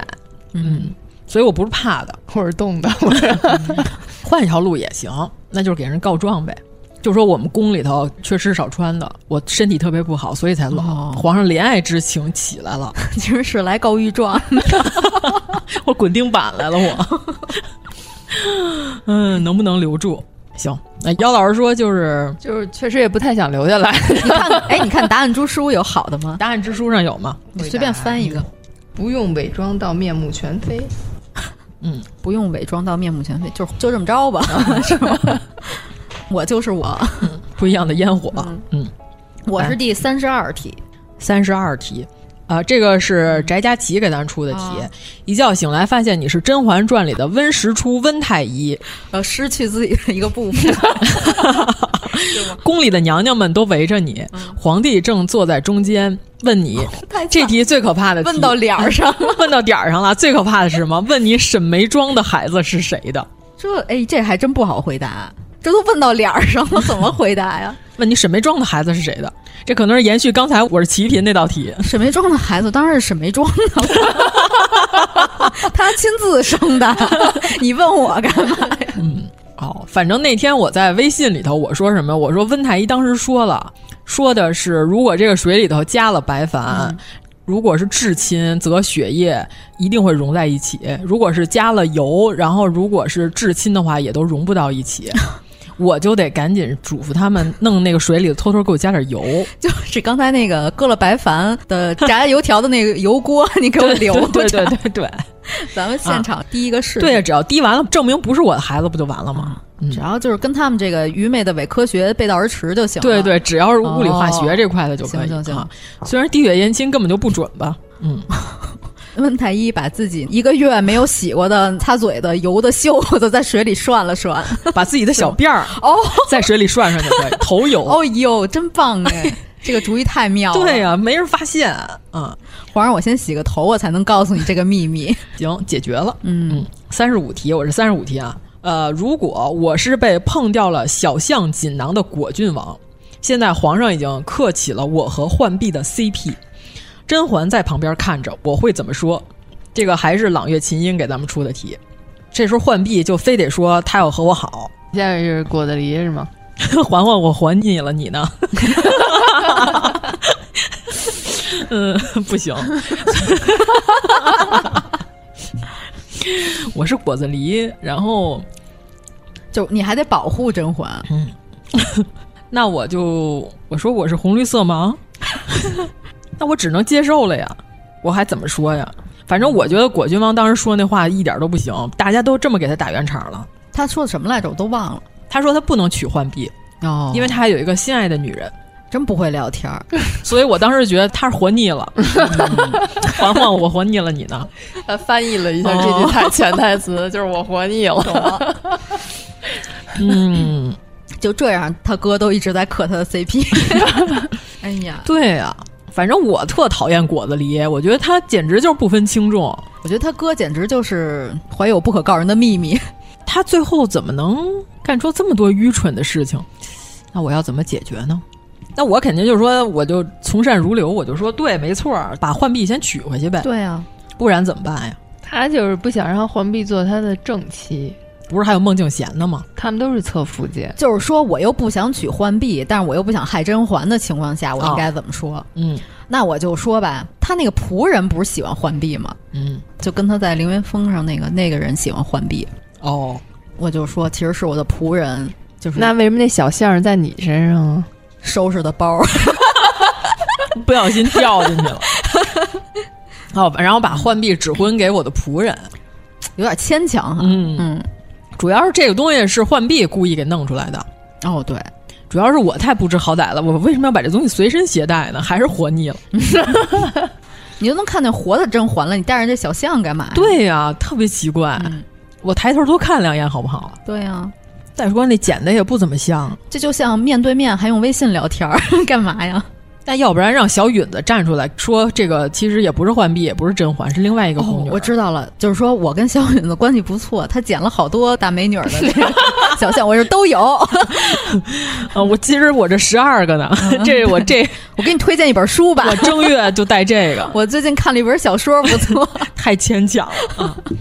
Speaker 8: 嗯，
Speaker 9: 所以我不是怕 的，
Speaker 10: 我是动 的，
Speaker 9: 换一条路也行，那就是给人告状呗，就说我们宫里头缺吃少穿的，我身体特别不好，所以才冷。皇上怜爱之情起来了，
Speaker 8: 其实是来告 御状，
Speaker 9: 我滚钉板来了，我， 嗯，能不能留住？行，那姚老师说就是
Speaker 10: 就是确实也不太想留下来。
Speaker 8: 你看，哎，你看答案之书有好的吗？
Speaker 9: 答案之书上有吗？
Speaker 8: 你随便翻一个，
Speaker 10: 不用伪装到面目全 非。
Speaker 9: 嗯，
Speaker 8: 不用伪装到面目全非，就就这么着吧， 是吗？我就是 我，
Speaker 9: 不一样的烟火。嗯，
Speaker 8: 哎我是第三十二题，
Speaker 9: 三十二题，啊、呃，这个
Speaker 12: 嗯
Speaker 9: 是翟佳琪给咱出的题。
Speaker 12: 啊
Speaker 9: 哦、一觉醒来，发现你是《甄嬛传》里的温实初、温太医，
Speaker 12: 呃，失去自己的一个部分。嗯
Speaker 9: 宫里的娘娘们都围着你，嗯、皇帝正坐在中间，问 你、哦、这题最可怕的题，
Speaker 12: 问到脸儿 上，
Speaker 9: 问到点儿上了。最可怕的是什么？问你沈眉庄的孩子是谁的？
Speaker 8: 这哎，这还真不好回答。这都问到脸儿上了，怎么回答呀？
Speaker 9: 问你沈眉庄的孩子是谁的？这可能是延续刚才我是齐频那道题。
Speaker 8: 沈眉庄的孩子当然是沈眉庄了， 他亲自生的。你问我干嘛呀？
Speaker 9: 嗯，哦，反正那天我在微信里头我说什么？我说温太医当时说了，说的是如果这个水里头加了白矾。嗯如果是至亲，则血液一定会融在一起；如果是加了油，然后如果是至亲的话，也都融不到 一起。我就得赶紧嘱咐他们弄那个水里头偷偷给我加点 油。
Speaker 8: 就是刚才那个搁了白矾的炸油条的那个油锅， 你给我留着。
Speaker 9: 对对对对对，
Speaker 8: 咱们现场滴一个试、啊。
Speaker 9: 对，只要滴完了，证明不是我的孩子，不就完了吗？嗯、
Speaker 8: 只要就是跟他们这个愚昧的伪科学背道而驰就行了。
Speaker 9: 对对，只要是物理化学这块的就可以。
Speaker 8: 哦、行行行，
Speaker 9: 虽然滴血验亲根本就不准吧。嗯。
Speaker 8: 温太医把自己一个月没有洗过的、擦嘴的、油的袖 子在水里涮了涮，
Speaker 9: 把自己的小辫儿哦在水里涮涮就可以，头油。
Speaker 8: 哦呦，真棒哎！ 这个主意太妙了。
Speaker 9: 对呀、啊，没人发现啊、嗯！
Speaker 8: 皇上，我先洗个头，我才能告诉你这个秘密。
Speaker 9: 行，解决了。嗯，三十五题，我是三十五题啊。呃，如果我是被碰掉了小象锦囊的果郡王，现在皇上已经刻起了我和浣碧的 CP。甄嬛在旁边看着，我会怎么说？这个还是朗月琴音给咱们出的题。这时候浣碧就非得说她要和我好。
Speaker 10: 现在是果子狸是吗？
Speaker 9: 嬛嬛我还你了，你呢？ 嗯，不行。我是果子狸，然后
Speaker 8: 就你还得保护甄嬛。嗯，
Speaker 9: 那我就我说我是红绿色盲。 那我只能接受了呀，我还怎么说呀？反正我觉得果郡王当时说那话一点都不行，大家都这么给他打圆场了。
Speaker 8: 他说的什么来着？我都忘了。
Speaker 9: 他说他不能娶浣碧
Speaker 8: 哦，
Speaker 9: 因为他还有一个心爱的女人。
Speaker 8: 真不会聊天儿，
Speaker 9: 所以我当时觉得他是活腻 了。嬛嬛嗯，我活腻了你呢？哦
Speaker 10: 他翻译了一下这句台
Speaker 8: 哦
Speaker 10: 潜台词，就是我活腻了。
Speaker 9: 嗯，
Speaker 8: 就这样，他哥都一直在磕他的 CP。哎呀，
Speaker 9: 对呀、啊。反正我特讨厌果子狸，我觉得他简直就是不分轻重。
Speaker 8: 我觉得他哥简直就是怀有不可告人的秘密。
Speaker 9: 他最后怎么能干出这么多愚蠢的事情？ 那我要怎么解决呢？那我肯定就是说，我就从善如流，我就说对，没错，把浣碧先娶回去呗。
Speaker 8: 对啊，
Speaker 9: 不然怎么办呀？
Speaker 10: 他就是不想让浣碧做他的正妻。
Speaker 9: 不是还有孟静娴呢吗？
Speaker 10: 他们都是侧福晋，
Speaker 8: 就是说我又不想娶浣碧，但是我又不想害甄嬛的情况下，我应该怎么说？哦、
Speaker 9: 啊嗯，
Speaker 8: 那我就说吧，他那个仆人不是喜欢浣碧吗？
Speaker 9: 嗯，
Speaker 8: 就跟他在凌云峰上那个那个人喜欢浣碧。
Speaker 9: 哦，
Speaker 8: 我就说其实是我的仆人，就是
Speaker 10: 那为什么那小象在你身上啊？
Speaker 8: 收拾的包，
Speaker 9: 不小心掉进去了。 哦，然后把浣碧指婚给我的仆人，
Speaker 8: 有点牵强哈。
Speaker 9: 嗯嗯。
Speaker 8: 嗯
Speaker 9: 主要是这个东西是浣碧故意给弄出来的
Speaker 8: 哦，对，
Speaker 9: 主要是我太不知好歹了，我为什么要把这东西随身携带呢？还是活腻了，
Speaker 8: 你就能看见活的甄嬛了，你带着这小象干嘛？
Speaker 9: 对呀、啊，特别奇怪，嗯、我抬头多看两眼好不好？
Speaker 8: 对呀、啊，
Speaker 9: 再说那剪的也不怎么像，
Speaker 8: 这就像面对面还用微信聊天儿， 干嘛呀？
Speaker 9: 那要不然让小允子站出来说，这个其实也不是浣碧，也不是甄嬛，是另外一个宫
Speaker 8: 哦。
Speaker 9: 女、
Speaker 8: 我知道了，就是说我跟小允子关系不错，她捡了好多大美女的那 个小象，我这都有。
Speaker 9: 啊，我其实我这十二个呢，嗯、 这我这
Speaker 8: 我给你推荐一本书吧，
Speaker 9: 我正月就带这个。
Speaker 8: 我最近看了一本小说，不错，
Speaker 9: 太牵强了。嗯、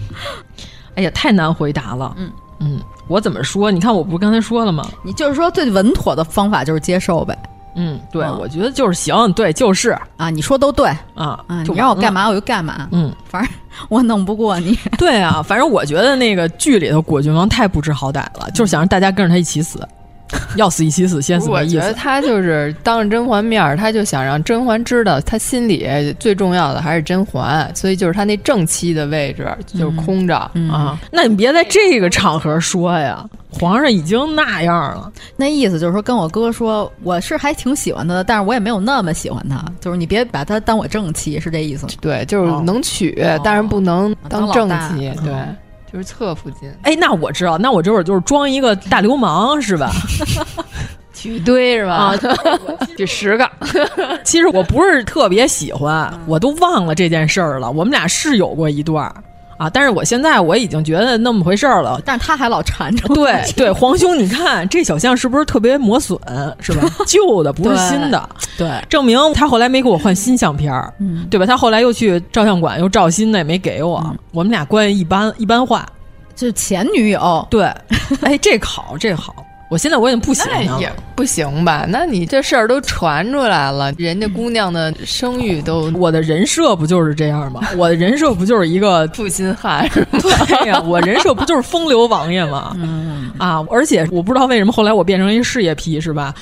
Speaker 9: 哎呀，太难回答了。嗯嗯，我怎么说？你看，我不是刚才说了吗？
Speaker 8: 你就是说最稳妥的方法就是接受呗。
Speaker 9: 嗯，对，嗯、我觉得就是行，对，就是
Speaker 8: 啊，你说都对
Speaker 9: 啊，
Speaker 8: 啊，你让我干嘛我就干嘛，
Speaker 9: 嗯，
Speaker 8: 反正我弄不过你。
Speaker 9: 对
Speaker 10: 嗯
Speaker 9: 啊，反正我觉得那个剧里头果郡王太不知好歹了，就是想让大家跟着他一起死。要死一起死，先死
Speaker 10: 我
Speaker 9: 一
Speaker 10: 觉得他就是当着甄嬛面儿，他就想让甄嬛知道，他心里最重要的还是甄嬛，所以就是他那正妻的位置就是空着、
Speaker 9: 嗯嗯、啊。那你别在这个场合说呀，皇上已经那样了。
Speaker 8: 那意思就是说，跟我哥说，我是还挺喜欢他的，但是我也没有那么喜欢他，就是你别把他当我正妻，是这意思吗？
Speaker 10: 对，就是能娶，哦、但是不能当正妻，哦、对。就是侧福晋，
Speaker 9: 嗯哎，那我知道，那我这会儿就是装一个大流氓是吧？
Speaker 10: 举堆是吧？啊，举十个。
Speaker 9: 其实我不是特别喜欢，我都忘了这件事儿了。我们俩是有过一段啊，但是我现在我已经觉得那么回事儿 了。
Speaker 8: 但是他还老缠着。
Speaker 9: 对 对，皇兄，你看这小象是不是特别磨损？是吧？旧的不是新 的，
Speaker 8: 对，
Speaker 9: 证明他后来没给我换新相片儿，嗯、对吧？他后来又去照相馆又照新的，也没给我。嗯、我们俩关系一般一般化。
Speaker 8: 就是前女友，
Speaker 9: 对，哎，这好，这好，我现在我也不行啊了，
Speaker 10: 也不行吧？那你这事儿都传出来了，人家姑娘的声誉都，
Speaker 9: 嗯 我的人设不就是这样吗？我的人设不就是一个
Speaker 10: 负心汉是吗？
Speaker 9: 对呀、啊，我人设不就是风流王爷吗？嗯啊，而且我不知道为什么后来我变成一事业批是吧？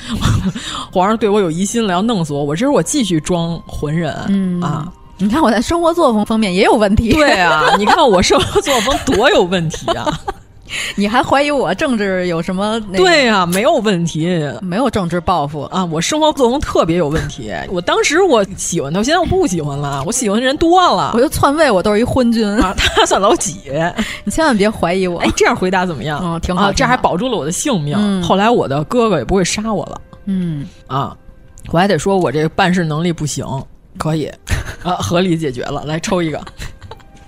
Speaker 9: 皇上对我有疑心了，要弄死我，我这是我继续装浑人、嗯、 啊。
Speaker 8: 你看我在生活作风方面也有问题。
Speaker 9: 对啊，你看我生活作风多有问题 啊！
Speaker 8: 你还怀疑我政治有什么、那
Speaker 9: 个？对呀、啊，没有问题，
Speaker 8: 没有政治抱负
Speaker 9: 啊！我生活作风特别有问题。我当时我喜欢他，现在我不喜欢了。我喜欢的人多了，
Speaker 8: 我就篡位，我都是一昏君
Speaker 9: 啊！他算老几？
Speaker 8: 你千万别怀疑我。
Speaker 9: 哎，这样回答怎么样？
Speaker 8: 嗯，挺好，啊、
Speaker 9: 这还保住了我的性命。
Speaker 8: 嗯、
Speaker 9: 后来我的哥哥也不会杀我了。
Speaker 8: 嗯
Speaker 9: 啊，我还得说我这办事能力不行。可以，啊，合理解决了。来抽一个，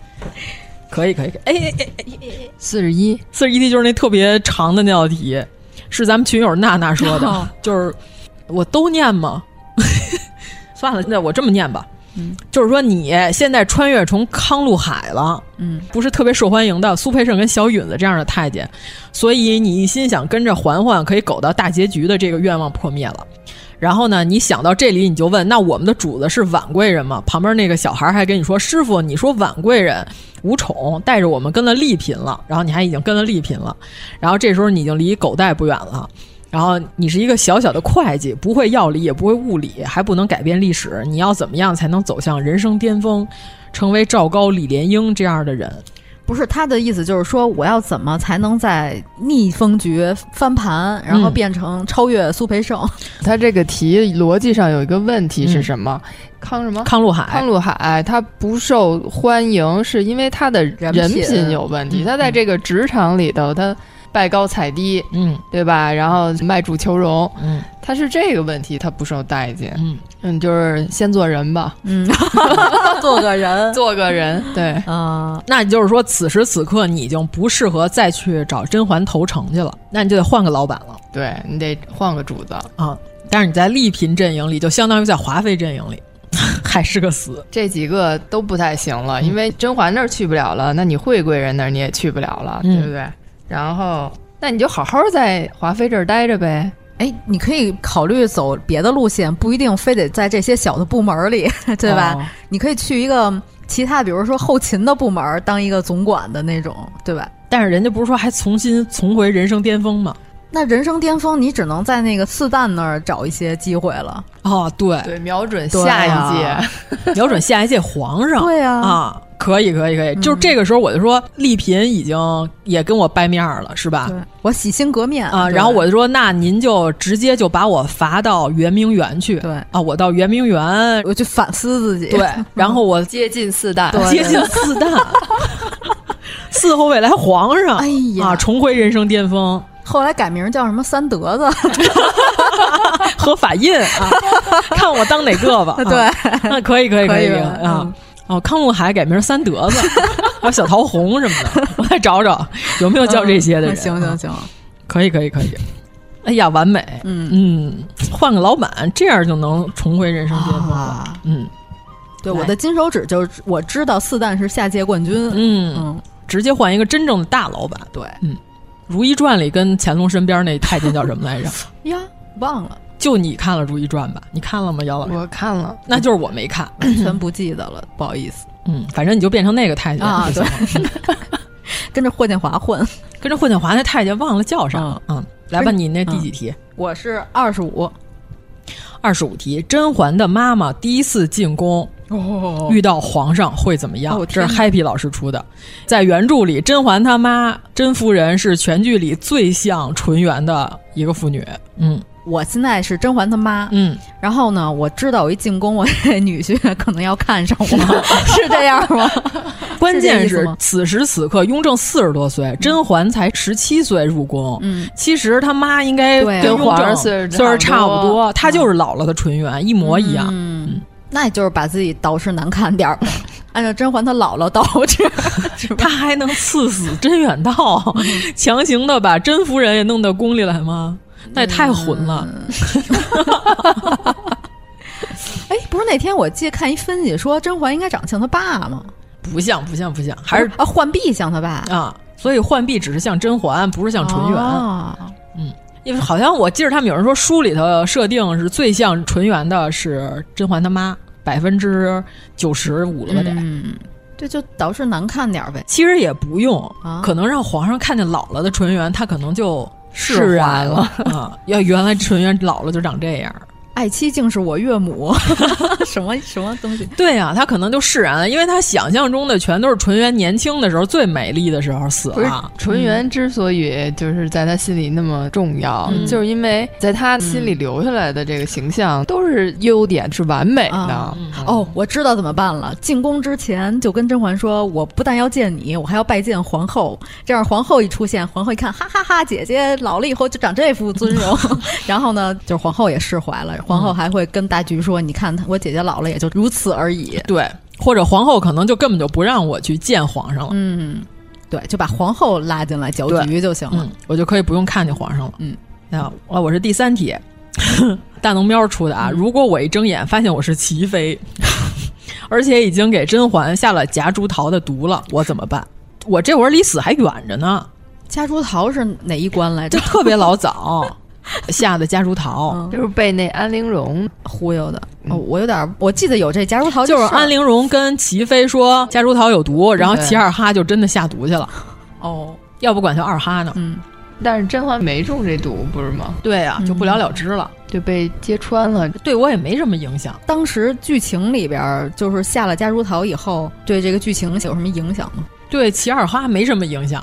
Speaker 9: 可以，可以，哎哎哎哎哎，
Speaker 10: 四十一，
Speaker 9: 四十一题就是那特别长的那道题，是咱们群友娜娜说的，哦、就是我都念吗？ 算了，那我这么念吧，
Speaker 8: 嗯，
Speaker 9: 就是说你现在穿越成康禄海了，
Speaker 8: 嗯，
Speaker 9: 不是特别受欢迎的苏培盛跟小允子这样的太监，所以你一心想跟着嬛嬛可以苟到大结局的这个愿望破灭了。然后呢？你想到这里，你就问：那我们的主子是婉贵人吗？旁边那个小孩还跟你说：“师傅，你说婉贵人无宠，带着我们跟了丽嫔了。”然后你还已经跟了丽嫔了。然后这时候你已经离狗带不远了。然后你是一个小小的会计，不会药理，也不会物理，还不能改变历史。你要怎么样才能走向人生巅峰，成为赵高、李莲英这样的人？
Speaker 8: 不是他的意思，就是说我要怎么才能在逆风局翻盘，然
Speaker 9: 嗯
Speaker 8: 后变成超越苏培盛？嗯、
Speaker 10: 他这个题逻辑上有一个问题是什么？嗯、康什么？
Speaker 9: 康禄海。
Speaker 10: 康禄海他不受欢迎，是因为他的人品有问题。他在这个职场里头，他拜高踩低，
Speaker 9: 嗯，
Speaker 10: 对吧？然后卖主求荣，
Speaker 9: 嗯，
Speaker 10: 他是这个问题，他不受待见。
Speaker 9: 嗯
Speaker 10: 嗯，就是先做人吧，
Speaker 8: 嗯，做个人，
Speaker 10: 做个人，对
Speaker 8: 啊、呃，
Speaker 9: 那也就是说，此时此刻你已经不适合再去找甄嬛投诚去了，那你就得换个老板了，
Speaker 10: 对你得换个主子
Speaker 9: 啊。但是你在丽嫔阵营里，就相当于在华妃阵营里， 还是个死。嗯
Speaker 10: 这几个都不太行了，因为甄嬛那儿去不了了，那你惠贵人那儿你也去不了了，
Speaker 9: 嗯、
Speaker 10: 对不对？然后，那你就好好在华妃这儿待着呗。
Speaker 8: 哎，你可以考虑走别的路线，不一定非得在这些小的部门里，对吧？
Speaker 9: 哦、
Speaker 8: 你可以去一个其他，比如说后勤的部门当一个总管的那种，对吧？
Speaker 9: 但是人家不是说还重新重回人生巅峰吗？
Speaker 8: 那人生巅峰，你只能在那个四蛋那儿找一些机会了。
Speaker 9: 哦，对
Speaker 10: 对，瞄准下一届，
Speaker 9: 啊、 瞄准下一届皇上。
Speaker 8: 对呀、
Speaker 9: 啊，啊，可以，可以，可以。嗯、就是这个时候，我就说丽嫔已经也跟我掰面了，是吧？
Speaker 8: 对我洗心革面
Speaker 9: 啊。然后我就说，那您就直接就把我罚到圆明园去。
Speaker 8: 对
Speaker 9: 啊，我到圆明 园，
Speaker 8: 我去反思自己。
Speaker 9: 对，然后 我
Speaker 10: 接近四蛋，
Speaker 9: 接近四蛋，伺候未来皇上。
Speaker 8: 哎呀，
Speaker 9: 啊，重回人生巅峰。
Speaker 8: 后来改名叫什么三德子，
Speaker 9: 和法印啊， 看我当哪个吧。啊
Speaker 8: 对，
Speaker 9: 那可以可以可以啊。哦，康禄海改名三德子， 还有小桃红什么的， 我再找找有没有叫这些的 人。
Speaker 8: 行行行，
Speaker 9: 可以可以可以。哎呀，完美。
Speaker 8: 嗯
Speaker 9: 嗯，换个老板，这样就能重回人生巅峰了。嗯，
Speaker 8: 对，我的金手指就是我知道四蛋是下届冠军。
Speaker 9: 嗯，直接换一个真正的大老板。
Speaker 8: 对，
Speaker 9: 嗯。《如懿传》里跟乾隆身边那太监叫什么来 着？
Speaker 8: 呀，忘了。
Speaker 9: 就你看了《如懿传》吧？你看了吗，姚老师？
Speaker 10: 我看了，
Speaker 9: 那就是我没看，
Speaker 8: 完全不记得了，不好意思。
Speaker 9: 嗯，反正你就变成那个太监
Speaker 8: 啊，对，跟着霍建华混。
Speaker 9: 跟着霍建华那太监忘了叫啥了。嗯，来吧，你那第几题？
Speaker 8: 我是二十五，
Speaker 9: 二十五题。甄嬛的妈妈第一次进宫。
Speaker 8: 哦，
Speaker 9: 遇到皇上会怎么样？
Speaker 8: 哦、
Speaker 9: 这是 Happy 老师出的，在原著里，甄嬛他妈甄夫人是全剧里最像纯元的一个妇女。嗯，
Speaker 8: 我现在是甄嬛他妈。
Speaker 9: 嗯，
Speaker 8: 然后呢，我知道我一进宫，我女婿 可能要看上我，是这样吗？
Speaker 9: 关键是此时此刻，雍正四十多岁，甄嬛才十七岁入宫。
Speaker 8: 嗯，
Speaker 9: 其实他妈应该跟雍正岁数差不多，嗯她就是姥姥的纯元，一模一样。
Speaker 8: 嗯。 那就是把自己捯饬难看点儿， 按照甄嬛她姥姥捯饬，
Speaker 9: 她还能赐死 甄远道，
Speaker 8: 嗯
Speaker 9: 强行的把甄夫人也弄到宫里来吗？那也太混了。
Speaker 8: 嗯、 哎，不是那天我记得看一分析说甄嬛应该长像她爸吗？
Speaker 9: 不像，不像，不像，还是
Speaker 8: 啊，浣碧像她爸
Speaker 9: 啊，所以浣碧只是像甄嬛，不是像纯元。
Speaker 8: 哦、
Speaker 9: 嗯。因为好像我记得他们有人说书里头设定是最像纯元的是甄嬛他妈，百分之九十五了吧得。
Speaker 8: 嗯，这就导致难看点呗。
Speaker 9: 其实也不用，
Speaker 8: 啊、
Speaker 9: 可能让皇上看见老了的纯元，他可能就
Speaker 8: 释
Speaker 9: 然了啊。要原来纯元老了就长这样，
Speaker 8: 爱妻竟是我岳母， 什么什么东西？
Speaker 9: 对呀、啊，他可能就释然了，因为他想象中的全都是纯元年轻的时候最美丽的时候死了。
Speaker 10: 纯元之所以就是在他心里那么重要，
Speaker 9: 嗯、
Speaker 10: 就是因为在他心里留下来的这个形象都是优点，是完美的。
Speaker 8: 啊嗯、哦，我知道怎么办了。进宫之前就跟甄嬛说，我不但要见你，我还要拜见皇后。这样皇后一出现，皇后一看，哈哈哈,哈，姐姐老了以后就长这副尊容。然后呢，就是皇后也释怀了。皇后还会跟大局说：“你看，我姐姐老了，也就如此而已。”
Speaker 9: 对，或者皇后可能就根本就不让我去见皇上了。
Speaker 8: 嗯，对，就把皇后拉进来搅局就行了、
Speaker 9: 嗯，我就可以不用看见皇上了。
Speaker 8: 嗯，
Speaker 9: 啊，我是第三题， 大农喵出的
Speaker 8: 嗯
Speaker 9: 啊。如果我一睁眼发现我是齐妃， 而且已经给甄嬛下了夹竹桃的毒了，我怎么办？我这会儿离死还远着呢。
Speaker 8: 夹竹桃是哪一关 来着？
Speaker 9: 就特别 老早。下的夹竹
Speaker 8: 嗯
Speaker 9: 桃，
Speaker 10: 就是被那安陵容
Speaker 8: 忽悠的。哦，我有点，我记得有这夹竹桃，
Speaker 9: 就是安陵容跟齐妃说夹竹桃有毒，然后齐二哈就真的下毒去了。
Speaker 8: 哦，
Speaker 9: 要不管叫二哈呢。
Speaker 8: 嗯，
Speaker 10: 但是甄嬛没中这毒，不是吗？
Speaker 9: 对啊，就不了了之了，
Speaker 8: 嗯
Speaker 10: 就被揭穿了。
Speaker 9: 对我也没什么影响。
Speaker 8: 当时剧情里边就是下了夹竹桃以后，对这个剧情有什么影响吗？
Speaker 9: 对齐二哈没什么影响。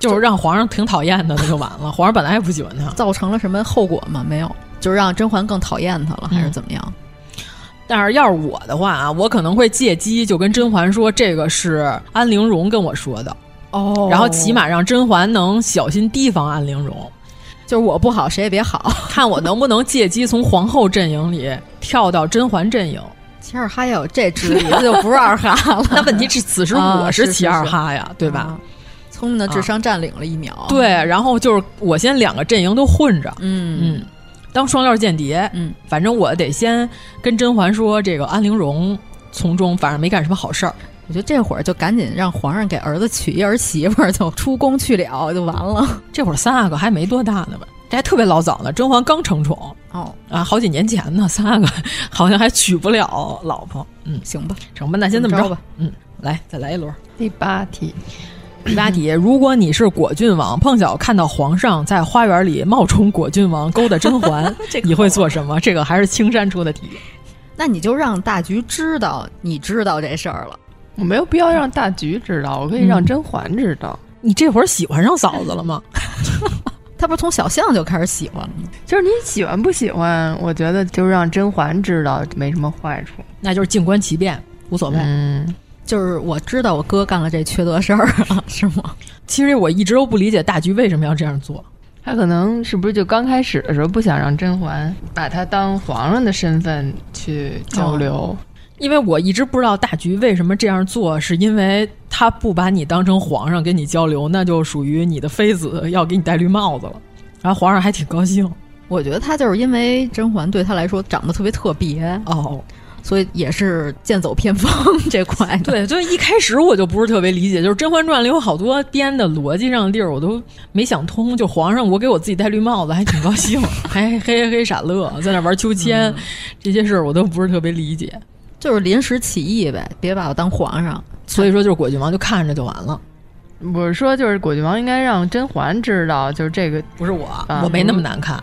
Speaker 9: 就是让皇上挺讨厌的，那就完了。皇上本来也不喜欢他，
Speaker 8: 造成了什么后果吗？没有，就是让甄嬛更讨厌他了，还是怎么样？
Speaker 9: 嗯、但是要是我的话啊，我可能会借机就跟甄嬛说，这个是安陵容跟我说的
Speaker 8: 哦，
Speaker 9: 然后起码让甄嬛能小心提防安陵容。
Speaker 8: 就是我不好，谁也别 好，
Speaker 9: 看我能不能借机从皇后阵营里跳到甄嬛阵营。
Speaker 8: 齐二哈要有这智力，这就不是二哈了。
Speaker 9: 那问题是，此时我啊是齐二哈呀，
Speaker 8: 啊、
Speaker 9: 对吧？
Speaker 8: 啊聪明的智商占领了一秒、啊，
Speaker 9: 对，然后就是我先两个阵营都混着，
Speaker 8: 嗯
Speaker 9: 嗯，当双料间谍，
Speaker 8: 嗯，
Speaker 9: 反正我得先跟甄嬛说这个安陵容从中反正没干什么好事儿，
Speaker 8: 我觉得这会儿就赶紧让皇上给儿子娶一儿媳妇儿，就出宫去了就完了。
Speaker 9: 这会儿三阿哥还没多大呢吧？这还特别老早呢，甄嬛刚成宠
Speaker 8: 哦
Speaker 9: 啊，好几年前呢，三阿哥 好像还娶不了老婆，嗯，
Speaker 8: 行吧，
Speaker 9: 成吧，那先这么着
Speaker 8: 吧，
Speaker 9: 嗯，来再来一轮，
Speaker 10: 第八题。
Speaker 9: 第八题：如果你是果郡王，碰巧看到皇上在花园里冒充果郡王勾搭甄嬛，你会做什么？这个还是青山出的题。
Speaker 8: 那你就让大局知道你知道这事儿了。
Speaker 10: 我没有必要让大局知道，我可以
Speaker 1: 嗯
Speaker 10: 让甄嬛知道、
Speaker 9: 嗯。你这会儿喜欢上嫂子了吗？
Speaker 8: 他不是从小巷就开始喜欢了吗？
Speaker 10: 就是你喜欢不喜欢，我觉得就让甄嬛知道没什么坏处。
Speaker 9: 那就是静观其变，无所谓。
Speaker 10: 嗯。
Speaker 8: 就是我知道我哥干了这 缺德事儿啊，是吗？
Speaker 9: 其实我一直都不理解大局为什么要这样做。
Speaker 10: 他可能是不是就刚开始的时候不想让甄嬛把他当皇上的身份去交流？哦、
Speaker 9: 因为我一直不知道大局为什么这样做，是因为他不把你当成皇上跟你交流，那就属于你的妃子要给你戴绿帽子了。然后皇上还挺高兴。
Speaker 8: 我觉得他就是因为甄嬛对他来说长得特别特别
Speaker 9: 哦。
Speaker 8: 所以也是剑走偏锋 这块。
Speaker 9: 对，所以一开始我就不是特别理解，就是《甄嬛传》里有好多编的逻辑上的地儿，我都没想通。就皇上，我给我自己戴绿帽子，还挺高兴， 还嘿嘿嘿傻乐，在那玩秋千，嗯、这些事儿我都不是特别理解。
Speaker 8: 就是临时起意呗，别把我当皇上。
Speaker 9: 所以说，就是果郡王就看着就完了。
Speaker 10: 我是说，就是果郡王应该让甄嬛知道，就是这个嗯
Speaker 9: 不是我，啊、我没那么难看，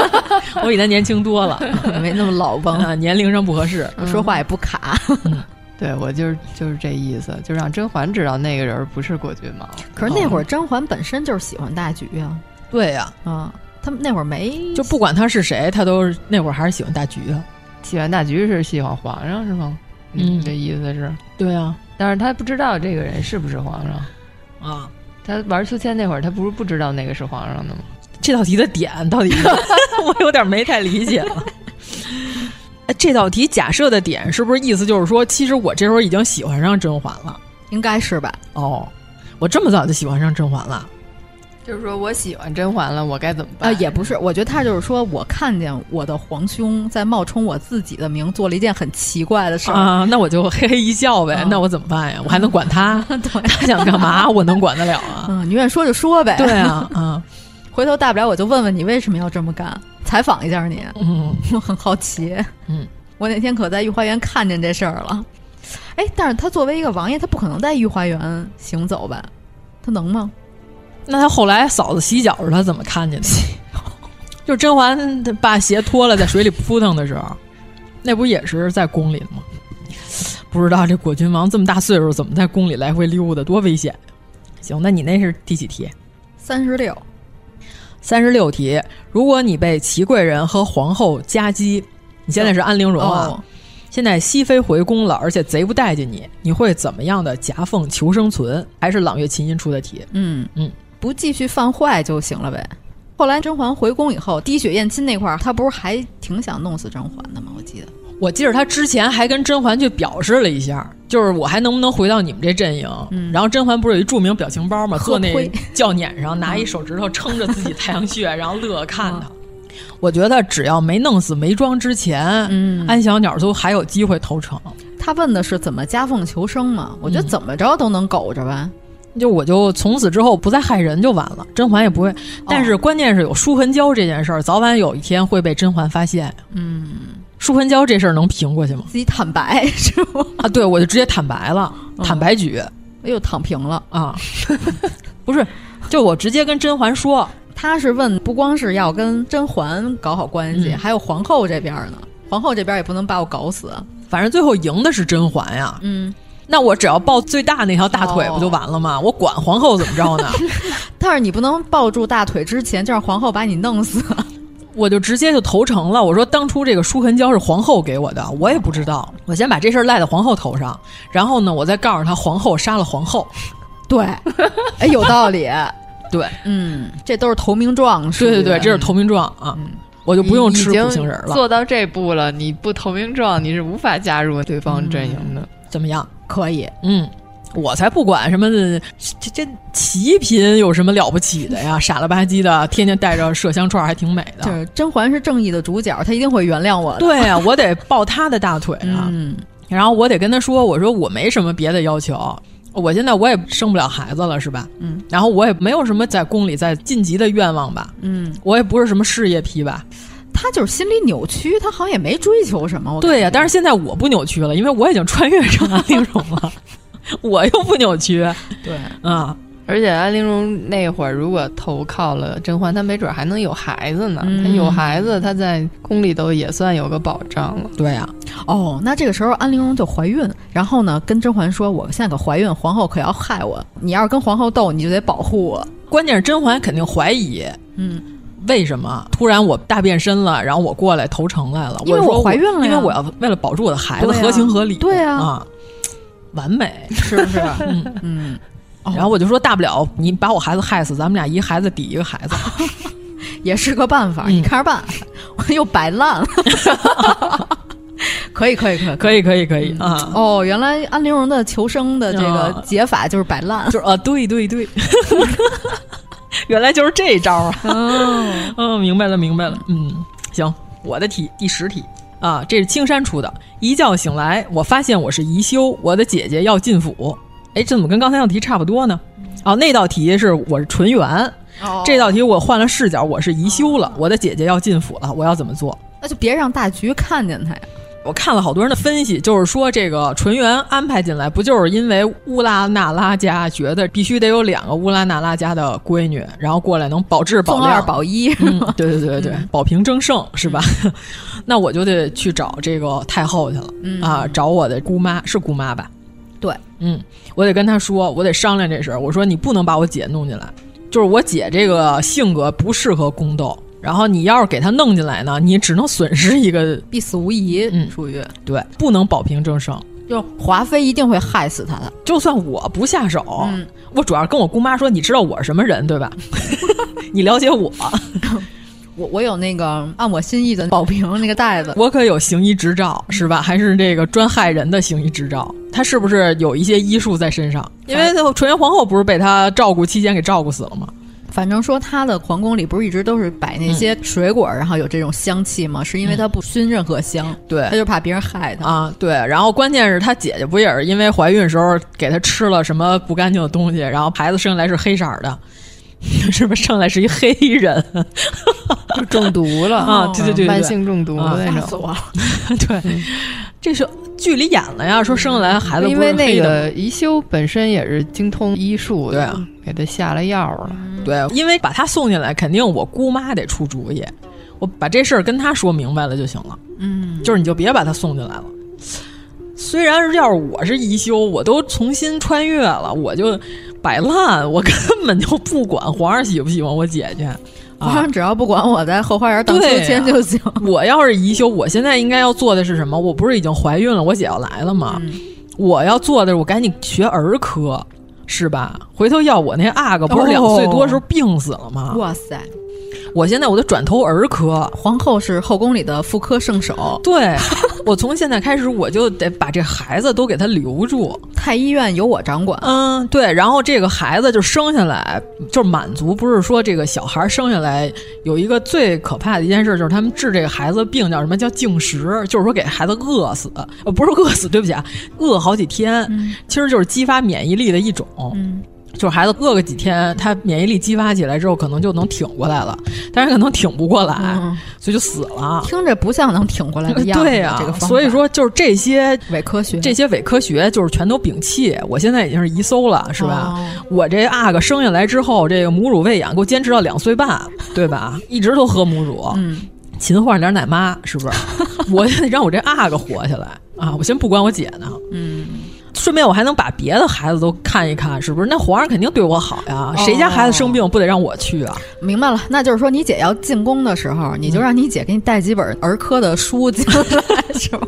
Speaker 9: 我比他年轻 多了，
Speaker 8: 没那么老崩、
Speaker 9: 啊，年龄上不合适，
Speaker 8: 说话也不卡。
Speaker 10: 嗯、对我就是就是这意思，就让甄嬛知道那个人不是果郡王。
Speaker 8: 可是那会儿甄嬛本身就是喜欢大局啊，哦、
Speaker 9: 对呀、
Speaker 8: 啊，啊，他们那会儿没
Speaker 9: 就不管他是谁，他都是那会儿还是喜欢大局啊，
Speaker 10: 喜欢大局是喜欢皇上是吗？嗯，这意思是
Speaker 9: 对啊，
Speaker 10: 但是他不知道这个人是不是皇上。
Speaker 9: 啊，
Speaker 10: 他玩秋千那会儿，他不是不知道那个是皇上的吗？
Speaker 9: 这道题的点到底 我有点没太理解了。哎这道题假设的点是不是意思就是说，其实我这时候已经喜欢上甄嬛了？
Speaker 8: 应该是吧？
Speaker 9: 哦，我这么早就喜欢上甄嬛了，
Speaker 10: 就是说我喜欢甄嬛了，我该怎么办？
Speaker 8: 啊、呃，也不是，我觉得他就是说我看见我的皇兄在冒充我自己的名做了一件很奇怪的事儿
Speaker 9: 啊，那我就嘿嘿一笑呗，啊、那我怎么办呀？我还能管 他？他想干嘛？我能管得了啊？
Speaker 8: 嗯，你愿意说就说呗。
Speaker 9: 对啊，啊，
Speaker 8: 回头大不了我就问问你为什么要这么干，采访一下你。嗯，我很好奇。
Speaker 9: 嗯，
Speaker 8: 我哪天可在御花园看见这事儿了。哎，但是他作为一个王爷，他不可能在御花园行走吧？他能吗？
Speaker 9: 那他后来嫂子洗脚时，他怎么看见的？ 就甄嬛把鞋脱了，在水里扑腾的时候，那不也是在宫里吗？不知道这果郡王这么大岁数，怎么在宫里来回溜达，多危险！行，那你那是第几题？
Speaker 8: 三十六，
Speaker 9: 三十六题。如果你被祺贵人和皇后夹击，你现在是安陵容啊，
Speaker 8: 哦、
Speaker 9: 现在熹妃回宫了，而且贼不待见你，你会怎么样的夹缝求生存？还是朗月琴音出的题？
Speaker 8: 嗯
Speaker 9: 嗯。嗯
Speaker 8: 不继续犯坏就行了呗。后来甄嬛回宫以后，滴血验亲那块儿，她不是还挺想弄死甄嬛的吗？我记得，
Speaker 9: 我记得她之前还跟甄嬛去表示了一下，就是我还能不能回到你们这阵营？
Speaker 8: 嗯、
Speaker 9: 然后甄嬛不是有一著名表情包吗？坐那轿辇 上，拿一手指头撑着自己太阳穴，然后乐看她。我觉得只要没弄死眉庄之前，
Speaker 8: 嗯、
Speaker 9: 安小鸟都还有机会投诚。
Speaker 8: 他问的是怎么夹缝求生嘛？我觉得怎么着都能苟着吧。
Speaker 9: 嗯就我就从此之后不再害人就完了，甄嬛也不会。但是关键是有舒痕胶这件事儿，早晚有一天会被甄嬛发现。
Speaker 8: 嗯，
Speaker 9: 舒痕胶这事儿能平过去吗？
Speaker 8: 自己坦白 是吗？
Speaker 9: 啊，对，我就直接坦白了，坦白局，
Speaker 8: 哎呦，躺平了
Speaker 9: 啊！ 不是，就我直接跟甄嬛说，
Speaker 8: 他是问不光是要跟甄嬛搞好关系，
Speaker 9: 嗯、
Speaker 8: 还有皇后这边呢，皇后这边也不能把我搞死，
Speaker 9: 反正最后赢的是甄嬛呀。
Speaker 8: 嗯。
Speaker 9: 那我只要抱最大那条大腿不就完了吗？哦、我管皇后怎么着呢？
Speaker 8: 但是你不能抱住大腿之前就让皇后把你 弄死。
Speaker 9: 我就直接就投诚了。我说当初这个舒痕胶是皇后给我的，我也不知道。我先把这事儿赖在皇后头上，然后呢，我再告诉她皇后杀了皇后。
Speaker 8: 对，哎，有 道理。
Speaker 9: 对，
Speaker 8: 嗯，这都是投名状。
Speaker 9: 对对对，这是投名状啊。
Speaker 8: 嗯
Speaker 9: 我就不用吃苦行人了。
Speaker 10: 做到这步了，你不投名状，你是无法加入对方阵营的。嗯、
Speaker 9: 怎么样？
Speaker 8: 可以，
Speaker 9: 嗯，我才不管什么这这齐嫔有什么了不起的呀？傻了吧唧的，天天带着麝香串，还挺美
Speaker 10: 啊
Speaker 8: 嗯
Speaker 9: 的。
Speaker 8: 就是甄嬛是正义的主角，她一定会原谅我的。
Speaker 9: 对呀、啊，我得抱她的大腿啊！
Speaker 8: 嗯，
Speaker 9: 然后我得跟她说，我说我没什么别的要求。我现在我也生不了孩子了，是吧？
Speaker 8: 嗯，
Speaker 9: 然后我也没有什么在宫里在晋级的愿望吧？
Speaker 8: 嗯，
Speaker 9: 我也不是什么事业批吧。
Speaker 8: 他就是心理扭曲，他好像也没追求什么。
Speaker 9: 对呀、啊，但是现在我不扭曲了，因为我已经穿越成安陵容了， 我又不扭曲。
Speaker 8: 对，
Speaker 9: 啊、嗯，
Speaker 10: 而且安陵容那会儿如果投靠了甄嬛，她没准还能有孩子呢。嗯、她有孩子，她在宫里头也算有个保障了。
Speaker 9: 对呀、
Speaker 8: 啊，哦，那这个时候安陵容就怀孕，然后呢跟甄嬛说：“我现在可怀孕，皇后可要害我。你要是跟皇后斗，你就得保护我。”
Speaker 9: 关键是甄嬛肯定怀疑，
Speaker 8: 嗯。
Speaker 9: 为什么突然我大变身了？然后我过来投诚来了，
Speaker 8: 因为
Speaker 9: 我
Speaker 8: 怀孕了，
Speaker 9: 因为我要为了保住我的孩子，合情合理，
Speaker 8: 对
Speaker 9: 啊，啊完美
Speaker 8: 是不是？
Speaker 9: 嗯
Speaker 8: 嗯。
Speaker 9: 然后我就说，大不了你把我孩子害死，咱们俩一孩子抵一个孩子，
Speaker 8: 哦也是个办
Speaker 10: 嗯
Speaker 8: 法，你看着办。我又摆烂 了，可以可以可以
Speaker 9: 可以可以可以啊！
Speaker 8: 哦，原来安陵容的求生的这个
Speaker 10: 啊
Speaker 8: 解法就是摆烂，
Speaker 9: 就是啊，对对对。 原来就是这招啊！
Speaker 8: 哦，
Speaker 9: 哦，明白了，明白了。嗯，行，我的题第十题啊，这是青山出的。一觉醒来，我发现我是宜修，我的姐姐要进府。哎，这怎么跟刚才那道题差不多呢？哦，那道题是我是纯元，
Speaker 8: 哦、
Speaker 9: 这道题我换了视角，我是宜修了，我的姐姐要进府了，我要怎么做？
Speaker 8: 那就别让大局看见他呀。
Speaker 9: 我看了好多人的分析，就是说这个纯元安排进来，不就是因为乌拉那拉家觉得必须得有两个乌拉那拉家的闺女，然后过来能保质保
Speaker 8: 量、保一、
Speaker 9: 嗯？ 对对对对，嗯、保平争胜是吧？ 那我就得去找这个太后去了、嗯、啊，找我的姑妈，是姑妈吧？
Speaker 8: 对，
Speaker 9: 嗯，我得跟她说，我得商量这事儿。我说你不能把我姐弄进来，就是我姐这个性格不适合宫斗。然后你要是给他弄进来呢，你只能损失一个，
Speaker 8: 必死无疑。嗯，属于
Speaker 9: 对，不能保平争胜。
Speaker 8: 就华妃一定会害死他的，
Speaker 9: 就算我不下手，嗯、我主要跟我姑妈说，你知道我是什么人对吧？ 你了解我，
Speaker 8: 我我有那个按我心意的保平那个袋子，
Speaker 9: 我可有行医执照是吧？还是这个专害人的行医执照？他是不是有一些医术在身上？因为纯元皇后不是被他照顾期间给照顾死了吗？
Speaker 8: 反正说他的皇宫里不是一直都是摆那些水果，嗯、然后有这种香气吗？是因为他不熏任何香，嗯、
Speaker 9: 嗯对，
Speaker 8: 他就怕别人害他
Speaker 9: 啊。对，然后关键是他姐姐不也是因为怀孕时候给他吃了什么不干净的东西，然后孩子生下来是黑色的， 是不是生来是一黑人？
Speaker 10: 就中毒了 哦
Speaker 9: 啊！对对对,对，啊
Speaker 10: 慢性中毒那种。
Speaker 8: 吓死我了！
Speaker 9: 对，嗯、这是剧里演了呀，说生下来孩子
Speaker 10: 嗯因为那个宜修本身也是精通医术的，
Speaker 9: 对啊、
Speaker 10: 给他下了药了。
Speaker 9: 对，因为把他送进来，肯定我姑妈得出主意，我把这事儿跟他说明白了就行了。
Speaker 8: 嗯，
Speaker 9: 就是你就别把他送进来了。虽然要是我是宜修，我都重新穿越了，我就摆烂，我根本就不管皇上喜不喜欢我姐啊姐。
Speaker 8: 皇上只要不管我在后花园荡秋千就行、啊。
Speaker 9: 我要是宜修，我现在应该要做的是什么？我不是已经怀孕了，我姐要来了吗？
Speaker 8: 嗯、
Speaker 9: 我要做的是，我赶紧学儿科。是吧？回头要我那阿哥不是两岁多时候病死了吗？
Speaker 8: 哦、哇塞！
Speaker 9: 我现在我得转投儿科。
Speaker 8: 皇后是后宫里的妇科圣手。
Speaker 9: 对，我从现在开始我就得把这孩子都给他留住。
Speaker 8: 太医院由我掌管。
Speaker 9: 嗯，对。然后这个孩子就生下来，就是满族不是说这个小孩生下来有一个最可怕的一件事，就是他们治这个孩子病叫什么叫禁食，就是说给孩子饿死，呃，不是饿死，对不起啊，饿好几天，
Speaker 8: 嗯、
Speaker 9: 其实就是激发免疫力的一种。
Speaker 8: 嗯。
Speaker 9: 就是孩子饿个几天，他免疫力激发起来之后，可能就能挺过来了，但是可能挺不过来，
Speaker 8: 嗯、
Speaker 9: 所以就死了。
Speaker 8: 听着不像能挺过来的样子。
Speaker 9: 嗯对
Speaker 8: 啊，
Speaker 9: 呀、
Speaker 8: 这个
Speaker 9: 所以说就是这些
Speaker 8: 伪科学，
Speaker 9: 这些伪科学就是全都摒弃。我现在已经是遗搜了，是吧？
Speaker 8: 哦、
Speaker 9: 我这阿哥生下来之后，这个母乳喂养，给我坚持到两岁半，对吧？一直都喝母乳，
Speaker 8: 嗯，
Speaker 9: 勤换点奶妈，是不是？ 我得让我这阿哥活下来啊！我先不管我姐呢，
Speaker 8: 嗯。
Speaker 9: 顺便我还能把别的孩子都看一看，是不是？那皇上肯定对我好呀，
Speaker 8: 哦、
Speaker 9: 谁家孩子生病不得让我去啊？
Speaker 8: 明白了，那就是说你姐要进宫的时候，
Speaker 9: 嗯
Speaker 8: 你就让你姐给你带几本儿科的书进来， 是吧？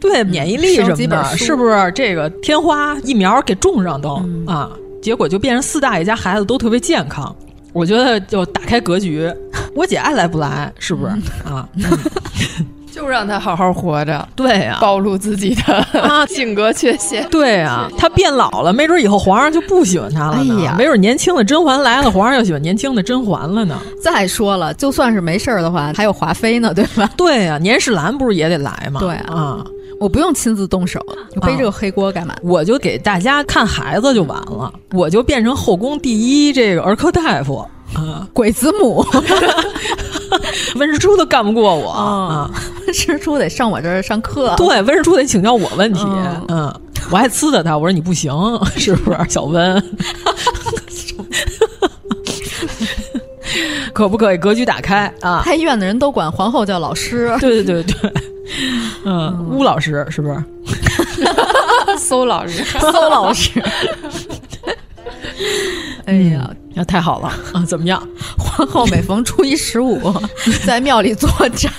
Speaker 9: 对，
Speaker 8: 嗯
Speaker 9: 免疫力什么的，是不是？这个天花疫苗给种上都、
Speaker 8: 嗯、
Speaker 9: 啊，结果就变成四大爷家孩子都特别健康。我觉得就打开 格局，我姐爱来不来，是不是、嗯、啊？嗯
Speaker 10: 就让他好好活着，
Speaker 9: 对呀、啊，
Speaker 10: 暴露自己的啊 性格缺陷，
Speaker 9: 对呀、啊，他变老了，没准以后皇上就不喜欢他了呢。
Speaker 8: 哎呀，
Speaker 9: 没准年轻的甄嬛来了，皇上又喜欢年轻的甄嬛了呢。
Speaker 8: 再说了，就算是没事儿的话，还有华妃呢，对吧？
Speaker 9: 对呀、啊，年世兰不是也得来吗？
Speaker 8: 对
Speaker 9: 啊，
Speaker 8: 我不用亲自动手，你背这个黑锅干嘛？
Speaker 9: 我就给大家看孩子就完了，我就变成后宫第一这个儿科大夫。啊，
Speaker 8: 鬼子母，
Speaker 9: 温世初都干不过我、
Speaker 8: 哦、
Speaker 9: 啊！
Speaker 8: 温世初得上我这儿上课，
Speaker 9: 对，温世初得请教我问题。哦、嗯，我还呲的他，我说你不行， 是不是？小温， 可不可以格局打开啊？
Speaker 8: 太医院的人都管皇后叫老师，
Speaker 9: 对对对对，嗯，嗯巫老师是不是？
Speaker 10: 邹老师，
Speaker 8: 邹老师。哎呀，
Speaker 9: 那、嗯、太好了啊！怎么样？
Speaker 8: 皇后每逢初一十五 在庙里坐展，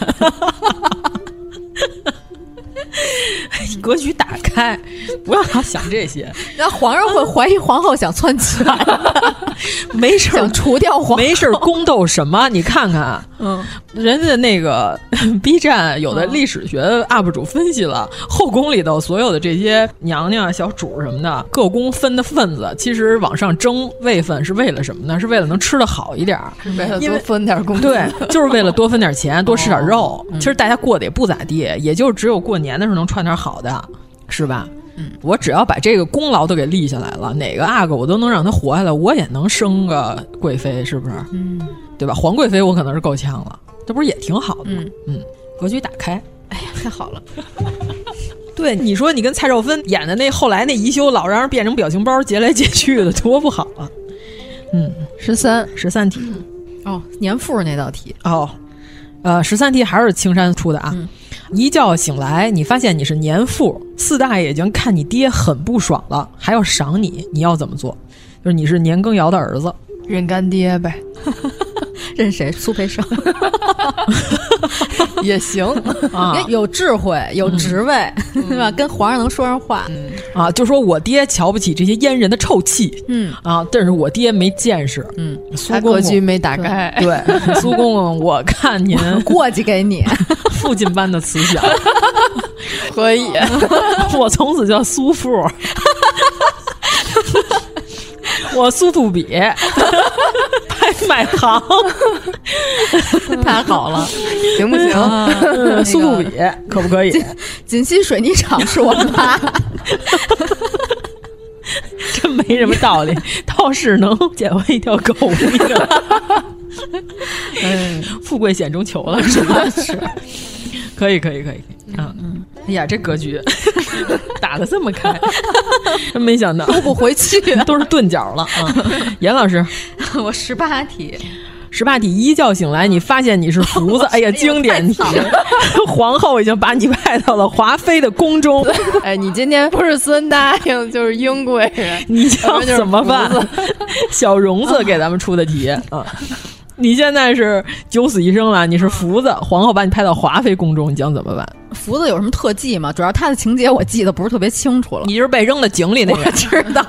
Speaker 9: 格局打开，不要老想这些。
Speaker 8: 那皇上会怀疑皇后想篡权，
Speaker 9: 没事
Speaker 8: 想除掉皇后，
Speaker 9: 没事宫斗什么？你看看，
Speaker 8: 嗯，
Speaker 9: 人家那个 B 站有
Speaker 10: 嗯
Speaker 9: 的历史学 UP 主分析了、嗯、后宫里头所有的这些娘娘、啊小主什么的，各宫分的份子，其实往上争位分是为了什么呢？是为了能吃的好一点，
Speaker 10: 为了多分点 工
Speaker 9: 对，就是为了多分点钱，多吃点肉。哦、其实大家过得也不咋地，也就只有过年的时候能穿点好的。是吧？
Speaker 8: 嗯，
Speaker 9: 我只要把这个功劳都给立下来了，哪个阿哥我都能让他活下来，我也能生个贵妃，是不是？
Speaker 8: 嗯，
Speaker 9: 对吧？皇贵妃我可能是够呛了，这不是也挺好的吗？
Speaker 8: 嗯,
Speaker 9: 嗯，格局打开，
Speaker 8: 哎呀，太好了。
Speaker 9: 对，你说你跟蔡少芬演的那后来那宜修老让人变成表情包截来截去的，多不好啊！嗯，
Speaker 10: 十三
Speaker 9: 十三题、
Speaker 8: 嗯，哦，年复那道题
Speaker 9: 哦，呃，十三题还是青山出的啊。嗯、一觉醒来，你发现你是年富，四大爷已经看你爹很不爽了，还要赏你，你要怎么做？就是你是年羹尧的儿子，
Speaker 10: 认干爹呗。
Speaker 8: 认谁？苏培 盛
Speaker 10: 也行
Speaker 8: 啊，有智慧，有职位，嗯、对吧？跟皇上能说上话、
Speaker 9: 嗯、啊。就说我爹瞧不起这些阉人的臭气，嗯啊，但是我爹没见识，嗯，苏公公
Speaker 10: 格局没打开。
Speaker 9: 对，对苏公公，我看 您
Speaker 10: 嗯
Speaker 8: 过继给你
Speaker 9: 父亲般的慈祥，
Speaker 10: 可以，
Speaker 9: 我从此叫苏 父，我苏土比。买糖
Speaker 8: 太好了，
Speaker 10: 行不行？
Speaker 9: 嗯、苏富比可不可以？
Speaker 8: 锦溪水泥厂是我 妈，
Speaker 9: 真没什么道理，倒是能捡回一条狗命。嗯，富贵险中求了，是吧？是，可以，可以，可以。啊，嗯，哎呀，这格局打的这么开，真没想到，
Speaker 8: 收不回 去，
Speaker 9: 都是钝角了啊！ 严老师，
Speaker 12: 我十八题，
Speaker 9: 十八题一觉醒来，你发现你是福子，哎呀，经典题， 皇后已经把你派到了华妃的宫 中。
Speaker 10: 哎，你今天不是孙答应就是英贵人，
Speaker 9: 你要怎么办？ 小荣子给咱们出的 题啊。你现在是九死一生了，你是福子，皇后把你派到华妃宫中，你将怎么办？
Speaker 8: 福子有什么特技吗？主要他的情节我记得不是特别清楚了。
Speaker 9: 你是被扔到井里那
Speaker 8: 个？我知道。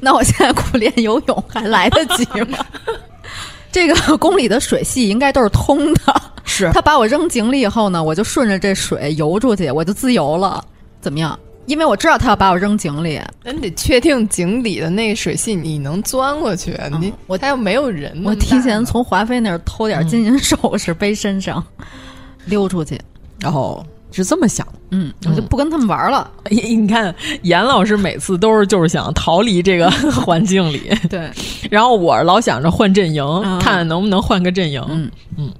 Speaker 8: 那我现在苦练游泳还来得及吗？这个宫里的水系应该都是通的。
Speaker 9: 是
Speaker 8: 他把我扔井里以后呢，我就顺着这水游出去，我就自由了。怎么样？因为我知道他要把我扔井里，
Speaker 10: 那你得确定井底的那个水系你能钻过去。
Speaker 9: 啊
Speaker 10: 嗯、你
Speaker 8: 我
Speaker 10: 他又没有人，
Speaker 8: 我提前从华妃那儿偷点
Speaker 9: 嗯
Speaker 8: 金银首饰背身上，嗯、溜出去，
Speaker 9: 然后哦是这么想。
Speaker 8: 嗯，我就不跟他们玩了。
Speaker 9: 嗯、你看，严老师每次都是就是想逃离这个 环境里，
Speaker 8: 对。啊
Speaker 9: 然后我老想着换阵营，看看能不能换个阵营。
Speaker 8: 嗯
Speaker 9: 嗯。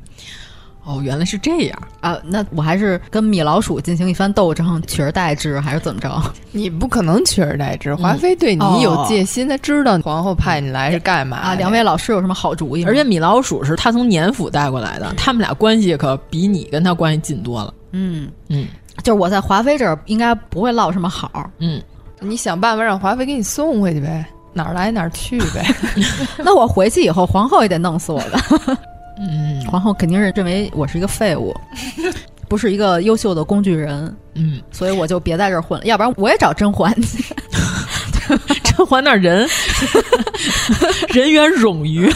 Speaker 9: 哦，原来是这样
Speaker 8: 啊！那我还是跟米老鼠进行一番斗争，取而代之，还是怎么着？啊
Speaker 10: 你不可能取而代之，华妃对你有戒心，她、嗯哦、知道皇后派你来是干嘛
Speaker 8: 啊？两位老师有什么好主意？
Speaker 9: 哎而且米老鼠是他从年府带过来的，他们俩关系可比你跟他关系近多了。
Speaker 8: 嗯
Speaker 9: 嗯，
Speaker 8: 就是我在华妃这儿应该不会落什么 好。
Speaker 9: 嗯，
Speaker 10: 你想办法让华妃给你送回去呗，哪儿来哪儿去呗。
Speaker 8: 那我回去以后，皇后也得弄死我吧。
Speaker 9: 嗯，
Speaker 8: 皇后肯定是认为我是一个废物， 不是一个优秀的工具人。
Speaker 9: 嗯，
Speaker 8: 所以我就别在这儿混了，要不然我也找甄嬛去。
Speaker 9: 甄嬛那人人员冗余，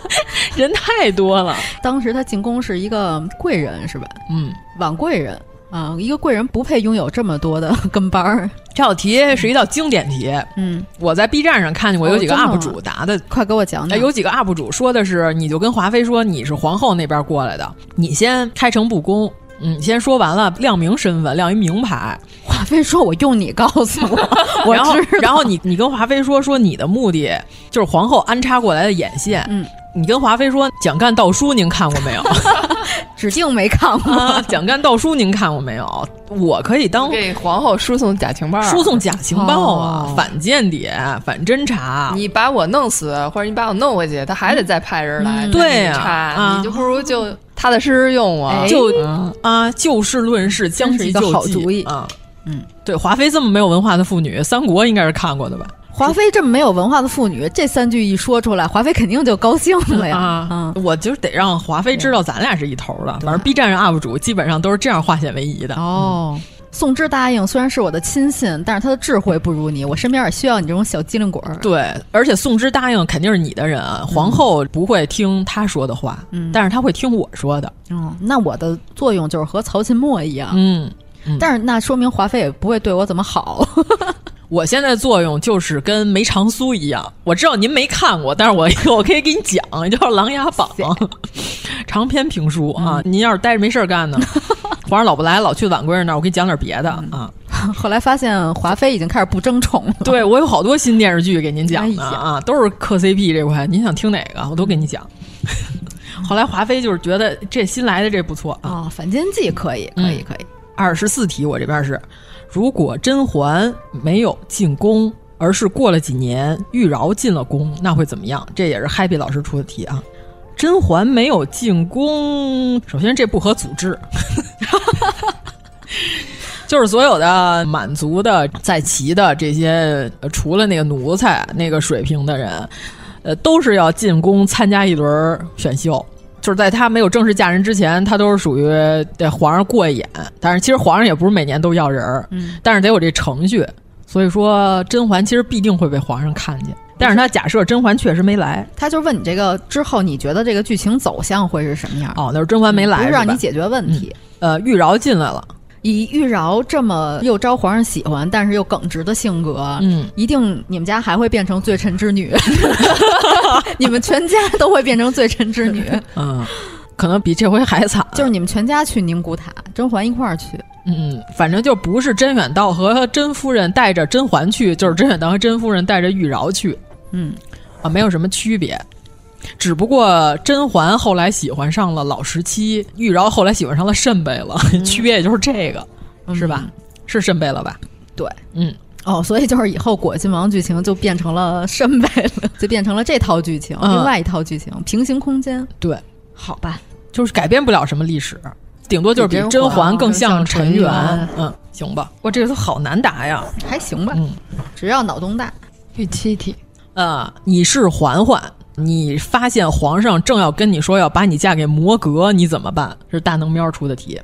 Speaker 9: 人太多了。
Speaker 8: 当时她进宫是一个贵人，是吧？
Speaker 9: 嗯，
Speaker 8: 婉贵人啊，一个贵人不配拥有这么多的 跟班儿。
Speaker 9: 这道题是一道经典题，
Speaker 8: 嗯，
Speaker 9: 我在 B 站上看见过有几个 UP 主答的，哦、
Speaker 8: 快给我讲讲。
Speaker 9: 有几个 UP 主说的是，你就跟华妃说你是皇后那边过来的，你先开诚布公，嗯，先说完了亮明身份，亮一名牌。
Speaker 8: 华妃说：“我用你告诉 我， 我
Speaker 9: 然后然后你你跟华妃说说你的目的就是皇后安插过来的眼线，
Speaker 8: 嗯。”
Speaker 9: 你跟华妃说《蒋干盗书》，您看过没有？
Speaker 8: 指定没看过。
Speaker 9: 啊《 蒋干盗书》，您看过没有？我可以当
Speaker 10: 给皇后输送假情报，
Speaker 9: 输送假情报啊！哦、反间谍、反侦查。
Speaker 10: 你把我弄死，或者你把我弄回去，他还得再派人来、嗯、
Speaker 9: 对
Speaker 10: 呀、啊。你就不如就踏踏实实用我，
Speaker 8: 哎、
Speaker 9: 就、嗯、啊，就事论事，将计就计。
Speaker 8: 好主意
Speaker 9: 啊！
Speaker 8: 嗯，
Speaker 9: 对，华妃这么没有文化的妇女，三国应该是看过的吧？
Speaker 8: 华妃这么没有文化的妇女，这三句一说出来，华妃肯定就高兴了呀！嗯
Speaker 9: 啊，我就得让华妃知道咱俩是一头的。反正 B 站上 UP 主基本上都是这样化险为夷的。
Speaker 8: 哦，宋芝答应虽然是我的亲信，但是他的智慧不如你，我身边也需要你这种小机灵鬼儿。
Speaker 9: 对，而且宋芝答应肯定是你的人啊，皇后不会听他说的话，
Speaker 8: 嗯、
Speaker 9: 但是他会听我说的。
Speaker 8: 哦，那我的作用就是和曹琴墨一样。
Speaker 9: 嗯，嗯
Speaker 8: 但是那说明华妃也不会对我怎么好。
Speaker 9: 我现在作用就是跟梅长苏一样，我知道您没看过，但是我 我可以给你讲，叫《琅琊榜》长篇评书啊。嗯、您要是待着没事儿干呢，皇上老不来，老去婉贵人那儿，我给你讲点别的啊。
Speaker 8: 后来发现华妃已经开始不争宠了，
Speaker 9: 对我有好多新电视剧给您讲呢、哎、啊，都是磕 CP 这块，您想听哪个我都给你讲。 后来华妃就是觉得这新来的这不错
Speaker 8: 啊、哦，反间计可以，
Speaker 9: 嗯
Speaker 8: 可以，可以。
Speaker 9: 二十四题我这边是，如果甄嬛没有进宫，而是过了几年玉娆进了宫，那会怎么样？这也是 Happy 老师出的题啊。甄嬛没有进宫，首先这不合组织。 就是所有的满族的在旗的这些，呃除了那个奴才那个水平的人，呃，都是要进宫参加一轮选秀。就是在他没有正式嫁人之前，他都是属于对皇上过一眼。但是其实皇上也不是每年都要人儿，嗯，但是得有这程序。所以说，甄嬛其实必定会被皇上看见。但是他假设甄嬛确实没来，
Speaker 8: 他就问你这个之后，你觉得这个剧情走向会是什么样？
Speaker 9: 哦，那是甄嬛没来，
Speaker 8: 嗯不是让你解决问题。
Speaker 9: 嗯、呃，玉娆进来了。
Speaker 8: 以玉娆这么又招皇上喜欢，但是又耿直的性格，嗯，一定你们家还会变成罪臣之 女，你们全家都会变成罪臣之女。
Speaker 9: 嗯，可能比这回还惨，
Speaker 8: 就是你们全家去宁古塔，甄嬛一块儿去。
Speaker 9: 嗯，反正就不是甄远道和甄夫人带着甄嬛去，就是甄远道和甄夫人带着玉娆去。
Speaker 8: 嗯，
Speaker 9: 啊，没有什么区别。只不过甄嬛后来喜欢上了老十七，玉娆后来喜欢上了慎贝勒，嗯、区别也就是这个，嗯、是吧？是慎贝勒吧？
Speaker 8: 对，
Speaker 9: 嗯，
Speaker 8: 哦，所以就是以后果亲王剧情就变成了慎贝勒，就变成了这套剧情，嗯、另外一套剧情平行空间。
Speaker 9: 对，
Speaker 8: 好吧，
Speaker 9: 就是改变不了什么历史，顶多就是比甄嬛更像
Speaker 8: 陈
Speaker 9: 元。嗯，行吧，我这个都好难答呀，
Speaker 8: 还行吧，只要脑洞大。
Speaker 10: 第七题，
Speaker 9: 呃，你是嬛嬛。你发现皇上正要跟你说要把你嫁给摩格，你怎么办？是大能喵出的题，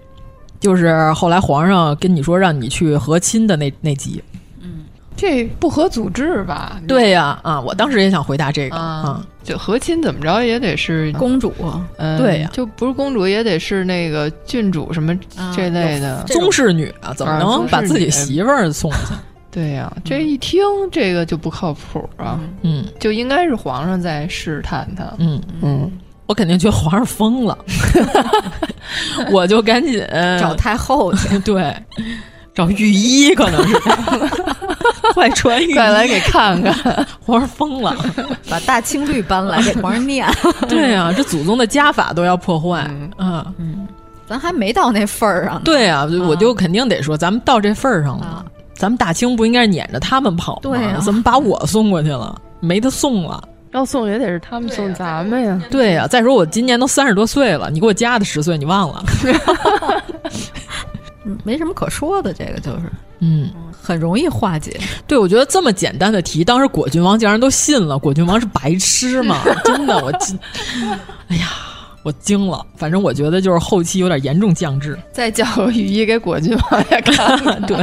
Speaker 9: 就是后来皇上跟你说让你去和亲的那那集。
Speaker 10: 嗯，这不合组织吧？
Speaker 9: 对呀、啊，啊，我当时也想回答这个啊、嗯，
Speaker 10: 就和亲怎么着也得是
Speaker 9: 啊
Speaker 8: 公主，
Speaker 10: 嗯、
Speaker 9: 对呀、啊，
Speaker 10: 就不是公主也得是那个郡主什么这类的、啊、
Speaker 9: 宗室女啊，怎么能把自己媳妇儿送去？
Speaker 10: 对呀、啊，这一听、嗯、这个就不靠谱啊！
Speaker 9: 嗯，
Speaker 10: 就应该是皇上在试探他。
Speaker 9: 嗯嗯，嗯我肯定觉得皇上疯 了，我就赶紧呃
Speaker 8: 找太后去。
Speaker 9: 对，找御医可能 是，快传御医
Speaker 10: 来给看看，
Speaker 9: 皇上疯了，
Speaker 8: 把大清律搬来给皇上念。
Speaker 9: 对呀、啊，这祖宗的家法都要破坏。嗯
Speaker 8: 嗯，咱还没到那份儿上。
Speaker 9: 对呀、啊，我
Speaker 10: 嗯
Speaker 9: 就肯定得说，咱们到这份儿上
Speaker 10: 啊
Speaker 9: 了。咱们大清不应该撵着他们跑吗？
Speaker 8: 对啊、
Speaker 9: 怎么把我送过去了？没得送了，
Speaker 10: 要送也得是他们送咱们呀。
Speaker 9: 对呀、啊啊，再说我今年都三十多岁了，你给我加的十岁，你忘 了？
Speaker 8: 没什么可说的，这个就是，
Speaker 9: 嗯，
Speaker 8: 很容易化解。
Speaker 9: 对，我觉得这么简单的题，当时果郡王竟然都信了，果郡王是白痴吗？ 真的，我，哎呀。我惊了，反正我觉得就是后期有点严重降智。
Speaker 10: 再叫个雨衣给果郡王也看 看，
Speaker 9: 对，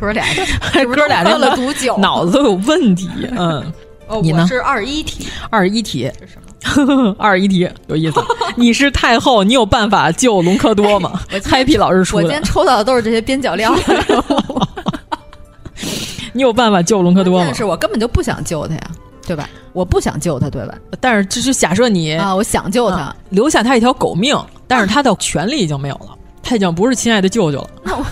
Speaker 8: 哥俩，
Speaker 9: 哥俩
Speaker 8: 喝了毒酒，
Speaker 9: 脑子都有问题。嗯，
Speaker 8: 哦，
Speaker 9: 你呢？
Speaker 8: 是二一题，
Speaker 9: 二一题
Speaker 8: 是什么？
Speaker 9: 二一题 有意思。你是太后，你有办法救隆科多吗？Happy 老师出
Speaker 8: 的，我今天抽到的都是这些边角料。
Speaker 9: 你有办法救隆科多吗？
Speaker 8: 但是我根本就不想救他呀。对吧？我不想救他，对吧？
Speaker 9: 但是这是假设你
Speaker 8: 啊，我想救他、嗯，
Speaker 9: 留下他一条狗命，但是他的权利已经没有了，他已经不是亲爱的舅舅了。
Speaker 8: 那我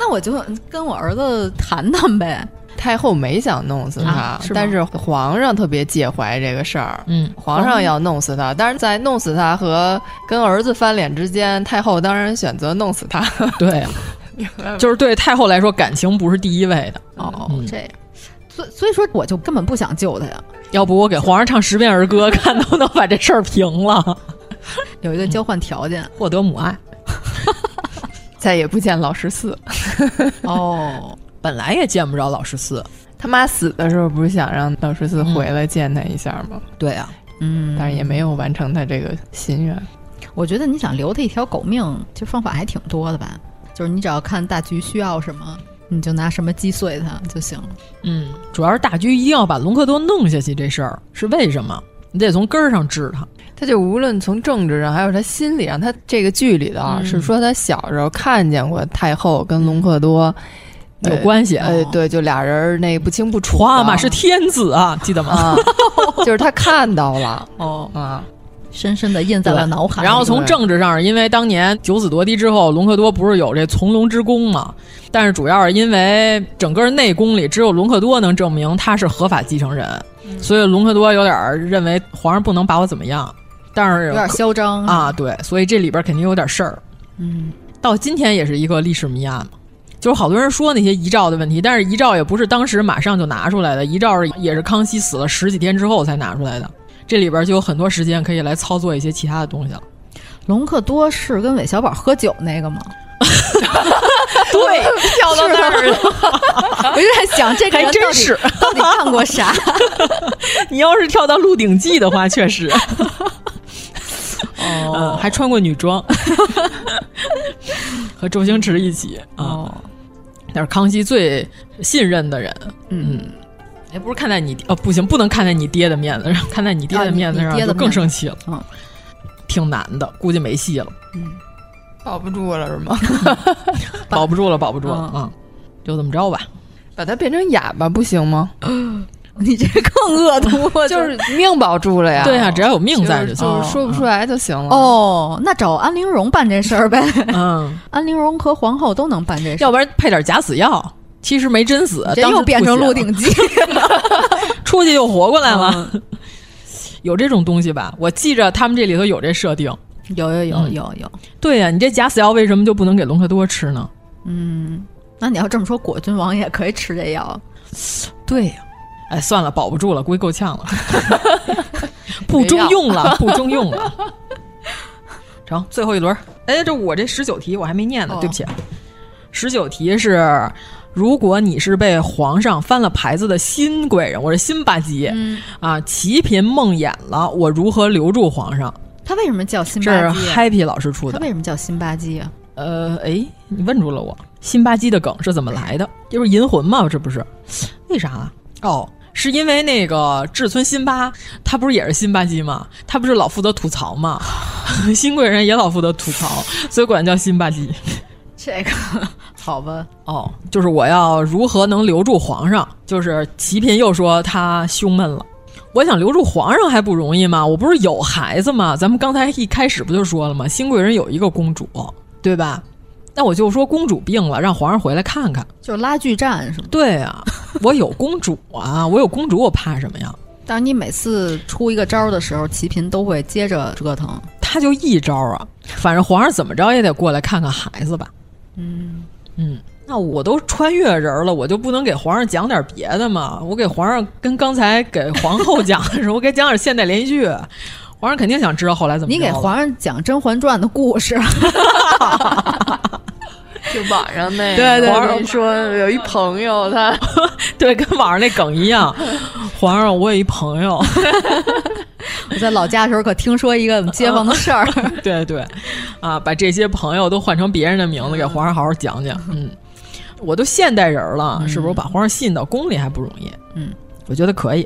Speaker 8: 那我就跟我儿子谈谈呗。
Speaker 10: 太后没想弄死他，啊、
Speaker 8: 是
Speaker 10: 但是皇上特别介怀这个事儿。
Speaker 9: 嗯，
Speaker 10: 皇上要弄死他，但是在弄死他和跟儿子翻脸之间，太后当然选择弄死他。
Speaker 9: 对，就是对太后来说，感情不是第一位的。
Speaker 8: 哦，嗯、这样。所所以说，我就根本不想救他呀。
Speaker 9: 要不我给皇上唱十遍儿歌，看能不能把这事儿平了。
Speaker 8: 有一个交换条件，嗯、
Speaker 9: 获得母爱，
Speaker 10: 再也不见老十四。
Speaker 8: 哦，
Speaker 9: 本来也见不着老十四。
Speaker 10: 他妈死的时候不是想让老十四回来见他一下吗？嗯、
Speaker 9: 对啊，
Speaker 8: 嗯，
Speaker 10: 但是也没有完成他这个心愿。
Speaker 8: 我觉得你想留他一条狗命，这方法还挺多的吧？就是你只要看大局需要什么。你就拿什么击碎它就行了。
Speaker 9: 嗯，主要是大局一定要把隆科多弄下去，这事儿是为什么？你得从根儿上治他。
Speaker 10: 他就无论从政治上，还有他心理上，他这个剧里的啊，嗯、是说他小时候看见过太后跟隆科多、
Speaker 9: 嗯、有关系、啊。
Speaker 8: 哦
Speaker 10: 哎，对，就俩人那不清不楚。
Speaker 9: 皇阿玛是天子啊，记得吗？
Speaker 10: 啊、 就是他看到了。
Speaker 9: 哦
Speaker 10: 啊。
Speaker 8: 深深的印在了脑海。
Speaker 9: 然后从政治上，因为当年九子夺嫡之后，隆科多不是有这从龙之功嘛？但是主要是因为整个内宫里只有隆科多能证明他是合法继承人，嗯、所以隆科多有点认为皇上不能把我怎么样。但是
Speaker 8: 有点嚣张
Speaker 9: 啊，对，所以这里边肯定有点事儿。
Speaker 8: 嗯，
Speaker 9: 到今天也是一个历史谜案嘛。就是好多人说那些遗诏的问题，但是遗诏也不是当时马上就拿出来的，遗诏也是康熙死了十几天之后才拿出来的。这里边就有很多时间可以来操作一些其他的东西了。
Speaker 8: 隆克多是跟韦小宝喝酒那个吗？
Speaker 9: 对，
Speaker 8: 跳到那儿了。 我就在想，这个
Speaker 9: 还真是
Speaker 8: 到底干过啥？
Speaker 9: 你要是跳到《鹿鼎记》的话，确实。
Speaker 8: 哦、
Speaker 9: 嗯，还穿过女装， 和周星驰一起啊。
Speaker 8: 哦
Speaker 9: 那是康熙最信任的人，嗯，也不是看在你哦，不行，不能看在你爹的面子上，看在你爹的面子上就更生气了，
Speaker 8: 嗯，
Speaker 9: 挺难的，估计没戏了，
Speaker 8: 嗯，
Speaker 10: 保不住了是吗？
Speaker 9: 保不住了，保不住了啊，就这么着吧，
Speaker 10: 把他变成哑巴不行吗？
Speaker 8: 你这更恶毒，啊
Speaker 10: 就是命保住了呀，
Speaker 9: 对啊呀，只要有命在，
Speaker 10: 就是说不出来就行了。
Speaker 8: 哦，那找安陵容办这事儿呗，
Speaker 9: 嗯，
Speaker 8: 安陵容和皇后都能办这事，
Speaker 9: 要不然配点假死药。其实没真死，
Speaker 8: 这又变成《鹿 鼎记》
Speaker 9: 了，出去又活过来了。 嗯、有这种东西吧？我记着他们这里头有这设定，
Speaker 8: 有有
Speaker 9: 嗯
Speaker 8: 有有有。
Speaker 9: 对呀、啊，你这假死药为什么就不能给隆科多吃呢？
Speaker 8: 嗯，那你要这么说，果郡王也可以吃这药。
Speaker 9: 对呀、啊，哎，算了，保不住了，估计够呛了，不中用了，不中用了。成，最后一轮。哎，这我这十九题我还没念呢，哦、对不起，十九题是。如果你是被皇上翻了牌子的新贵人，我是新八级、
Speaker 8: 嗯、
Speaker 9: 啊，齐嫔梦魇了，我如何留住皇上？
Speaker 8: 他为什么叫新八
Speaker 9: 基？这是 Happy 老师出的。
Speaker 8: 啊他为什么叫新八基啊？
Speaker 9: 呃，哎，你问住了我，新八基的梗是怎么来的？这不是银魂吗？这不是？为啥？哦，是因为那个志村新八，他不是也是新八基吗？他不是老负责吐槽吗？ 新贵人也老负责吐槽，所以管叫新八基。
Speaker 8: 这个好吧，
Speaker 9: 哦，就是我要如何能留住皇上？就是齐嫔又说他胸闷了，我想留住皇上还不容易吗？我不是有孩子吗？咱们刚才一开始不就说了吗？新贵人有一个公主，对吧？那我就说公主病了，让皇上回来看看，
Speaker 8: 就拉锯战是吗？
Speaker 9: 对啊， 我有公主啊，我有公主，我怕什么呀？
Speaker 8: 但是你每次出一个招的时候，齐嫔都会接着折腾，
Speaker 9: 他就一招啊，反正皇上怎么着也得过来看看孩子吧。
Speaker 8: 嗯
Speaker 9: 嗯，那我都穿越人了，我就不能给皇上讲点别的吗？我给皇上跟刚才给皇后讲的时候，我 给讲点现代连续剧，皇上肯定想知道后来怎么。
Speaker 8: 你给皇上讲《甄嬛传》的故 事，啊
Speaker 10: 就网上那
Speaker 9: 对对，
Speaker 8: 哎
Speaker 10: 皇上说有一朋友他，
Speaker 9: 对，跟网上那梗一样。皇上，我有一朋友，
Speaker 8: 我在老家的时候可听说一个我们街坊的事 儿。
Speaker 9: 对对，啊，把这些朋友都换成别人的名字，给皇上好好讲讲。嗯，我都现代人了，
Speaker 8: 嗯、
Speaker 9: 是不是？把皇上吸引到宫里还不容易？
Speaker 8: 嗯，
Speaker 9: 我觉得可以。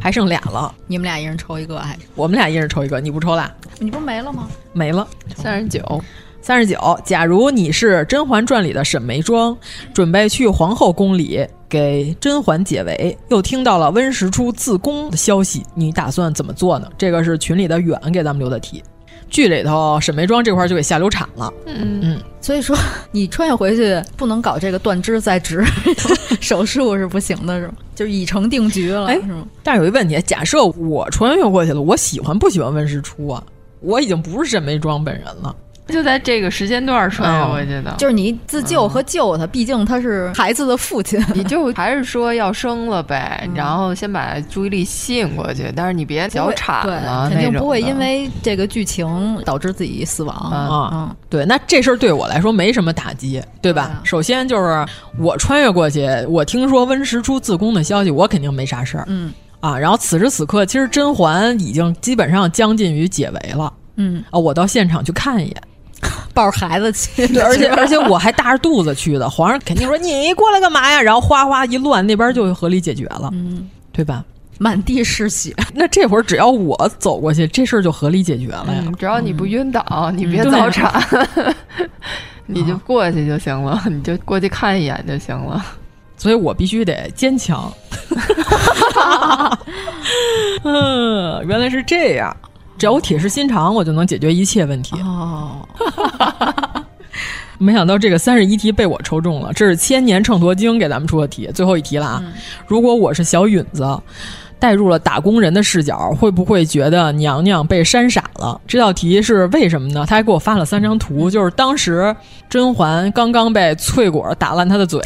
Speaker 9: 还剩俩了，
Speaker 8: 你们俩一人抽一个，哎还是
Speaker 9: 我们俩一人抽一个？你不抽啦？
Speaker 8: 你不没了吗？
Speaker 9: 没了，
Speaker 10: 三十九。
Speaker 9: 三十九，假如你是《甄嬛传》里的沈眉庄，准备去皇后宫里给甄嬛解围，又听到了温实初自宫的消息，你打算怎么做呢？这个是群里的远给咱们留的题。剧里头沈眉庄这块就给吓流产了，
Speaker 8: 嗯
Speaker 9: 嗯，
Speaker 8: 所以说你穿越回去不能搞这个断肢再植 手术是不行的，是吗？就已成定局了，
Speaker 9: 哎，
Speaker 8: 是吗？
Speaker 9: 但是有一问题，假设我穿越过去了，我喜欢不喜欢温实初啊？我已经不是沈眉庄本人了。哦
Speaker 10: 就在这个时间段穿越回去的，
Speaker 8: 就是你自救和救他，嗯毕竟他是孩子的父 亲。
Speaker 10: 你就还是说要生了呗，
Speaker 8: 嗯
Speaker 10: 然后先把注意力吸引过去，但是你别小
Speaker 8: 啊
Speaker 10: 产了，
Speaker 8: 肯定不会因为这个剧情导致自己死亡啊。
Speaker 9: 对，那这事儿对我来说没什么打击，对吧？
Speaker 8: 嗯
Speaker 9: 首先就是我穿越过去，我听说温实初自宫的消息，我肯定没啥事儿。
Speaker 8: 嗯
Speaker 9: 啊，然后此时此刻，其实甄嬛已经基本上将近于解围了。
Speaker 8: 嗯
Speaker 9: 啊，我到现场去看一 眼。
Speaker 8: 抱着孩子 去，
Speaker 9: 而且而且我还大着肚子去的，皇上肯定说你过来干嘛呀？然后哗哗一乱，那边就合理解决了，
Speaker 8: 嗯，
Speaker 9: 对吧？
Speaker 8: 满地是血，
Speaker 9: 那这会儿只要我走过去，这事儿就合理解决了呀。
Speaker 10: 嗯、只要你不晕倒，嗯、你别早产， 你
Speaker 9: 啊
Speaker 10: 就过去就行了，你就过去看一眼就行了。
Speaker 9: 所以我必须得坚强。 嗯，原来是这样。只要我铁石心肠，我就能解决一切问题。
Speaker 8: 哦，
Speaker 9: 没想到这个三十一题被我抽中了，这是《千年秤砣精》给咱们出的题，最后一题了啊！
Speaker 8: 嗯、
Speaker 9: 如果我是小允子，带入了打工人的视角，会不会觉得娘娘被扇傻了。这道题是为什么呢？他还给我发了三张
Speaker 8: 嗯
Speaker 9: 图，就是当时甄嬛刚刚被翠果打烂她 的嘴，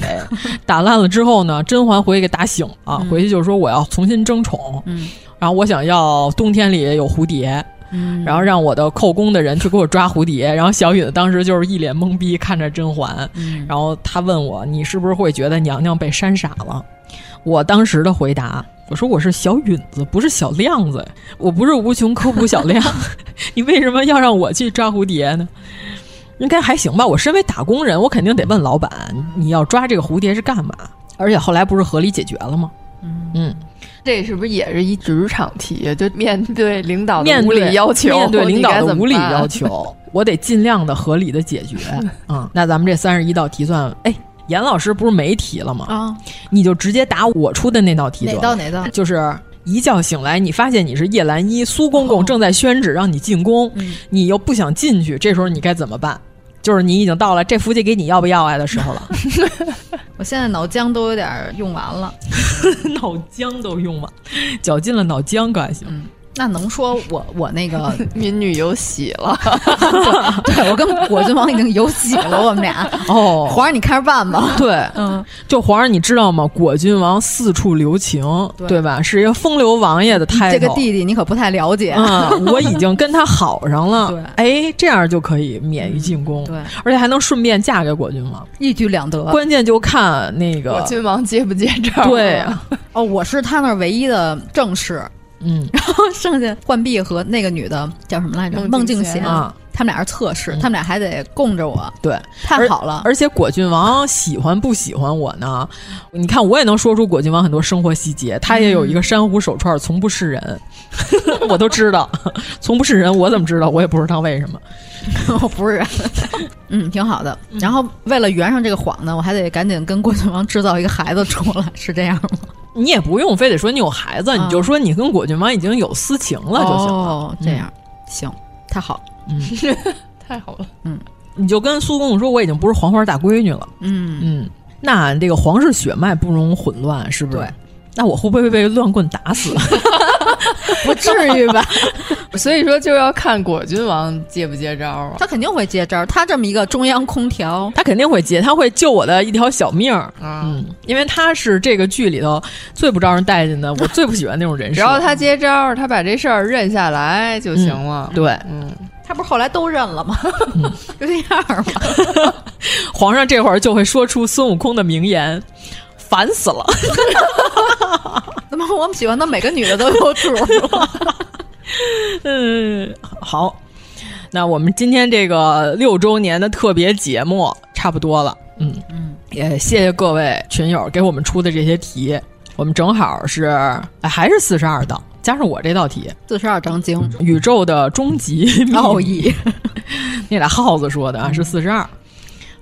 Speaker 9: 打烂了之后呢，甄嬛回去给打醒了，回去就说我要重新争宠，
Speaker 8: 嗯，
Speaker 9: 然后我想要冬天里有蝴蝶。
Speaker 8: 嗯、
Speaker 9: 然后让我的后宫的人去给我抓蝴蝶，然后小允当时就是一脸懵逼看着甄嬛，
Speaker 8: 嗯、
Speaker 9: 然后他问我你是不是会觉得娘娘被扇傻了？我当时的回答我说我是小允子，不是小亮子，我不是无穷科普小亮， 你为什么要让我去抓蝴蝶呢？应该还行吧，我身为打工人，我肯定得问老板你要抓这个蝴蝶是干嘛？而且后来不是合理解决了吗？
Speaker 8: 嗯。
Speaker 9: 嗯
Speaker 10: 这是不是也是一职场题？啊就面对领导
Speaker 9: 面
Speaker 10: 无理要求，
Speaker 9: 面对 领导的无理要
Speaker 10: 求，
Speaker 9: 我得尽量的合理的解决啊嗯。那咱们这三十一道题算，哎，严老师不是没题了吗？
Speaker 8: 啊、
Speaker 9: 哦，你就直接答我出的那道题。
Speaker 8: 哪道哪道？
Speaker 9: 就是一觉醒来，你发现你是叶澜依，苏公公正在宣旨让你进宫，哦
Speaker 8: 哦嗯、
Speaker 9: 你又不想进去，这时候你该怎么办？就是你已经到了这福气给你要不要啊的时候 了。
Speaker 8: 我现在脑浆都有点用完了，
Speaker 9: 脑浆都用完，绞尽了脑浆还行。
Speaker 8: 嗯，那能说我我那个
Speaker 10: 民女有喜了？
Speaker 8: 对，我跟果郡王已经有喜了，我们俩。
Speaker 9: 哦，
Speaker 8: 皇上你看着办吧。
Speaker 9: 对，
Speaker 8: 嗯，
Speaker 9: 就皇上你知道吗？果郡王四处留情，
Speaker 8: 对,嗯
Speaker 9: 对吧？是一个风流王爷的态
Speaker 8: 度。这个弟弟你可不太了解。
Speaker 9: 嗯，我已经跟他好上了。
Speaker 8: 对，
Speaker 9: 哎，这样就可以免于进宫。
Speaker 8: 嗯、对，
Speaker 9: 而且还能顺便嫁给果郡王，
Speaker 8: 一举两 得。
Speaker 9: 关键就看那个
Speaker 10: 果郡王接不接招。
Speaker 9: 对、
Speaker 8: 啊，哦，我是他那儿唯一的正 室。
Speaker 9: 嗯，
Speaker 8: 然后剩下浣碧和那个女的叫什么来着？孟
Speaker 10: 静
Speaker 8: 娴
Speaker 9: 啊，
Speaker 8: 他们俩是侧室，他们俩还得供着我。
Speaker 9: 对，
Speaker 8: 嗯太好了。
Speaker 9: 嗯而且果郡王喜欢不喜欢我呢？你看，我也能说出果郡王很多生活细节。他
Speaker 8: 嗯
Speaker 9: 也有一个珊瑚手串，从不是人， 我都知道，从不是人，我怎么知道？我也不知道为什么，
Speaker 8: 我不是人。嗯，挺好的。然后为了圆上这个谎呢，我还得赶紧跟果郡王制造一个孩子出来，是这样吗？
Speaker 9: 你也不用非得说你有孩子，你就说你跟果郡王已经有私情了就行了。
Speaker 8: 嗯哦，这样行，太好，
Speaker 9: 嗯，
Speaker 10: 太好了，
Speaker 8: 嗯，
Speaker 9: 你就跟苏公公说我已经不是黄花大闺女了，
Speaker 8: 嗯
Speaker 9: 嗯，那这个皇室血脉不容混乱，是不是？
Speaker 8: 对，
Speaker 9: 那我会不会被乱棍打死？
Speaker 8: 不至于吧？
Speaker 10: 所以说就要看果郡王接不接招
Speaker 9: 嗯
Speaker 10: 啊。
Speaker 8: 他肯定会接招，他这么一个中央空调，
Speaker 9: 他肯定会接，他会救我的一条小命儿。
Speaker 10: 嗯，
Speaker 9: 因为他是这个剧里头最不招人待见的，我最不喜欢那种人设。
Speaker 10: 然后他接招，他把这事儿认下来就行了。
Speaker 9: 嗯、对，
Speaker 10: 嗯，
Speaker 8: 他不是后来都认了吗？嗯、 就这样吧。
Speaker 9: 皇上这会儿就会说出孙悟空的名言。烦死了！
Speaker 8: 怎么我们喜欢的每个女的都有主？
Speaker 9: 嗯，好，那我们今天这个六周年的特别节目差不多了。嗯
Speaker 8: 嗯，
Speaker 9: 也谢谢各位群友给我们出的这些题，我们正好是、哎、还是四十二道，加上我这道题，
Speaker 8: 四十二章经，
Speaker 9: 宇宙的 终极
Speaker 8: 奥义。
Speaker 9: 那俩耗子说的啊，是四十二。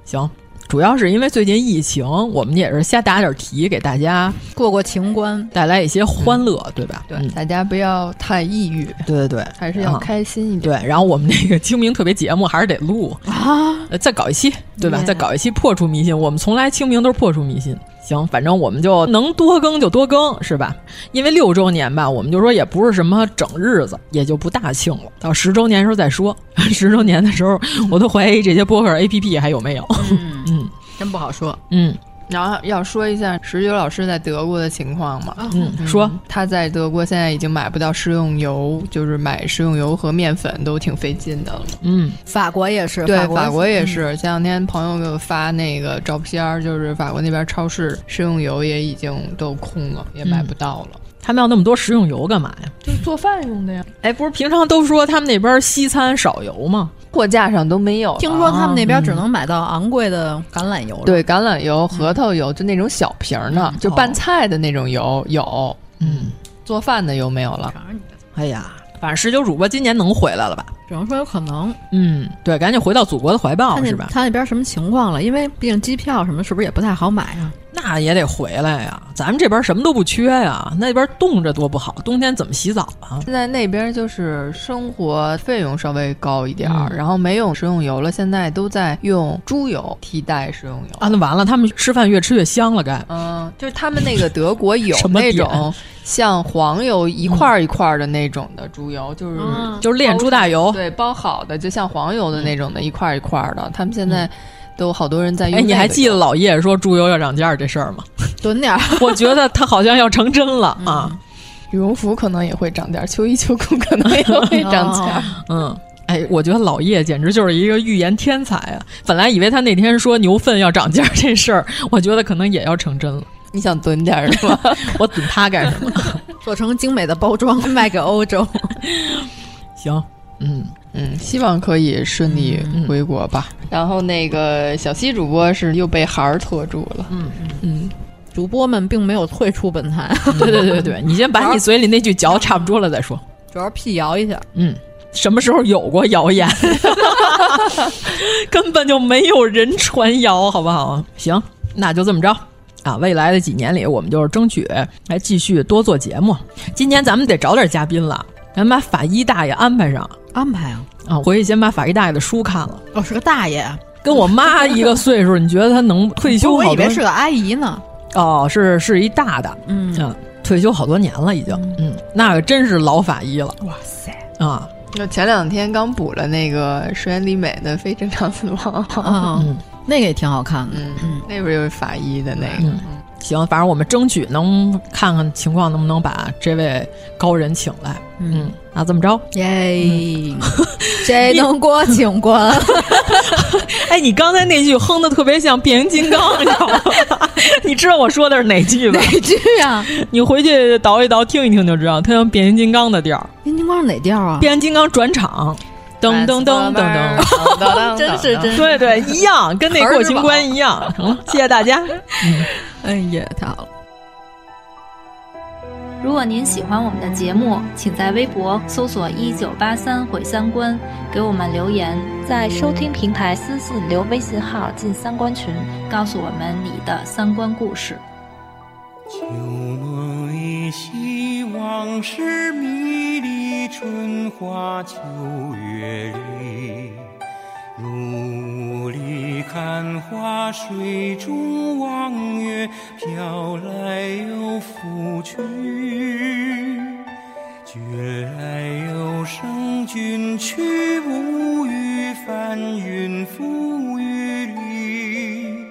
Speaker 9: 行。主要是因为最近疫情，我们也是瞎打点题给大家
Speaker 8: 过过情关，
Speaker 9: 带来一些欢乐，
Speaker 8: 嗯、
Speaker 9: 对吧？
Speaker 8: 对，
Speaker 9: 嗯、
Speaker 10: 大家不要太抑郁。
Speaker 9: 对对对，
Speaker 10: 还是要开心一
Speaker 9: 点。对，然后我们那个清明特别节目还是得录
Speaker 8: 啊、
Speaker 9: 呃，再搞一期，对吧？再搞一期破除迷信。我们从来清明都是破除迷信。行，反正我们就能多更就多更，是吧？因为六周年吧，我们就说也不是什么整日子，也就不大庆了。到十周年时候再说。十周年的时候，我都怀疑这些播客 A P P 还有没有。
Speaker 8: 嗯，
Speaker 9: 嗯
Speaker 8: 真不好说。
Speaker 9: 嗯，
Speaker 10: 然后要说一下石榴老师在德国的情况嘛。
Speaker 9: 嗯，嗯说
Speaker 10: 他在德国现在已经买不到食用油，就是买食用油和面粉都挺费劲的了。
Speaker 9: 嗯，
Speaker 8: 法国也是，
Speaker 10: 对，
Speaker 8: 法
Speaker 10: 国也是。嗯、前两天朋友给我发那个照片儿，就是法国那边超市食用油也已经都空了，也买不到了。嗯
Speaker 9: 他们要那么多食用油干嘛呀？
Speaker 10: 就是做饭用的呀。
Speaker 9: 哎，不是平常都说他们那边西餐少油吗？啊
Speaker 10: 货架上都没有。
Speaker 8: 听说他们那边只能买到昂贵的橄榄油、嗯。
Speaker 10: 对，橄榄油、核桃油，就那种小瓶的，嗯、就拌
Speaker 9: 哦
Speaker 10: 菜的那种油有。
Speaker 9: 嗯，
Speaker 10: 做饭的油没有了。
Speaker 9: 哎呀，反正十九主播今年能回来了吧？
Speaker 8: 只能说有可能。
Speaker 9: 嗯，对，赶紧回到祖国的怀抱是吧？
Speaker 8: 他那边什么情况了？因为毕竟机票什么是不是也不太好买啊？
Speaker 9: 那那也得回来呀、啊。咱们这边什么都不缺呀、啊，那边冻着多不好，冬天怎么洗澡啊？
Speaker 10: 现在那边就是生活费用稍微高一点儿、嗯，然后没有食用油了，现在都在用猪油替代食用油
Speaker 9: 啊。那完了，他们吃饭越吃越香了，该
Speaker 10: 嗯，就是他们那个德国 有那种像黄油一块一块的那种的猪油，嗯、就是、
Speaker 9: 嗯、就是炼猪大油，
Speaker 10: 对，包好的，就像黄油的那种的，一块一块的。他们现在。都好多人在用。哎，
Speaker 9: 你还记得老叶说猪油要涨价这事儿 吗？
Speaker 10: 囤点儿，
Speaker 9: 我觉得他好像要成真了、嗯、啊！
Speaker 11: 羽绒服可能也会涨价，秋衣秋裤可能也会涨价。
Speaker 9: 嗯，哎，我觉得老叶简直就是一个预言天才啊！本来以为他那天说牛粪要涨价这事儿， 我觉得可能也要成真了。
Speaker 10: 你想囤点儿是吧？
Speaker 9: 我囤它 干什么？
Speaker 8: 做成精美的包装卖给欧洲。
Speaker 9: 行，嗯。
Speaker 10: 嗯，希望可以顺利回国吧。嗯嗯、然后那个小西主播是又被孩儿拖住了。
Speaker 8: 嗯嗯嗯，主播们并没有退出本台。
Speaker 9: 对对对对，你先把你嘴里那句嚼差不多了再说。
Speaker 8: 主要辟谣一下。
Speaker 9: 嗯，什么时候有过谣言？ 根本就没有人传谣，好不好？行，那就这么着。啊，未来的几年里，我们就是争取来继续多做节目。今年咱们得找点嘉宾了。咱把法医大爷安排上，
Speaker 8: 安排啊！
Speaker 9: 啊，回去先把法医大爷的书看了。
Speaker 8: 哦，是个大爷，
Speaker 9: 跟我妈一个岁数，你觉得他能退休？
Speaker 8: 我以为是个阿姨呢。
Speaker 9: 哦，是是一大的，
Speaker 8: 嗯、
Speaker 9: 啊，退休好多年了已经，嗯，那可、个、真是老法医了。
Speaker 8: 哇塞！
Speaker 9: 啊，
Speaker 10: 那前两天刚补了那个石原里美的《非正常死 亡》
Speaker 8: 啊、嗯，那个也挺好看的，
Speaker 10: 嗯，嗯那边有法医的那个。嗯
Speaker 9: 行，反正我们争取能看看情况，能不能把这位高人请来。嗯，那这么着，
Speaker 8: 耶，谁能过请过？
Speaker 9: 哎，你刚才那句哼的特别像变形金刚，你知道吗？ 你知道我说的是哪句吧？
Speaker 8: 哪句呀、啊？
Speaker 9: 你回去倒一倒，听一听就知道，它像变形金刚的调儿。
Speaker 8: 变形金刚是哪调啊？
Speaker 9: 变形金刚转场。 噔噔噔噔
Speaker 8: 噔，真是真是，
Speaker 9: 对对，一样，跟那过情关一样。嗯，谢谢大家。
Speaker 8: 嗯、 哎呀，太好了！
Speaker 13: 如果您喜欢我们的节目，请在微博搜索“一九八三毁三观”，给我们留言，
Speaker 14: 在收听平台私信留微信号进三观群，
Speaker 13: 告诉我们你的三观故事。
Speaker 15: 旧梦依稀，往事迷离，春花秋月里。如雾里看花，水中望月，飘来又拂去。觉来有声君去无语，翻云覆雨里。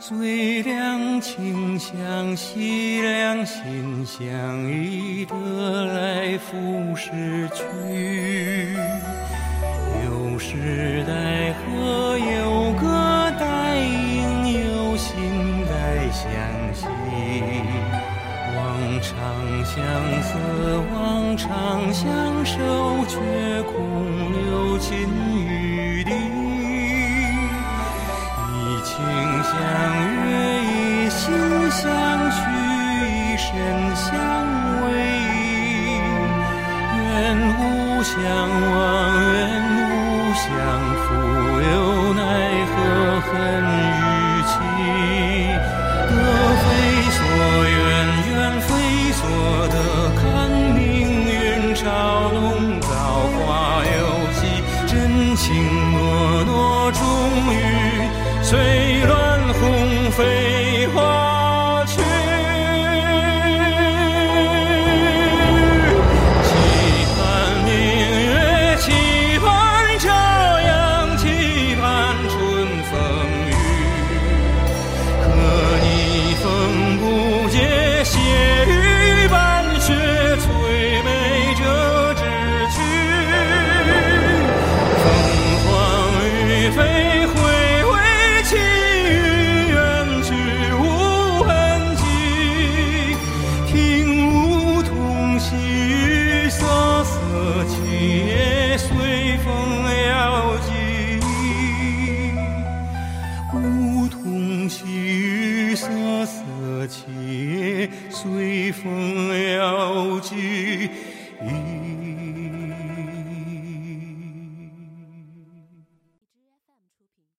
Speaker 15: 最两情相惜，两心相依，得来复失去。有时待和，有歌待应，有心待相惜。往常相思，往常相守，却空留情余地。情相悦，一心相许，一生相偎依。愿无相忘，愿无相负，又奈何恨与期？得非所愿，愿非所得，看命运嘲弄造化游戏，真情诺诺，终于。随乱红飞花去，期盼明月，期盼朝阳，期盼春风雨。可你风不解，血雨伴雪，摧眉折枝去。凤凰于飞。随风摇起。